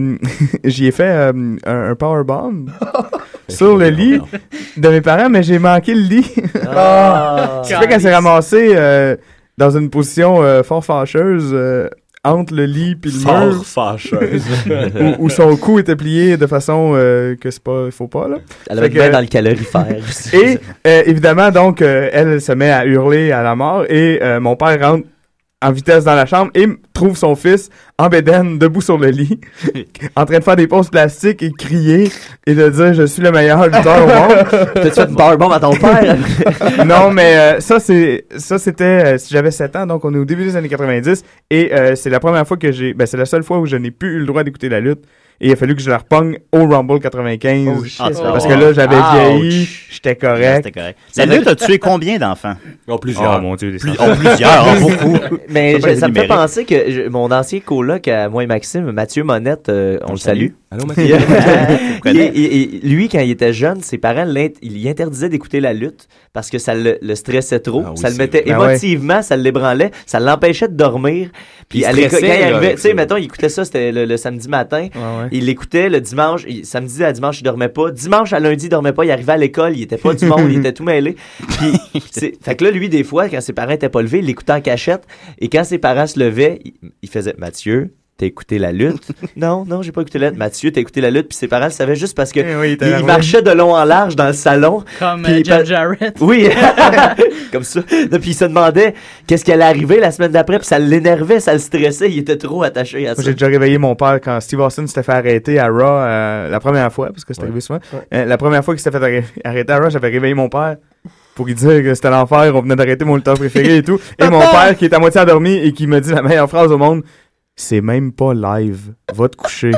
Speaker 9: j'y ai fait euh, un, un powerbomb. sur le lit de mes parents, mais j'ai manqué le lit.
Speaker 10: Ah.
Speaker 9: Ce qui fait qu'elle s'est ramassée euh, dans une position euh, fort fâcheuse euh, entre le lit puis le
Speaker 11: Fort
Speaker 9: mur.
Speaker 11: fâcheuse.
Speaker 9: où,
Speaker 6: [LAUGHS]
Speaker 9: où [LAUGHS] son cou était plié de façon euh, que c'est pas, faut pas là.
Speaker 8: Elle avait
Speaker 9: Fait
Speaker 8: le bain
Speaker 9: que-
Speaker 8: dans le
Speaker 9: [LAUGHS]
Speaker 8: calorifère.
Speaker 9: et euh, évidemment, donc, euh, elle se met à hurler à la mort et euh, mon père rentre en vitesse dans la chambre et m- trouve son fils en bédaine, debout sur
Speaker 8: [LAUGHS]
Speaker 9: le lit, en train de faire des pauses plastiques et de crier et de dire « Je suis le meilleur lutteur au monde ».
Speaker 8: [LAUGHS] T'as-tu fait une power bomb à ton père?
Speaker 9: [LAUGHS] non, mais euh, ça, c'est ça c'était... euh, si J'avais 7 ans, donc on est au début des années 90 et euh, c'est la première fois que j'ai... Ben, c'est la seule fois où je n'ai plus eu le droit d'écouter la lutte. Et il a fallu que je la repogne au Rumble 95.
Speaker 6: Oh,
Speaker 9: parce que là, j'avais vieilli, j'étais correct.
Speaker 6: C'était correct. La lutte a tué combien d'enfants?
Speaker 11: En
Speaker 9: plusieurs. Oh, mon Dieu, des
Speaker 6: Plus-
Speaker 9: centaines.
Speaker 6: en plusieurs, en beaucoup.
Speaker 8: [LAUGHS] Mais
Speaker 6: Ça peut
Speaker 8: je-
Speaker 6: être
Speaker 8: ça me fait
Speaker 6: numérique.
Speaker 8: penser que je- mon ancien coloc à moi et Maxime, Mathieu Monette, euh, on le salue.
Speaker 11: salue. Allô, Mathieu.
Speaker 8: Il-
Speaker 11: Pourquoi
Speaker 8: il-
Speaker 11: non?
Speaker 8: il- il- lui, quand il était jeune, ses parents l'int- il lui interdisaient d'écouter la lutte parce que ça le, le stressait trop.
Speaker 9: Ah
Speaker 8: ça le
Speaker 11: c'est
Speaker 8: mettait
Speaker 11: vrai. Ben ouais.
Speaker 8: émotivement, ça l'ébranlait, ça l'empêchait de dormir. Puis
Speaker 11: Il
Speaker 8: à l'école, quand
Speaker 11: stressait,
Speaker 8: il
Speaker 11: là,
Speaker 8: arrivait,
Speaker 11: avec
Speaker 8: tu sais,
Speaker 11: ça.
Speaker 8: mettons, il écoutait ça, c'était le, le samedi matin. Il l'écoutait le dimanche, il- samedi à dimanche, il dormait pas. Dimanche à lundi, il dormait pas. Il arrivait à l'école, il était pas du monde, il était tout mêlé.
Speaker 11: [LAUGHS]
Speaker 8: Puis, c'est- fait que là, lui, des fois, quand ses parents étaient pas levés, il l'écoutait en cachette. Et quand ses parents se levaient, il, il faisait Mathieu. T'as écouté la lutte?
Speaker 11: [LAUGHS]
Speaker 8: Non, non, j'ai pas écouté la lutte. Mathieu, t'as écouté la lutte, puis ses parents le savaient juste parce que
Speaker 9: Eh oui, il
Speaker 8: il,
Speaker 9: était nerveux.
Speaker 8: marchait de long en large dans le salon.
Speaker 12: Comme
Speaker 8: puis
Speaker 12: euh,
Speaker 8: il
Speaker 12: Jeff
Speaker 8: pa-
Speaker 12: Jarrett.
Speaker 8: oui, [LAUGHS] comme ça. Là, Puis il se demandait qu'est-ce qui allait arriver la semaine d'après, puis ça l'énervait, ça le stressait, il était trop attaché à
Speaker 9: Moi,
Speaker 8: ça.
Speaker 9: J'ai déjà réveillé mon père quand Steve Austin s'était fait arrêter à Raw euh, la première fois, parce que c'est arrivé souvent. Euh, la première fois qu'il s'était fait arrê- arrêter à Raw, j'avais réveillé mon père pour lui dire que c'était l'enfer, on venait d'arrêter mon lutteur préféré et tout. Et mon
Speaker 10: Papa!
Speaker 9: père, qui est à moitié endormi et qui me dit la meilleure phrase au monde, c'est même pas live, va te coucher.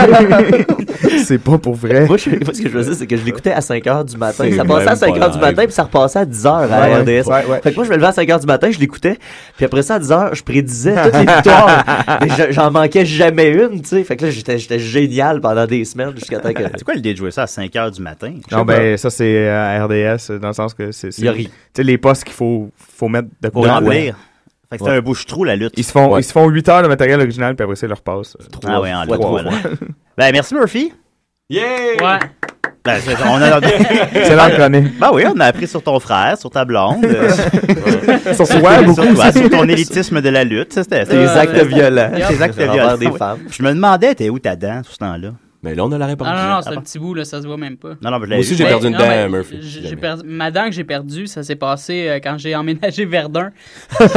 Speaker 8: [LAUGHS]
Speaker 9: c'est pas pour vrai.
Speaker 8: Moi, je- moi, ce que je faisais, c'est que je l'écoutais à 5 h du matin.
Speaker 9: C'est
Speaker 8: Ça passait à
Speaker 9: même
Speaker 8: 5
Speaker 9: pas
Speaker 8: h du
Speaker 9: live.
Speaker 8: matin, puis ça repassait à 10 h à la
Speaker 9: Ouais,
Speaker 8: RDS.
Speaker 9: ouais, ouais.
Speaker 8: Fait que moi, je me levais à 5 h du matin, je l'écoutais, puis après ça, à 10 h, je prédisais toutes
Speaker 9: [LAUGHS]
Speaker 8: les victoires. Mais je- J'en manquais jamais une, tu sais. Fait que là, j'étais j'étais génial pendant des semaines jusqu'à temps que.
Speaker 6: C'est quoi le déjouer ça à 5 h du matin? Je sais
Speaker 9: Non,
Speaker 6: pas.
Speaker 9: ben ça, c'est euh, RDS, dans le sens que c'est c'est-
Speaker 6: Il rit.
Speaker 9: tu sais, les postes qu'il faut, faut mettre de
Speaker 6: Pour
Speaker 9: côté.
Speaker 6: remplir. Fait que c'est
Speaker 9: Ouais.
Speaker 6: un bouche-trou, la lutte.
Speaker 9: Ils se font, ils se font 8 heures de matériel original, puis après ça, ils le repassent. euh,
Speaker 6: Ah ouais, en
Speaker 9: fois,
Speaker 6: lutte,
Speaker 9: trois
Speaker 6: voilà.
Speaker 9: fois.
Speaker 6: [LAUGHS] Ben, merci, Murphy.
Speaker 12: Ouais.
Speaker 6: Ben, c'est- on a...
Speaker 11: [LAUGHS]
Speaker 9: C'est là qu'on est.
Speaker 6: Ben oui, on a appris sur ton frère, sur ta
Speaker 9: [LAUGHS]
Speaker 6: blonde. euh, [LAUGHS]
Speaker 9: Sur toi, beaucoup.
Speaker 6: Sur, toi, sur ton élitisme de la lutte. ça, c'était-
Speaker 8: Tes actes
Speaker 6: c'était-
Speaker 8: violents.
Speaker 6: Tes actes
Speaker 8: À l'envers
Speaker 6: violents.
Speaker 8: des
Speaker 6: Ah oui.
Speaker 8: femmes.
Speaker 6: [LAUGHS] Je me demandais, t'es où ta dent, tout ce temps-là?
Speaker 11: Mais là, on a la réponse.
Speaker 12: Ah non, non, c'est un petit bout, là, ça se voit même pas.
Speaker 6: Non, non, mais je l'avais
Speaker 11: Moi aussi,
Speaker 6: vu.
Speaker 11: j'ai
Speaker 6: Mais-
Speaker 11: perdu une
Speaker 12: Non,
Speaker 11: dent
Speaker 12: mais
Speaker 11: à Murphy.
Speaker 12: j'ai-
Speaker 11: Jamais.
Speaker 12: j'ai perdu- ma dent que j'ai perdue, ça s'est passé euh, quand j'ai emménagé
Speaker 9: [LAUGHS]
Speaker 12: Verdun.
Speaker 9: Fait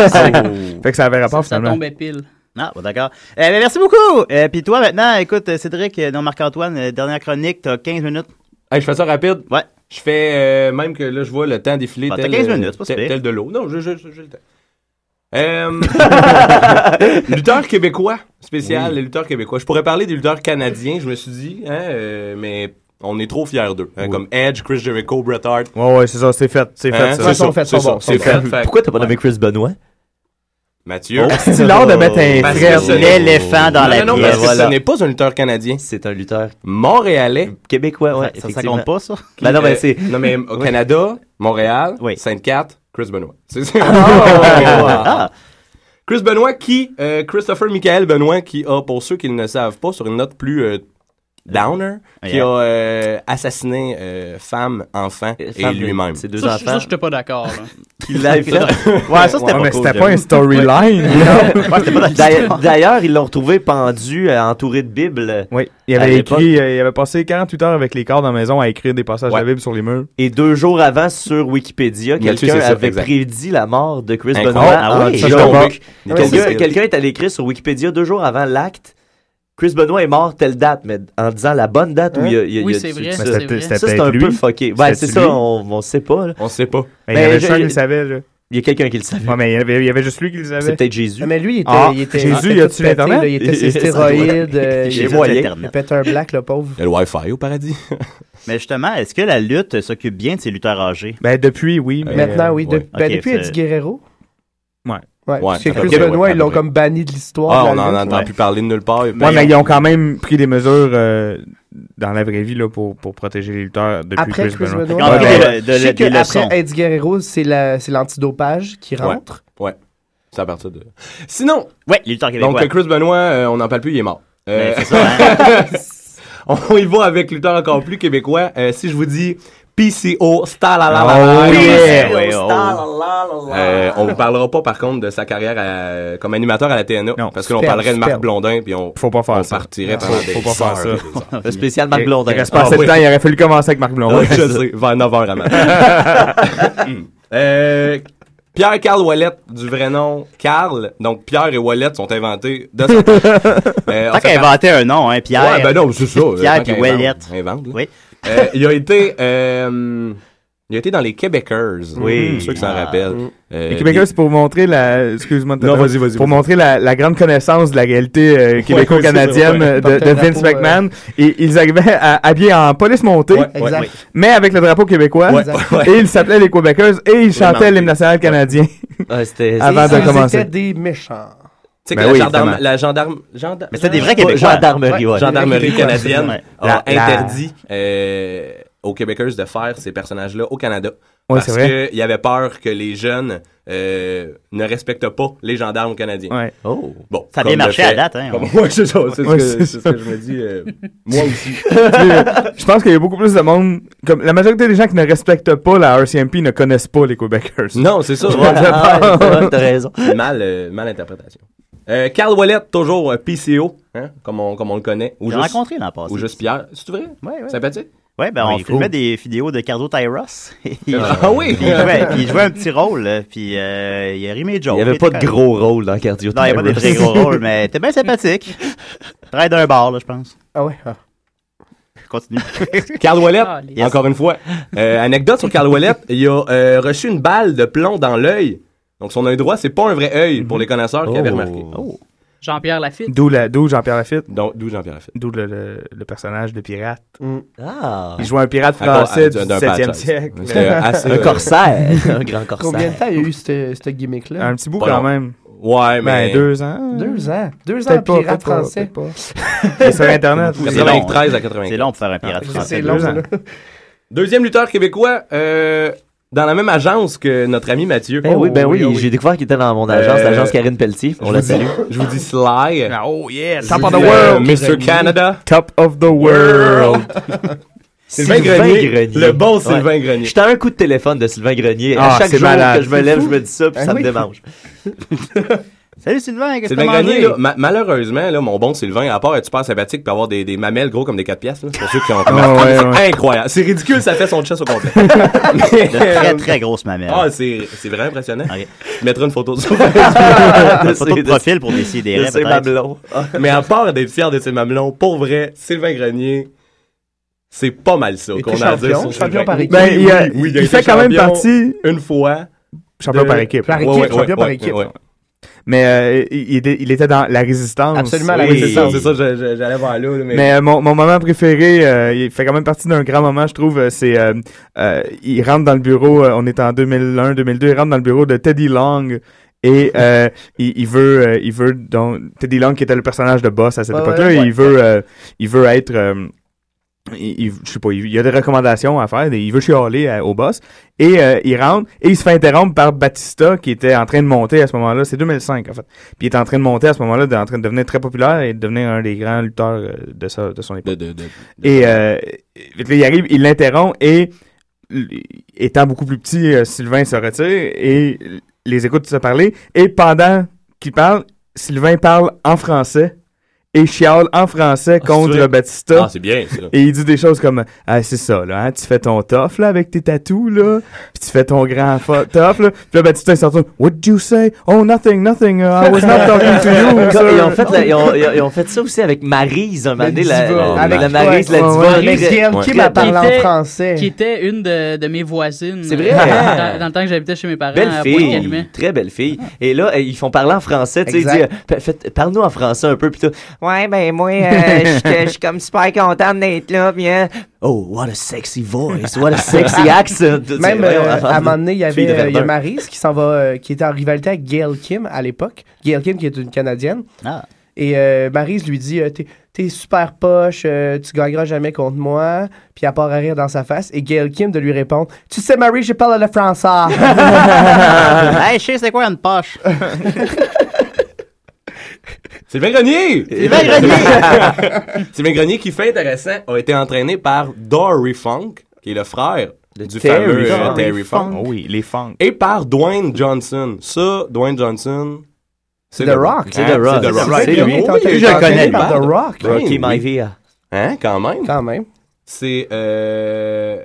Speaker 9: que ça avait rapport
Speaker 12: ça
Speaker 9: finalement.
Speaker 12: tombait pile.
Speaker 6: Ah, bon, d'accord. Eh ben, merci beaucoup. Et Puis toi, maintenant, écoute, euh, Cédric, euh, non, Marc-Antoine, euh, dernière chronique, t'as 15 minutes.
Speaker 11: Hey, je fais ça rapide.
Speaker 6: Ouais.
Speaker 11: Je fais euh, même que là, je vois le temps défiler.
Speaker 6: Bah, t'as
Speaker 11: tel,
Speaker 6: 15
Speaker 11: euh,
Speaker 6: minutes, c'est pas si
Speaker 11: tel-
Speaker 6: pire.
Speaker 11: tel de l'eau. Non, j'ai j'ai- j'ai le temps. Euh, lutteur Euh, québécois spécial,
Speaker 14: Oui.
Speaker 11: les lutteurs québécois. Je pourrais parler des lutteurs canadiens, je me suis dit, hein, euh, mais on est trop fiers d'eux. hein, Comme Edge, Chris Jericho, Bret Hart.
Speaker 9: [LAUGHS] Ouais, ouais, c'est ça, c'est fait. C'est
Speaker 11: Hein?
Speaker 9: fait,
Speaker 11: C'est
Speaker 9: ça.
Speaker 11: ça, c'est ça, c'est fait. Fait que-
Speaker 8: Pourquoi t'as pas nommé Chris Benoit?
Speaker 11: Mathieu.
Speaker 8: Oh,
Speaker 9: c'est l'art de mettre un
Speaker 11: Parce que
Speaker 9: fret,
Speaker 11: ce n'est-
Speaker 6: l'éléphant dans
Speaker 11: Non,
Speaker 6: la
Speaker 11: Non, non,
Speaker 6: pièce.
Speaker 11: parce que
Speaker 6: Voilà.
Speaker 11: ce n'est pas un lutteur canadien.
Speaker 8: C'est un lutteur.
Speaker 11: Montréalais.
Speaker 8: Québécois, ouais.
Speaker 6: Ça, ça
Speaker 8: effectivement.
Speaker 6: compte pas, ça?
Speaker 8: Ben non, ben
Speaker 11: Euh,
Speaker 8: c'est.
Speaker 11: Non, mais au Canada, Montréal, Sainte-Cat, Chris Benoit. C'est c'est- [LAUGHS]
Speaker 6: Ah!
Speaker 11: Chris Benoit qui, euh, Christopher Michael Benoit qui a, pour ceux qui ne le savent pas, sur une note plus euh, downer, qui
Speaker 6: Yeah.
Speaker 11: a euh, assassiné euh, femme, enfant et,
Speaker 8: Euh, femme,
Speaker 11: lui-même.
Speaker 8: ses deux
Speaker 12: Ça, je- ça, j'étais
Speaker 8: [LAUGHS]
Speaker 12: pas d'accord. là.
Speaker 8: Il
Speaker 12: [LAUGHS]
Speaker 8: l'a fait.
Speaker 6: Ouais, ça, c'était pas
Speaker 9: Ouais, mais
Speaker 6: cool,
Speaker 9: c'était
Speaker 6: j'avoue.
Speaker 9: pas un storyline.
Speaker 6: Ouais, c'était pas
Speaker 9: [LAUGHS]
Speaker 6: dans le
Speaker 8: D'ailleurs- D'ailleurs, ils l'ont retrouvé pendu, euh, entouré de bibles.
Speaker 9: Oui, Il
Speaker 8: À
Speaker 9: avait
Speaker 8: l'époque.
Speaker 9: écrit, euh, il avait passé 48 heures avec les corps dans la maison à écrire des passages
Speaker 8: Ouais.
Speaker 9: de la Bible sur les murs.
Speaker 8: Et deux jours avant, sur Wikipédia,
Speaker 11: Là-dessus,
Speaker 8: quelqu'un
Speaker 11: c'est ça,
Speaker 8: avait
Speaker 11: exact.
Speaker 8: prédit la mort de Chris
Speaker 11: Incroyable.
Speaker 8: Benoit
Speaker 11: Ah
Speaker 8: en
Speaker 11: oui,
Speaker 8: joke.
Speaker 11: je comprends.
Speaker 8: Quelqu'un-
Speaker 11: Quelqu'un-
Speaker 8: Quelqu'un est allé écrire sur Wikipédia deux jours avant l'acte. Chris Benoit est mort telle date, mais en disant la bonne date où il y a. il y a-
Speaker 12: Oui,
Speaker 8: il y a-
Speaker 12: c'est
Speaker 8: tu-
Speaker 12: vrai,
Speaker 8: ça,
Speaker 12: c'est
Speaker 8: c'était-
Speaker 12: vrai.
Speaker 8: Ça,
Speaker 9: C'était
Speaker 8: c'est un
Speaker 9: lui.
Speaker 8: peu fucké. Ouais,
Speaker 9: C'était
Speaker 8: c'est ça,
Speaker 9: lui.
Speaker 8: on, on sait pas. là.
Speaker 11: On sait pas.
Speaker 9: Mais il y avait
Speaker 8: je-
Speaker 9: juste un qui
Speaker 8: Oh. il-
Speaker 9: le savait, là.
Speaker 8: il y a quelqu'un qui le savait.
Speaker 9: Ouais, mais il y avait, il y avait juste lui qui le savait.
Speaker 8: C'est peut-être Jésus.
Speaker 10: Mais lui, il était.
Speaker 9: Ah,
Speaker 10: il était
Speaker 9: Jésus,
Speaker 10: il
Speaker 9: y
Speaker 10: était
Speaker 9: a-tu
Speaker 10: tout pété,
Speaker 9: l'Internet?
Speaker 10: là, Il était ses
Speaker 8: Ça
Speaker 10: stéroïdes.
Speaker 8: doit-
Speaker 10: euh,
Speaker 6: J'ai
Speaker 10: il était-
Speaker 6: moyen.
Speaker 10: Il pétait un black, le pauvre.
Speaker 11: Il y a le Wi-Fi au paradis.
Speaker 6: Mais justement, est-ce que la lutte s'occupe bien de ces lutteurs âgés?
Speaker 9: Ben, depuis, oui. mais-
Speaker 10: Maintenant, oui. de-
Speaker 11: ouais.
Speaker 10: ben,
Speaker 6: Ok,
Speaker 10: Depuis
Speaker 6: c'est-
Speaker 10: Eddie Guerrero.
Speaker 9: Ouais.
Speaker 10: Ouais.
Speaker 11: Ouais,
Speaker 10: Parce que
Speaker 11: à peu
Speaker 10: Chris
Speaker 11: près, ouais,
Speaker 10: Benoit,
Speaker 11: à
Speaker 10: ils
Speaker 11: peu
Speaker 10: l'ont
Speaker 11: près.
Speaker 10: comme banni de l'histoire.
Speaker 11: Ah,
Speaker 10: de
Speaker 11: on
Speaker 10: la
Speaker 11: en
Speaker 10: lutte.
Speaker 11: entend
Speaker 6: ouais.
Speaker 11: plus parler de nulle part.
Speaker 9: Ouais, mais ils ont quand même pris des mesures euh, dans la vraie vie là, pour, pour protéger les lutteurs depuis
Speaker 10: Après Chris Benoit.
Speaker 6: Ils ont
Speaker 9: Ouais,
Speaker 6: pris
Speaker 9: ben,
Speaker 11: euh,
Speaker 6: le- de-
Speaker 10: Je sais
Speaker 6: des
Speaker 10: que
Speaker 6: leçons.
Speaker 10: après Eddie Guerrero, c'est la- c'est l'antidopage qui
Speaker 11: Ouais.
Speaker 10: rentre.
Speaker 11: Ouais. C'est à partir de. Sinon,
Speaker 6: Ouais, les lutteurs québécois.
Speaker 11: [LAUGHS] donc Chris Benoit, euh, on n'en parle plus, il est mort. Euh,
Speaker 6: Ben, c'est ça, hein?
Speaker 11: [LAUGHS] On y va avec lutteur encore plus québécois. Euh, si je vous dis PCO,
Speaker 8: Oh,
Speaker 11: stalalala.
Speaker 8: yeah, ouais, oh.
Speaker 11: Euh, on ne parlera pas, par contre, de sa carrière à- comme animateur à la TNA. parce que l'on
Speaker 8: superbe,
Speaker 11: parlerait de Marc
Speaker 8: superbe.
Speaker 11: Blondin, puis on, faut pas faire on partirait pendant des
Speaker 9: Faut pas faire
Speaker 11: heures,
Speaker 9: ça.
Speaker 11: des [LAUGHS] heures.
Speaker 8: Le spécial Marc Blondin.
Speaker 9: Il reste
Speaker 11: Ah,
Speaker 9: pas assez de temps, il aurait fallu commencer avec Marc Blondin.
Speaker 11: Ouais, Ah,
Speaker 9: [LAUGHS]
Speaker 11: je sais, vers 9h
Speaker 6: [LAUGHS]
Speaker 11: à matin. Hmm. Euh, Pierre Carl Wallet, du vrai nom Carl. Donc Pierre et Wallet sont inventés de
Speaker 6: Tant qu'à inventer un nom, hein, [LAUGHS] Pierre.
Speaker 11: Ouais, ben non, c'est ça.
Speaker 6: [LAUGHS] Pierre
Speaker 11: Tant
Speaker 6: puis
Speaker 11: qu'à
Speaker 6: Wallet.
Speaker 11: invente, invente, là.
Speaker 6: Oui.
Speaker 11: Euh, il
Speaker 6: [LAUGHS]
Speaker 11: a été euh, il a été dans les Québécois.
Speaker 9: Oui.
Speaker 11: Je suis sûr que ça
Speaker 6: Ah.
Speaker 11: en
Speaker 6: Mm.
Speaker 11: rappelle. Euh,
Speaker 9: Les Québécois, c'est pour montrer la. Excuse-moi de
Speaker 11: Non,
Speaker 9: t'interrompre.
Speaker 11: vas-y, vas-y,
Speaker 9: Pour
Speaker 11: vas-y.
Speaker 9: montrer la, la grande connaissance de la réalité euh, québéco-canadienne
Speaker 11: ouais, c'est
Speaker 9: de,
Speaker 11: vrai, ouais.
Speaker 9: de Vince
Speaker 11: Porte-drapeau,
Speaker 10: euh,
Speaker 9: McMahon. Et ils arrivaient à, habillés en police montée,
Speaker 11: Ouais, exact. ouais.
Speaker 9: mais avec le drapeau québécois.
Speaker 11: Ouais, ouais.
Speaker 9: Et ils s'appelaient les Québécois et ils chantaient
Speaker 11: manqué.
Speaker 9: l'hymne national canadien [LAUGHS]
Speaker 8: Ouais, Ah, c'était-
Speaker 9: avant de
Speaker 10: Ils
Speaker 9: commencer.
Speaker 10: étaient des méchants.
Speaker 11: Tu sais que
Speaker 9: Ben
Speaker 11: la,
Speaker 9: oui,
Speaker 11: gendarme,
Speaker 9: évidemment.
Speaker 11: la gendarme, gendarme-
Speaker 9: Mais c'était des vrais
Speaker 11: pas-
Speaker 9: Québécois.
Speaker 11: Gendarmerie,
Speaker 9: Ouais,
Speaker 11: ouais.
Speaker 9: des vrais
Speaker 11: Gendarmerie
Speaker 9: Québécois.
Speaker 11: canadienne
Speaker 9: Ouais.
Speaker 11: a
Speaker 9: La- la-
Speaker 11: interdit euh, aux Québécois de faire ces personnages-là au Canada.
Speaker 9: Ouais,
Speaker 11: parce
Speaker 9: c'est vrai.
Speaker 11: qu'il y avait peur que les jeunes euh, ne respectent pas les gendarmes canadiens.
Speaker 9: Ouais.
Speaker 11: Oh. Bon,
Speaker 6: Ça a
Speaker 11: comme
Speaker 6: bien
Speaker 11: le
Speaker 6: marché
Speaker 11: fait-
Speaker 6: à date, hein.
Speaker 11: Comme- Ouais, [LAUGHS] c'est ça. C'est ce
Speaker 9: Ouais,
Speaker 11: que-
Speaker 9: c'est
Speaker 11: c'est ce que je me dis. euh, moi aussi.
Speaker 9: [LAUGHS] Tu sais, Je pense qu'il y a beaucoup plus de monde. Comme la majorité des gens qui ne respectent pas la RCMP ne connaissent pas les Québécois.
Speaker 11: Non,
Speaker 9: [LAUGHS]
Speaker 11: c'est [LAUGHS] ça.
Speaker 9: Je
Speaker 11: Ah,
Speaker 9: pense.
Speaker 11: ouais, [LAUGHS] Mal, euh, mal interprétation. Euh, Carl Wallet, toujours euh, PCO, hein, comme, on, comme on le connaît. Ou
Speaker 6: J'ai
Speaker 11: juste-
Speaker 6: rencontré l'an passé.
Speaker 11: Ou juste Pierre. C'est vrai?
Speaker 6: Ouais, ouais.
Speaker 11: Sympathique?
Speaker 6: Ouais, ben
Speaker 11: Ouais,
Speaker 6: on
Speaker 11: Ah, il est
Speaker 6: filmait
Speaker 11: cool.
Speaker 6: des vidéos de Cardo Tyros. [LAUGHS] Il-
Speaker 11: Ah oui?
Speaker 6: Puis il jouait, puis il jouait un petit rôle, là, puis euh, il a rimé Joe.
Speaker 8: Il n'y avait pas de gros rôle dans Cardio
Speaker 6: Non, il n'y avait pas de très gros rôle, mais t'es bien sympathique. Travaille d'un bar, là, je pense.
Speaker 10: Ah ouais?
Speaker 6: Continue.
Speaker 11: [LAUGHS] Carl Wallet,
Speaker 6: Yes.
Speaker 11: encore une fois. Euh, anecdote sur Carl Wallet, il a euh, reçu une balle de plomb dans l'œil. Donc son œil droit, c'est pas un vrai œil pour les connaisseurs qui avaient
Speaker 9: Oh.
Speaker 11: remarqué.
Speaker 12: Jean-Pierre Lafitte.
Speaker 9: D'où la- d'où Jean-Pierre Lafitte.
Speaker 11: D'où Jean-Pierre Lafitte.
Speaker 9: D'où le, le- le personnage de pirate.
Speaker 10: Mm.
Speaker 8: Ah.
Speaker 9: Il jouait un pirate
Speaker 11: À cause-
Speaker 9: français
Speaker 11: à-
Speaker 9: du
Speaker 11: d'un- d'un patch,
Speaker 9: 17e
Speaker 11: ouais.
Speaker 9: siècle. [LAUGHS]
Speaker 11: C'était assez, euh,
Speaker 10: Combien de temps il y a eu ce ce gimmick-là?
Speaker 9: Un petit bout Pas quand long. même.
Speaker 11: Ouais,
Speaker 9: Ben,
Speaker 11: mais.
Speaker 9: deux ans.
Speaker 10: Deux ans. Deux ans,
Speaker 9: Peut-être pas,
Speaker 10: pirate
Speaker 9: peut-être pas,
Speaker 10: français. [LAUGHS]
Speaker 9: Et sur
Speaker 11: [LAUGHS]
Speaker 9: Internet.
Speaker 11: C'est 93 à 94.
Speaker 6: C'est long pour faire un pirate français.
Speaker 10: C'est long, là.
Speaker 11: Deuxième lutteur québécois, euh, dans la même agence que notre ami Mathieu. Oh,
Speaker 8: Ben oui, ben oui, j'ai découvert qu'il était dans mon agence,
Speaker 11: Euh,
Speaker 8: l'agence Karine Pelletier. On
Speaker 11: je
Speaker 8: l'a
Speaker 11: vous dis-
Speaker 8: salué.
Speaker 11: Je vous dis Sly.
Speaker 6: Ah,
Speaker 9: Oh yeah,
Speaker 11: Je
Speaker 9: top
Speaker 11: vous
Speaker 9: of
Speaker 11: dis,
Speaker 9: the
Speaker 11: euh,
Speaker 9: world.
Speaker 11: Mr. Canada.
Speaker 9: Top of the world. [LAUGHS]
Speaker 11: Sylvain Grenier, le bon Sylvain Grenier.
Speaker 8: J'étais à un coup de téléphone de Sylvain Grenier.
Speaker 11: Ah,
Speaker 8: à chaque
Speaker 11: c'est
Speaker 8: jour
Speaker 11: malade.
Speaker 8: que je me lève,
Speaker 11: C'est
Speaker 8: je me dis ça, puis
Speaker 9: [LAUGHS]
Speaker 11: fou.
Speaker 8: ça me
Speaker 11: Ben oui.
Speaker 8: démange.
Speaker 6: Salut Sylvain, qu'est-ce que
Speaker 11: Sylvain
Speaker 6: t'as
Speaker 11: Grenier,
Speaker 6: mangé?
Speaker 11: là, ma- malheureusement, là, mon bon Sylvain, à part être super sympathique, peut avoir des, des mamelles gros comme des 4 piastres. là, C'est pour ceux qui ont
Speaker 9: Ah, ouais, ouais.
Speaker 11: incroyable. C'est ridicule, ça fait son chest
Speaker 9: [LAUGHS]
Speaker 11: au complet.
Speaker 6: De très, très grosses mamelles.
Speaker 11: Ah, c'est c'est vraiment impressionnant. Je mettrai une photo
Speaker 6: [LAUGHS]
Speaker 11: sur
Speaker 6: Une photo de profil pour décider,
Speaker 11: De ses
Speaker 6: peut-être.
Speaker 11: mamelons. Ah. Mais à part d'être fier de ses mamelons, pour vrai, Sylvain Grenier, c'est pas mal ça qu'on a à dire.
Speaker 10: champion,
Speaker 11: sur
Speaker 10: champion
Speaker 11: Sylvain.
Speaker 10: par équipe.
Speaker 9: Ben, il a-
Speaker 11: oui,
Speaker 9: il
Speaker 11: été
Speaker 9: fait quand même
Speaker 11: champion
Speaker 9: partie-
Speaker 11: Une fois.
Speaker 9: Champion
Speaker 11: de-
Speaker 9: par équipe.
Speaker 11: Ouais, ouais, ouais, ouais, ouais.
Speaker 9: Mais euh, il, il était- il était dans la résistance.
Speaker 11: Oui, C'est ça, je- je- j'allais voir là. là, Mais,
Speaker 9: Mais euh, mon, mon moment préféré, euh, il fait quand même partie d'un grand moment, je trouve. euh, C'est euh, euh, il rentre dans le bureau. euh, on est en 2001, 2002. Il rentre dans le bureau de Teddy Long et euh, il, il veut, euh, il veut donc Teddy Long qui était le personnage de boss à cette
Speaker 10: Ouais,
Speaker 9: époque-là.
Speaker 10: ouais.
Speaker 9: il veut, euh, il veut être euh, il, il- je sais pas, il, il y a des recommandations à faire, des- il veut chialer à- au boss, et euh, il rentre, et il se fait interrompre par Batista, qui était en train de monter à ce moment-là, c'est 2005 en fait, puis il est en train de monter à ce moment-là, de- en train de devenir très populaire et de devenir un des grands lutteurs euh, de, sa- de son époque. et euh, fait que là, il arrive, il l'interrompt, et l- étant beaucoup plus petit, euh, Sylvain se retire, et l- les écoute se parler, et pendant qu'il parle, Sylvain parle en français, et chiale en français contre
Speaker 11: vrai?
Speaker 9: Batista.
Speaker 11: Ah, c'est bien, ça.
Speaker 9: Et il dit des choses comme ah c'est ça là, hein, tu fais ton tof là avec tes tatous là, puis tu fais ton grand fo- tof là. Puis là ben, Batista il s'en retourne, What did you say? Oh nothing, nothing. uh, I was not talking
Speaker 8: [LAUGHS]
Speaker 9: to you.
Speaker 8: Comme
Speaker 9: sir.
Speaker 8: Ils ont, fait la- ils, ont, ils ont- ils ont fait ça aussi avec Maryse, un moment donné, la,
Speaker 9: diva.
Speaker 8: la-
Speaker 9: Avec-
Speaker 8: la Maryse, la
Speaker 9: ouais,
Speaker 8: diva.
Speaker 9: ouais, ouais.
Speaker 8: qui-
Speaker 9: Maryse Guillaume
Speaker 8: Ouais.
Speaker 9: qui m'a parlé en
Speaker 12: était-
Speaker 10: français.
Speaker 12: Qui était une de, de mes voisines. euh,
Speaker 8: C'est vrai?
Speaker 12: Dans, dans le temps que j'habitais chez mes parents.
Speaker 8: Belle
Speaker 12: à
Speaker 14: euh,
Speaker 8: fille,
Speaker 12: Pointe-Calumet.
Speaker 8: très belle fille.
Speaker 14: Ah.
Speaker 8: Et là, euh, ils font parler en français, tu sais, ils
Speaker 12: Exact.
Speaker 8: disent, euh, Faites- parle-nous en français un peu, puis tout.
Speaker 14: Ouais, ben moi, euh, je je suis comme super content d'être là, puis euh,
Speaker 8: Oh, what a sexy voice, what a
Speaker 14: [LAUGHS]
Speaker 10: [LAUGHS]
Speaker 8: sexy accent. Tu sais,
Speaker 10: Même
Speaker 8: voyons,
Speaker 10: euh,
Speaker 8: avant
Speaker 10: à un
Speaker 8: de-
Speaker 10: moment donné, il y
Speaker 8: Fille
Speaker 10: avait
Speaker 8: de
Speaker 10: euh, il y a
Speaker 8: Verdun. [LAUGHS]
Speaker 10: Maryse qui s'en va, euh, qui était en rivalité avec Gail Kim à l'époque. Gail Kim qui est une Canadienne.
Speaker 6: Ah.
Speaker 10: Et euh, Maryse lui dit euh, T'es- T'es super poche, euh, tu gagneras jamais contre moi. Puis elle part à rire dans sa face. Et Gail Kim de lui répondre Tu sais, Marie, je parle le [LAUGHS] français. [LAUGHS]
Speaker 6: hey, je sais c'est quoi une poche?
Speaker 11: Sylvain Grenier!
Speaker 1: Sylvain Grenier!
Speaker 11: [LAUGHS] Sylvain Grenier, qui fait intéressant, a été entraîné par Dory Funk, qui est le frère du
Speaker 9: Terry
Speaker 11: fameux euh,
Speaker 9: Funk.
Speaker 11: Terry Funk.
Speaker 9: Oh oui, les funk.
Speaker 11: Et par Dwayne Johnson. Ça, Dwayne Johnson.
Speaker 9: The
Speaker 11: le-
Speaker 9: Rock.
Speaker 11: Hein,
Speaker 9: C'est The Rock.
Speaker 11: C'est The
Speaker 9: C'est
Speaker 11: Rock.
Speaker 9: vrai, lui, il est entraîné-
Speaker 11: je le
Speaker 9: entraîné
Speaker 11: connais,
Speaker 9: par
Speaker 11: le
Speaker 9: The
Speaker 11: band.
Speaker 9: Rock.
Speaker 11: Ben
Speaker 9: Rocky
Speaker 11: oui.
Speaker 9: Maivia.
Speaker 11: Hein, quand même.
Speaker 10: Quand même.
Speaker 11: C'est. euh,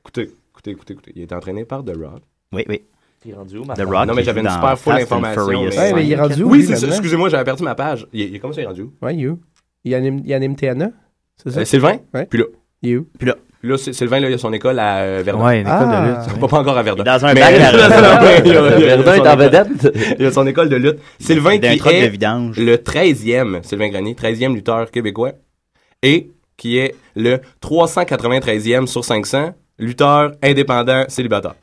Speaker 11: Écoutez, écoutez, écoutez, écoutez. Il est entraîné par The Rock.
Speaker 6: Oui, oui.
Speaker 8: T'es rendu où,
Speaker 11: The Rock. Non, mais j'avais une super full information.
Speaker 10: Ouais, mais il est rendu où,
Speaker 11: Oui,
Speaker 10: lui,
Speaker 11: c'est ça.
Speaker 10: maintenant?
Speaker 11: Excusez-moi, j'avais perdu ma page. Il est, il est comme ça, il est rendu où?
Speaker 10: Ouais, you. Il anime, il anime TNA. C'est ça?
Speaker 11: Euh, Sylvain?
Speaker 10: Ouais.
Speaker 11: Puis là.
Speaker 10: You.
Speaker 11: Puis là. Là, Sy- Sylvain, là, il a son école à euh, Verdun.
Speaker 10: Ouais, une école de Ah. lutte,
Speaker 11: Pas, pas encore à Verdun.
Speaker 6: Dans un
Speaker 11: Mais- [LAUGHS]
Speaker 6: bac à
Speaker 11: Dans un bac, il y a- il y a-
Speaker 8: Verdun
Speaker 11: il y a
Speaker 8: est en
Speaker 11: son école-
Speaker 8: vedette.
Speaker 11: Il y a son école de lutte. Sylvain
Speaker 6: D'un
Speaker 11: qui
Speaker 6: troc de
Speaker 11: est
Speaker 6: vidange.
Speaker 11: le 13e, Sylvain Grenier, 13e lutteur québécois. Et qui est le 393e sur 500 lutteur indépendant célibataire.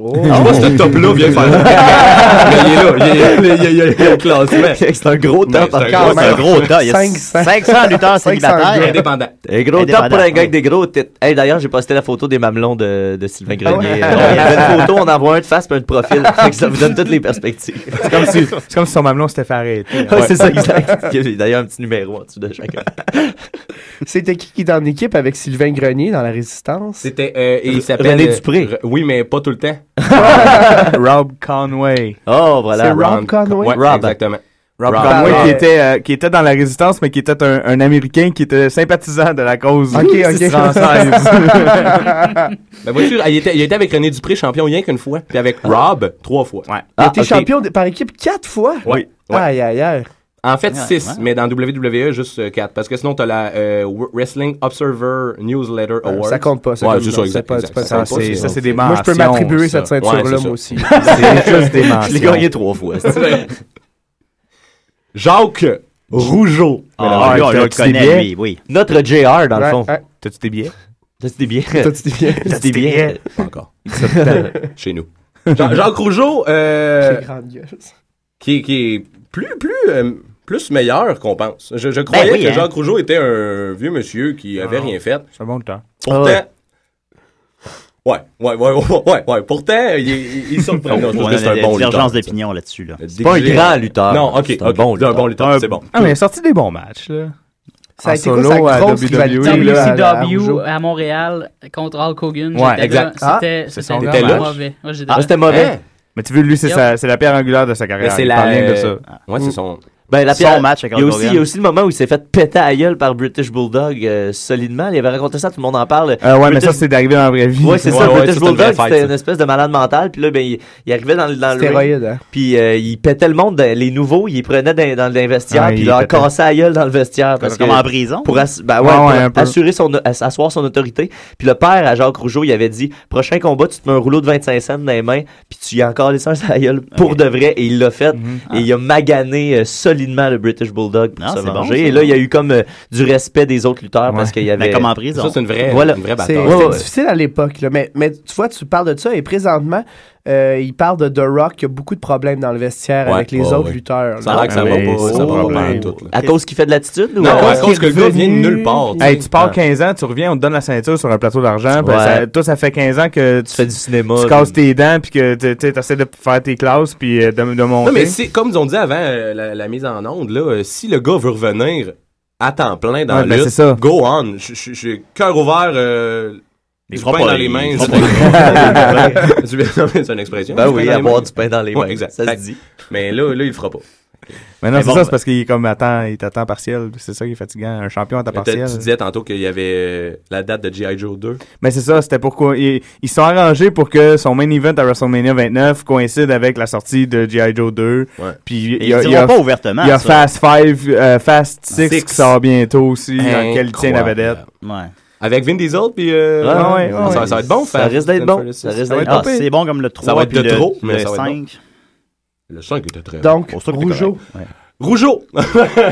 Speaker 10: Oh.
Speaker 11: Je sais pas si ce top-là
Speaker 10: [LAUGHS]
Speaker 11: vient faire. Mais il est là, il est- il est- il est- il est- il est au
Speaker 10: [LAUGHS]
Speaker 11: classement.
Speaker 8: C'est un gros top.
Speaker 11: Mais c'est un gros- c'est un gros top. Il y a 500. 500 lutteurs célibataires. Indépendant.
Speaker 8: Un gros
Speaker 11: Indépendant.
Speaker 8: top pour un gars avec des gros têtes. Hey, D'ailleurs, j'ai posté la photo des mamelons de, de Sylvain Grenier.
Speaker 9: Ah ouais?
Speaker 8: Euh, Il y avait une photo, on en voit un de face, puis un de
Speaker 9: [LAUGHS]
Speaker 8: profil. Fait que ça vous donne toutes les perspectives.
Speaker 9: C'est comme, si, c'est comme si son mamelon s'était fait
Speaker 10: hein.
Speaker 9: arrêter.
Speaker 11: [LAUGHS]
Speaker 8: Ouais, C'est ça,
Speaker 10: [LAUGHS]
Speaker 8: exact. Il y a D'ailleurs, un petit numéro en dessous de
Speaker 9: [LAUGHS]
Speaker 8: chacun.
Speaker 10: C'était qui qui était en équipe avec Sylvain Grenier dans la Résistance?
Speaker 11: C'était. euh, il
Speaker 10: René [LAUGHS]
Speaker 11: s'appelle.
Speaker 10: Dupré.
Speaker 11: Re- Oui, mais pas tout le
Speaker 10: [LAUGHS]
Speaker 11: temps.
Speaker 9: Rob Conway.
Speaker 8: Oh,
Speaker 10: voilà. C'est Rob Conway?
Speaker 11: Ah, Ouais,
Speaker 10: Rob.
Speaker 11: Exactement.
Speaker 9: Rob Conway qui était, euh, qui était dans la résistance, mais qui était un, un Américain qui était sympathisant de la cause
Speaker 10: Ah, Ok,
Speaker 9: [LAUGHS]
Speaker 10: ok. [LAUGHS]
Speaker 9: française.
Speaker 11: [LAUGHS] Ben, vois-tu, il était, il était avec René Dupré, champion rien qu'une fois. Puis
Speaker 9: Ah.
Speaker 11: avec Rob, trois fois. Ah, Ouais.
Speaker 10: Il a été champion de- par équipe quatre fois?
Speaker 11: Oui.
Speaker 10: Aïe, aïe, aïe.
Speaker 11: En fait,
Speaker 10: Ouais,
Speaker 11: 6,
Speaker 10: ouais.
Speaker 11: mais dans WWE, juste 4. Parce que sinon, t'as la euh, Wo- Wrestling Observer Newsletter
Speaker 10: Ouais,
Speaker 11: Award.
Speaker 10: Euh, ça compte pas, ça,
Speaker 11: Ouais,
Speaker 10: comme-
Speaker 11: c'est
Speaker 10: non,
Speaker 11: ça,
Speaker 10: c'est
Speaker 11: exact.
Speaker 10: pas-
Speaker 11: exact.
Speaker 10: c'est pas-
Speaker 11: Ça,
Speaker 10: ça, c'est-
Speaker 11: ça.
Speaker 10: ça, c'est des Moi, je peux mentions, m'attribuer ça. cette ceinture-là,
Speaker 11: Ouais, [LAUGHS] c'est
Speaker 10: moi
Speaker 11: ça.
Speaker 10: aussi. C'est juste des
Speaker 11: Je l'ai
Speaker 10: mentions.
Speaker 11: gagné trois fois. c'est- Jacques Rougeau.
Speaker 8: Ah,
Speaker 11: Mais là,
Speaker 8: lui, on
Speaker 11: t'as-
Speaker 8: le
Speaker 11: tu
Speaker 8: connaît,
Speaker 11: des billets?
Speaker 8: lui, oui. Notre JR, dans le fond.
Speaker 9: T'as-tu tes billets?
Speaker 8: T'as-tu des billets?
Speaker 11: T'as-tu des billets?
Speaker 8: T'as-tu des billets?
Speaker 11: Pas encore. Chez nous. Jean- Jacques Rougeau, euh,
Speaker 10: Quelle grande gueule.
Speaker 11: qui, qui est plus, plus, euh, plus meilleur qu'on pense. Je, je croyais
Speaker 9: oui,
Speaker 11: que
Speaker 9: hein.
Speaker 11: Jacques Rougeau était un vieux monsieur
Speaker 9: Ah
Speaker 11: qui avait rien fait.
Speaker 9: C'est un bon temps.
Speaker 6: Ah
Speaker 11: Pourtant. Ouais, ouais, ouais, [LAUGHS] ouais, ouais, ouais. Pourtant, il, il, il surprend.
Speaker 9: Ah,
Speaker 11: Non, je
Speaker 6: on
Speaker 11: trouve
Speaker 6: a
Speaker 11: que c'est un
Speaker 6: des
Speaker 11: bon
Speaker 6: divergences
Speaker 11: lutteur.
Speaker 6: d'opinion là-dessus. Là.
Speaker 11: C'est pas un grand lutteur. Non, ok, ok, c'est un bon lutteur, c'est bon.
Speaker 9: Ah, mais il a sorti des bons matchs, là.
Speaker 10: Ça a
Speaker 9: En
Speaker 10: été quoi, sa
Speaker 9: à
Speaker 10: grosse
Speaker 9: WWE,
Speaker 10: rivalité,
Speaker 9: là, à- à
Speaker 12: WCW
Speaker 9: Rougeau.
Speaker 12: E, à Montréal contre Hulk Hogan.
Speaker 9: Ouais,
Speaker 12: euh, j'étais
Speaker 9: exact.
Speaker 12: là.
Speaker 9: Ah,
Speaker 12: C'était
Speaker 9: c'est
Speaker 12: c'était
Speaker 9: son grand match.
Speaker 12: mauvais. Moi, j'ai
Speaker 9: Ah,
Speaker 12: des-
Speaker 9: c'était mauvais.
Speaker 12: Hein?
Speaker 9: Mais tu veux, lui, c'est
Speaker 12: Yep.
Speaker 9: sa- c'est la pierre angulaire de sa carrière.
Speaker 11: Mais c'est
Speaker 9: Il
Speaker 11: la-
Speaker 9: parle
Speaker 8: euh,
Speaker 9: bien de ça.
Speaker 8: ah,
Speaker 11: Ouais, c'est son.
Speaker 8: Ben, la
Speaker 11: Son
Speaker 8: pierre-
Speaker 11: match avec
Speaker 8: il y, a
Speaker 11: Hulk
Speaker 8: aussi,
Speaker 11: Hogan.
Speaker 8: il y a aussi le moment où il s'est fait péter à gueule par British Bulldog euh, solidement. Il avait raconté ça, tout le monde en parle.
Speaker 9: Euh, ouais, mais
Speaker 8: British-
Speaker 9: ça, c'est d'arriver dans la vraie vie.
Speaker 8: Ouais, c'est
Speaker 9: Ouais,
Speaker 8: ça.
Speaker 9: ouais,
Speaker 8: British
Speaker 9: ça, c'est une
Speaker 8: Bulldog,
Speaker 9: vraie fight,
Speaker 8: c'était
Speaker 9: ça.
Speaker 8: une espèce de malade mental. Puis là, ben, il, il arrivait dans, le- dans le
Speaker 10: Stéroïde,
Speaker 8: ring.
Speaker 10: hein.
Speaker 8: Puis euh, il pétait le monde, dans- les nouveaux, il les prenait dans, dans le vestiaire,
Speaker 6: Ah,
Speaker 8: puis
Speaker 6: il
Speaker 8: il leur
Speaker 6: pétait.
Speaker 8: cassait à gueule dans le vestiaire. Parce
Speaker 6: Comme
Speaker 8: que-
Speaker 6: en prison?
Speaker 8: Pour, ass- ben ouais,
Speaker 6: Ouais,
Speaker 8: pour
Speaker 6: ouais, un peu.
Speaker 8: assurer son, ass- asseoir son autorité. Puis le père, à Jacques Rougeau, il avait dit Prochain combat, tu te mets un rouleau de 25 cents dans les mains, puis tu y as encore les sens à la gueule pour de vrai. Et il l'a fait.
Speaker 9: Mm-hmm.
Speaker 8: Et il a magané euh, solidement le British Bulldog pour
Speaker 6: Non,
Speaker 8: se
Speaker 6: Ah, c'est bon,
Speaker 8: venger.
Speaker 6: ça.
Speaker 8: et là, il y a eu comme euh, du respect des autres lutteurs parce qu'il y avait.
Speaker 6: Mais comme en prison. Ça, c'est une vraie-
Speaker 8: voilà.
Speaker 6: une vraie
Speaker 10: C'est
Speaker 8: Ouais,
Speaker 10: c'était
Speaker 8: ouais.
Speaker 10: difficile à l'époque, là, mais, mais tu vois, tu parles de ça et présentement, euh, il parle de The Rock qui a beaucoup de problèmes dans le vestiaire
Speaker 11: Ouais,
Speaker 10: avec les
Speaker 11: ouais,
Speaker 10: autres
Speaker 11: ouais.
Speaker 10: lutteurs.
Speaker 11: Ça a
Speaker 10: là.
Speaker 11: l'air
Speaker 9: Ah
Speaker 11: que ça va pas, ça va pas mal tout. là.
Speaker 8: À cause qu'il fait de l'attitude ou
Speaker 11: Non,
Speaker 8: à
Speaker 11: à
Speaker 8: cause
Speaker 11: cause que le
Speaker 8: qu'il
Speaker 11: gars
Speaker 8: est
Speaker 11: vient de
Speaker 8: revenu?
Speaker 11: nulle part. tu sais. Ah.
Speaker 9: Hey, tu pars 15 ans, tu reviens, on te donne la ceinture sur un plateau d'argent. puis
Speaker 8: Ouais.
Speaker 9: ça- Toi, ça fait 15 ans que tu
Speaker 8: fais du cinéma.
Speaker 9: Tu casses tes dents, puis que tu tu sais, t'essaies de faire tes classes, puis euh, de, de monter.
Speaker 11: Non, mais c'est comme ils ont dit avant euh, la, la mise en onde, là, euh, si le gars veut revenir à temps plein dans
Speaker 9: Ouais,
Speaker 11: le
Speaker 9: ben, c'est ça.
Speaker 11: go on. Je- je- J'ai cœur ouvert, euh, du
Speaker 6: fera
Speaker 11: pain
Speaker 6: pas,
Speaker 11: dans
Speaker 6: il-
Speaker 11: les mains.
Speaker 6: il
Speaker 11: du-
Speaker 6: fera
Speaker 9: [LAUGHS]
Speaker 6: pas.
Speaker 11: Du- non, mais c'est une expression.
Speaker 8: Ben
Speaker 11: du
Speaker 8: oui,
Speaker 11: pain dans les
Speaker 8: avoir
Speaker 11: mains.
Speaker 8: du pain dans les
Speaker 11: Ouais,
Speaker 8: mains,
Speaker 11: exact.
Speaker 8: ça se
Speaker 11: Fait-
Speaker 8: dit.
Speaker 11: Mais là, là, il le fera pas.
Speaker 9: Mais non,
Speaker 11: Mais
Speaker 9: c'est
Speaker 11: bon,
Speaker 9: ça,
Speaker 11: ben-
Speaker 9: c'est parce qu'il est comme attend, il t'attend partiel. C'est ça qui est fatigant, un champion à temps
Speaker 11: Mais t'as-
Speaker 9: partiel.
Speaker 11: Tu disais tantôt qu'il y avait euh, la date de G.I. Joe 2.
Speaker 9: Mais c'est ça, c'était pourquoi ils, ils se sont arrangés pour que son main event à WrestleMania 29 coïncide avec la sortie de G.I. Joe 2. Puis
Speaker 6: Et
Speaker 9: il y a,
Speaker 6: ils
Speaker 9: il y a-
Speaker 6: diront pas ouvertement,
Speaker 9: Il y a
Speaker 6: ça.
Speaker 9: Fast 5, euh, Fast
Speaker 10: Ah,
Speaker 9: 6
Speaker 6: Six.
Speaker 9: qui sort bientôt aussi, dans lequel il tient la
Speaker 11: Incroyable.
Speaker 9: vedette.
Speaker 6: Ouais.
Speaker 11: Avec Vin Diesel, puis. euh,
Speaker 9: Ah ouais, ouais,
Speaker 11: ça,
Speaker 9: ouais.
Speaker 11: ça va être bon,
Speaker 9: Ça
Speaker 11: Fast
Speaker 9: risque d'être
Speaker 11: and
Speaker 9: bon.
Speaker 11: Furious
Speaker 9: Ça
Speaker 11: six.
Speaker 9: risque
Speaker 11: Ça va
Speaker 9: d'être
Speaker 11: être
Speaker 9: bon.
Speaker 11: pas pire.
Speaker 6: C'est bon comme le 3
Speaker 11: Ça va être
Speaker 6: puis
Speaker 11: de
Speaker 6: le-
Speaker 11: trop, mais
Speaker 6: le
Speaker 11: ça va être
Speaker 6: 5.
Speaker 11: Le 5 était très
Speaker 10: Donc,
Speaker 11: bon.
Speaker 10: Rougeau.
Speaker 11: Rougeau!
Speaker 8: Hein?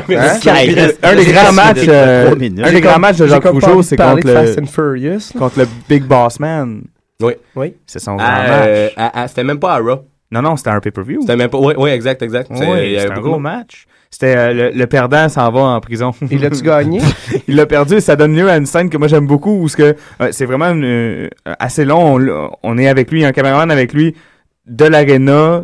Speaker 11: Merci.
Speaker 9: Hey,
Speaker 11: Hey,
Speaker 9: Hein? un des grands matchs, euh, un des grands matchs de
Speaker 10: J'ai
Speaker 9: Jacques
Speaker 10: comme pas
Speaker 9: Rougeau,
Speaker 10: envie de
Speaker 9: c'est
Speaker 10: parler
Speaker 9: contre euh,
Speaker 10: de Fast and
Speaker 9: le,
Speaker 10: Furious, là.
Speaker 9: contre le Big Boss Man.
Speaker 11: Oui.
Speaker 10: Oui.
Speaker 9: C'est son grand
Speaker 11: Ah,
Speaker 9: match.
Speaker 11: euh, à- à- C'était même pas à Raw.
Speaker 9: Non, non, c'était un pay-per-view.
Speaker 11: C'était même pas. Oui, oui, exact, exact.
Speaker 9: Ouais,
Speaker 11: C'est- il y
Speaker 9: C'était
Speaker 11: avait
Speaker 9: un
Speaker 11: beaucoup
Speaker 9: gros
Speaker 11: de-
Speaker 9: match. C'était euh, le, le perdant s'en va en prison.
Speaker 10: [LAUGHS] Il l'a-tu gagné?
Speaker 9: [LAUGHS] Il l'a perdu et ça donne lieu à une scène que moi j'aime beaucoup où ce que euh, c'est vraiment une, euh, assez long. On, l'a- on est avec lui, il y a un caméraman avec lui de l'aréna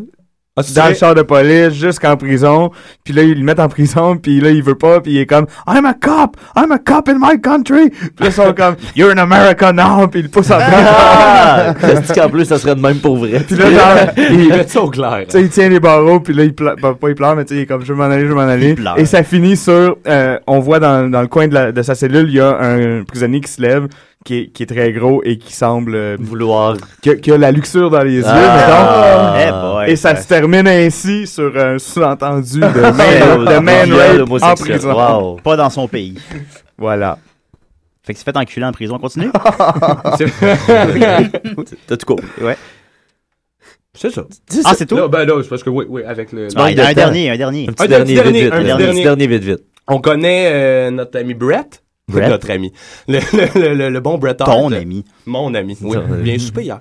Speaker 11: Ah, c'est
Speaker 9: dans
Speaker 11: vrai?
Speaker 9: le char de police jusqu'en prison. Puis là, ils le mettent en prison, [LAUGHS] puis là, il veut pas, puis il est comme I'm a cop, I'm a cop in my country. Puis là, ils sont comme You're in America now, puis il le pousse
Speaker 10: Ah!
Speaker 9: en [LAUGHS] prison.
Speaker 6: Ah.
Speaker 8: Parce Ah, qu'en plus, ça serait de même pour vrai.
Speaker 9: Puis là, genre,
Speaker 8: [LAUGHS]
Speaker 9: il,
Speaker 6: [LAUGHS]
Speaker 11: ça au clair.
Speaker 9: tu sais, il tient les barreaux, puis là, il pleure, bah, pas il pleure, mais tu sais, il est comme je veux m'en aller, je veux m'en aller.
Speaker 11: Il pleure.
Speaker 9: Et ça finit sur, euh, on voit dans, dans le coin de, la- de sa cellule, il y a un prisonnier qui se lève, qui est, qui est très gros et qui semble euh,
Speaker 8: vouloir.
Speaker 9: Qui a, qui a la luxure dans les yeux,
Speaker 6: Ah.
Speaker 9: mettons.
Speaker 6: Eh boy,
Speaker 9: et ça
Speaker 6: ça-
Speaker 9: se termine ainsi sur un
Speaker 6: [LAUGHS]
Speaker 9: sous-entendu de [LAUGHS] man, de man
Speaker 6: Viol
Speaker 9: rape en
Speaker 6: homosexuel.
Speaker 9: prison.
Speaker 6: Wow. Pas dans son pays.
Speaker 9: voilà.
Speaker 6: Fait que c'est fait enculer en prison. On
Speaker 11: [LAUGHS]
Speaker 6: continue?
Speaker 11: C'est-
Speaker 6: [LAUGHS] T'as tout compris. Ouais.
Speaker 11: C'est Ah, ça.
Speaker 6: Ah, c'est tout?
Speaker 11: Là, ben là, c'est parce que oui, oui, avec le.
Speaker 6: Tu manques de Un temps. dernier, un dernier.
Speaker 11: Un petit dernier, vite, vite.
Speaker 8: là.
Speaker 11: Un
Speaker 8: Un
Speaker 11: petit
Speaker 8: petit
Speaker 11: dernier,
Speaker 8: vite, vite.
Speaker 11: On connaît euh, notre ami Brett.
Speaker 8: Brett?
Speaker 11: Notre ami. Le, le- le- le- le bon Brett Hart.
Speaker 8: Ton ami.
Speaker 11: Mon ami, oui.
Speaker 8: Ton ami.
Speaker 11: Bien soupé hier.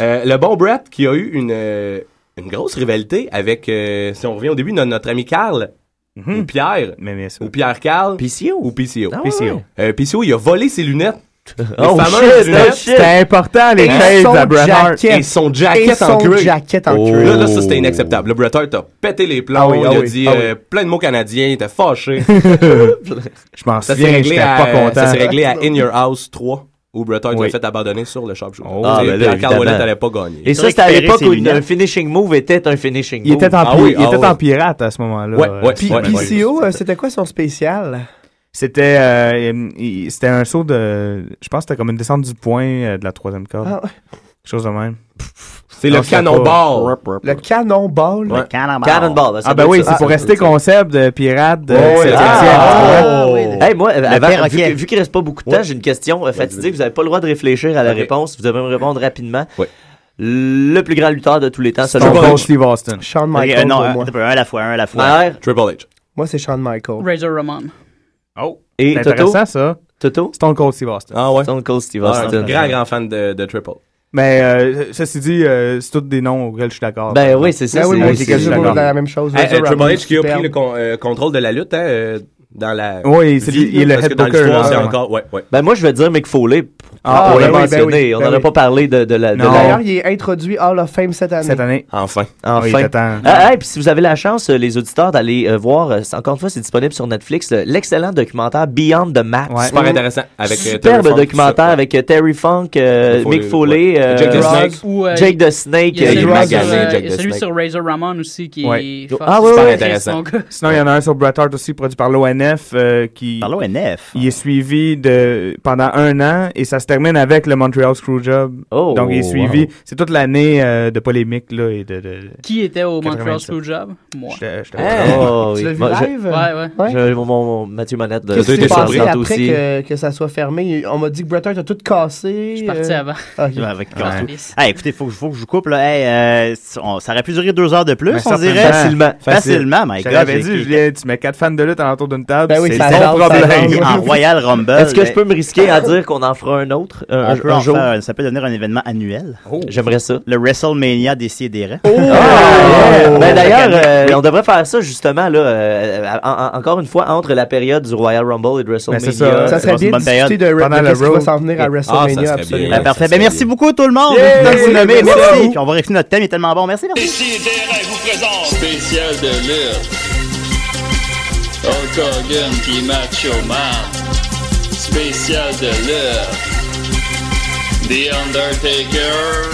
Speaker 11: Euh, le bon Brett qui a eu une, euh, une grosse rivalité avec, euh, si on revient au début, no- notre ami Carl.
Speaker 9: Mhm.
Speaker 11: Ou Pierre. Ou Pierre Carl. PCO. Ou PCO.
Speaker 9: Ah, ouais, PCO. ouais.
Speaker 11: Euh, PCO, il a volé ses lunettes. Les
Speaker 9: Oh,
Speaker 11: fameuses
Speaker 9: shit,
Speaker 11: lunettes.
Speaker 9: oh, shit. C'était important, les
Speaker 11: Et
Speaker 9: shades
Speaker 11: son
Speaker 9: à Bret Hart.
Speaker 11: jacket. Et son jacket
Speaker 9: Et son
Speaker 11: en cuir.
Speaker 9: jacket en
Speaker 11: Oh.
Speaker 9: cuir.
Speaker 11: Là, là, ça, c'était inacceptable. Le Bret Hart a pété les plombs.
Speaker 9: Ah oui,
Speaker 11: il
Speaker 9: ah
Speaker 11: a
Speaker 9: oui,
Speaker 11: dit
Speaker 9: ah
Speaker 11: euh, plein de mots canadiens. Il
Speaker 9: [LAUGHS]
Speaker 11: était fâché.
Speaker 9: je m'en
Speaker 11: Ça s'est
Speaker 9: souviens,
Speaker 11: réglé,
Speaker 9: j'étais
Speaker 11: à-
Speaker 9: pas content.
Speaker 11: ça s'est réglé à In Your House 3, où Bret Hart l'a fait abandonner sur le sharpshooter.
Speaker 9: Oh,
Speaker 6: Oh,
Speaker 8: Ah,
Speaker 11: Tu
Speaker 9: ben
Speaker 11: sais, Pierre Carl Ouellet n'allait pas gagner.
Speaker 8: ben Et ça, c'était à l'époque où un finishing move était un finishing move.
Speaker 9: Il était en,
Speaker 8: Ah
Speaker 9: pi-
Speaker 8: oui,
Speaker 9: il
Speaker 8: ah
Speaker 9: était
Speaker 8: oui.
Speaker 9: en pirate à ce moment-là.
Speaker 8: Ouais,
Speaker 9: Euh,
Speaker 8: ouais,
Speaker 9: Pi-
Speaker 8: ouais,
Speaker 9: Pi-
Speaker 8: ouais.
Speaker 10: PCO, euh, c'était quoi son spécial?
Speaker 9: C'était euh, il- il- c'était un saut de je pense que c'était comme une descente du point euh, de la troisième corde.
Speaker 10: Ah ouais.
Speaker 9: Quelque chose de même.
Speaker 11: C'est
Speaker 10: le
Speaker 11: cannonball.
Speaker 10: Le cannonball.
Speaker 9: Le
Speaker 10: cannonball.
Speaker 9: Ah ben oui, c'est pour rester concept de pirate de
Speaker 8: Ouais,
Speaker 9: septième
Speaker 8: ah,
Speaker 9: siècle.
Speaker 8: ah, oui, oui. Hey, moi,
Speaker 9: Le
Speaker 8: avant,
Speaker 9: perroquet.
Speaker 8: vu, que- vu qu'il reste pas beaucoup de temps, j'ai une question euh, fatidique. Vous n'avez pas le droit de réfléchir à la réponse. Vous devez me répondre rapidement. Le plus grand lutteur de tous les temps, selon
Speaker 9: Stone
Speaker 8: vous.
Speaker 9: Cold Steve Austin.
Speaker 10: Shawn
Speaker 6: Ok,
Speaker 10: Michaels
Speaker 6: euh, non,
Speaker 10: pour
Speaker 6: un,
Speaker 10: moi.
Speaker 6: un à la fois, un à la fois.
Speaker 8: Ouais.
Speaker 11: Triple H.
Speaker 10: Moi, c'est Shawn Michael.
Speaker 12: Razor Ramon.
Speaker 11: Oh.
Speaker 8: Et
Speaker 9: C'est
Speaker 8: Toto?
Speaker 9: intéressant ça.
Speaker 8: Toto?
Speaker 9: Stone Cold Steve Austin.
Speaker 11: Ah ouais.
Speaker 8: Stone Cold Steve
Speaker 11: Ah,
Speaker 8: Austin.
Speaker 11: un grand, grand fan de, de Triple.
Speaker 9: Mais euh, ceci dit, euh, c'est tous des noms auxquels je suis d'accord.
Speaker 11: Ben oui, c'est ça,
Speaker 9: Ben
Speaker 11: c'est-
Speaker 9: moi
Speaker 11: c'est-
Speaker 9: aussi, je suis
Speaker 11: c'est-
Speaker 9: d'accord.
Speaker 10: dans la même chose.
Speaker 11: Hey,
Speaker 10: Razor
Speaker 11: euh, Triple
Speaker 10: Ramon,
Speaker 11: H qui a pris
Speaker 10: superbe.
Speaker 11: le con- euh, contrôle de la lutte hein, euh, dans la.
Speaker 9: Oui, c'est
Speaker 11: vie,
Speaker 9: lui- il est le
Speaker 11: parce que
Speaker 9: head
Speaker 11: dans
Speaker 9: booker,
Speaker 11: l'histoire,
Speaker 9: là,
Speaker 11: c'est
Speaker 9: ouais.
Speaker 11: encore. Ouais, ouais.
Speaker 8: Ben moi, je vais dire Mick Foley.
Speaker 11: Ah,
Speaker 8: on
Speaker 11: ben
Speaker 8: l'a
Speaker 11: oui, ben
Speaker 8: mentionné.
Speaker 11: oui, ben
Speaker 8: on n'en a
Speaker 11: oui.
Speaker 8: pas parlé de, de la. de la-
Speaker 10: D'ailleurs, il est introduit Hall of Fame cette année.
Speaker 11: Enfin.
Speaker 8: Enfin. Ah, ah, et puis si vous avez la chance, euh, les auditeurs, d'aller euh, voir, euh, c'est- encore une fois, c'est disponible sur Netflix, euh, l'excellent documentaire Beyond the Mat.
Speaker 11: Ouais. Super intéressant, avec, euh, Terry
Speaker 8: Superbe
Speaker 11: Funk,
Speaker 8: documentaire avec euh, Terry Funk, euh,
Speaker 11: Mick Foley,
Speaker 8: Mick Foley,
Speaker 11: ouais.
Speaker 8: euh,
Speaker 11: Jake the
Speaker 8: Ross,
Speaker 11: Snake.
Speaker 12: Ou, euh,
Speaker 8: Jake the Snake,
Speaker 12: Il y a
Speaker 8: euh,
Speaker 12: celui,
Speaker 8: Matt
Speaker 12: sur,
Speaker 8: Gannon,
Speaker 12: euh,
Speaker 8: Jake
Speaker 12: il y
Speaker 8: the
Speaker 12: a celui
Speaker 8: Snake.
Speaker 12: sur Razor Ramon aussi qui
Speaker 9: Ouais.
Speaker 12: est fort.
Speaker 9: Ah, ouais,
Speaker 12: C'est
Speaker 9: ouais,
Speaker 12: très
Speaker 9: intéressant.
Speaker 12: mon gars.
Speaker 9: Sinon, il y en a un sur Bret Hart aussi produit par l'ONF euh, qui. Par
Speaker 6: l'ONF.
Speaker 9: Il est suivi de pendant un an et ça se termine avec le Montreal Screwjob.
Speaker 8: Oh,
Speaker 9: Donc il est suivi. C'est toute l'année euh, de polémique là et de. de-
Speaker 12: Qui était au Montreal
Speaker 9: 87.
Speaker 12: Screwjob? Moi.
Speaker 8: Oh, oui. Moi, je-
Speaker 12: Ouais, ouais.
Speaker 8: je- mon, mon Mathieu euh, Manette de
Speaker 10: Qu'est-ce qui s'est
Speaker 8: Station
Speaker 10: passé
Speaker 8: Centre
Speaker 10: après que, que ça soit fermé? On m'a dit que Bret Hart a tout cassé. euh. Ah, Je suis
Speaker 12: parti avant.
Speaker 6: Ouais, Avec ouais. Hey, écoutez, faut, que- faut que je vous coupe. Là. Hey, euh, on- ça aurait pu durer deux heures de plus,
Speaker 9: Mais
Speaker 6: on
Speaker 9: certainement.
Speaker 6: dirait.
Speaker 9: Facilement.
Speaker 6: Facilement, my
Speaker 9: Je
Speaker 6: God.
Speaker 9: te
Speaker 6: j'ai-
Speaker 9: l'avais dit, Julien, tu mets quatre fans de lutte autour d'une table.
Speaker 6: Ben oui,
Speaker 9: c'est
Speaker 6: ça
Speaker 9: ton
Speaker 6: jase, ça
Speaker 9: problème.
Speaker 6: jase. En Royal Rumble, ben-
Speaker 8: Est-ce que je
Speaker 6: mais-
Speaker 8: peux me risquer à dire qu'on en fera un autre euh,
Speaker 6: on
Speaker 8: un,
Speaker 6: peut
Speaker 8: un
Speaker 6: en
Speaker 8: jour?
Speaker 6: faire- ça peut devenir un événement annuel.
Speaker 8: J'aimerais ça. Ah,
Speaker 6: Le WrestleMania des Sidérés. Oh!
Speaker 8: Ben
Speaker 6: Chaque
Speaker 8: d'ailleurs, euh,
Speaker 6: année.
Speaker 8: on devrait faire ça justement là, euh, en- en- encore une fois entre la période du Royal Rumble et de WrestleMania.
Speaker 6: Ben, c'est ça. Ça serait
Speaker 8: C'est une
Speaker 6: bien
Speaker 8: bonne
Speaker 6: de
Speaker 8: période.
Speaker 6: discuter de- Pendant de le qu'est-ce qui va road. s'en venir à
Speaker 8: Ah, ça
Speaker 6: WrestleMania,
Speaker 8: serait bien.
Speaker 6: absolument.
Speaker 8: Ben,
Speaker 6: parfait. Ben, merci beaucoup tout le monde.
Speaker 8: Yeah!
Speaker 6: Merci de vous nommer.
Speaker 8: Merci.
Speaker 6: Merci. Puis on va réécouter notre thème. Il est tellement bon. Merci, merci.
Speaker 7: Décidérez, vous présente Spécial de lutte Hulk Hogan qui Macho Man Spécial de lutte The Undertaker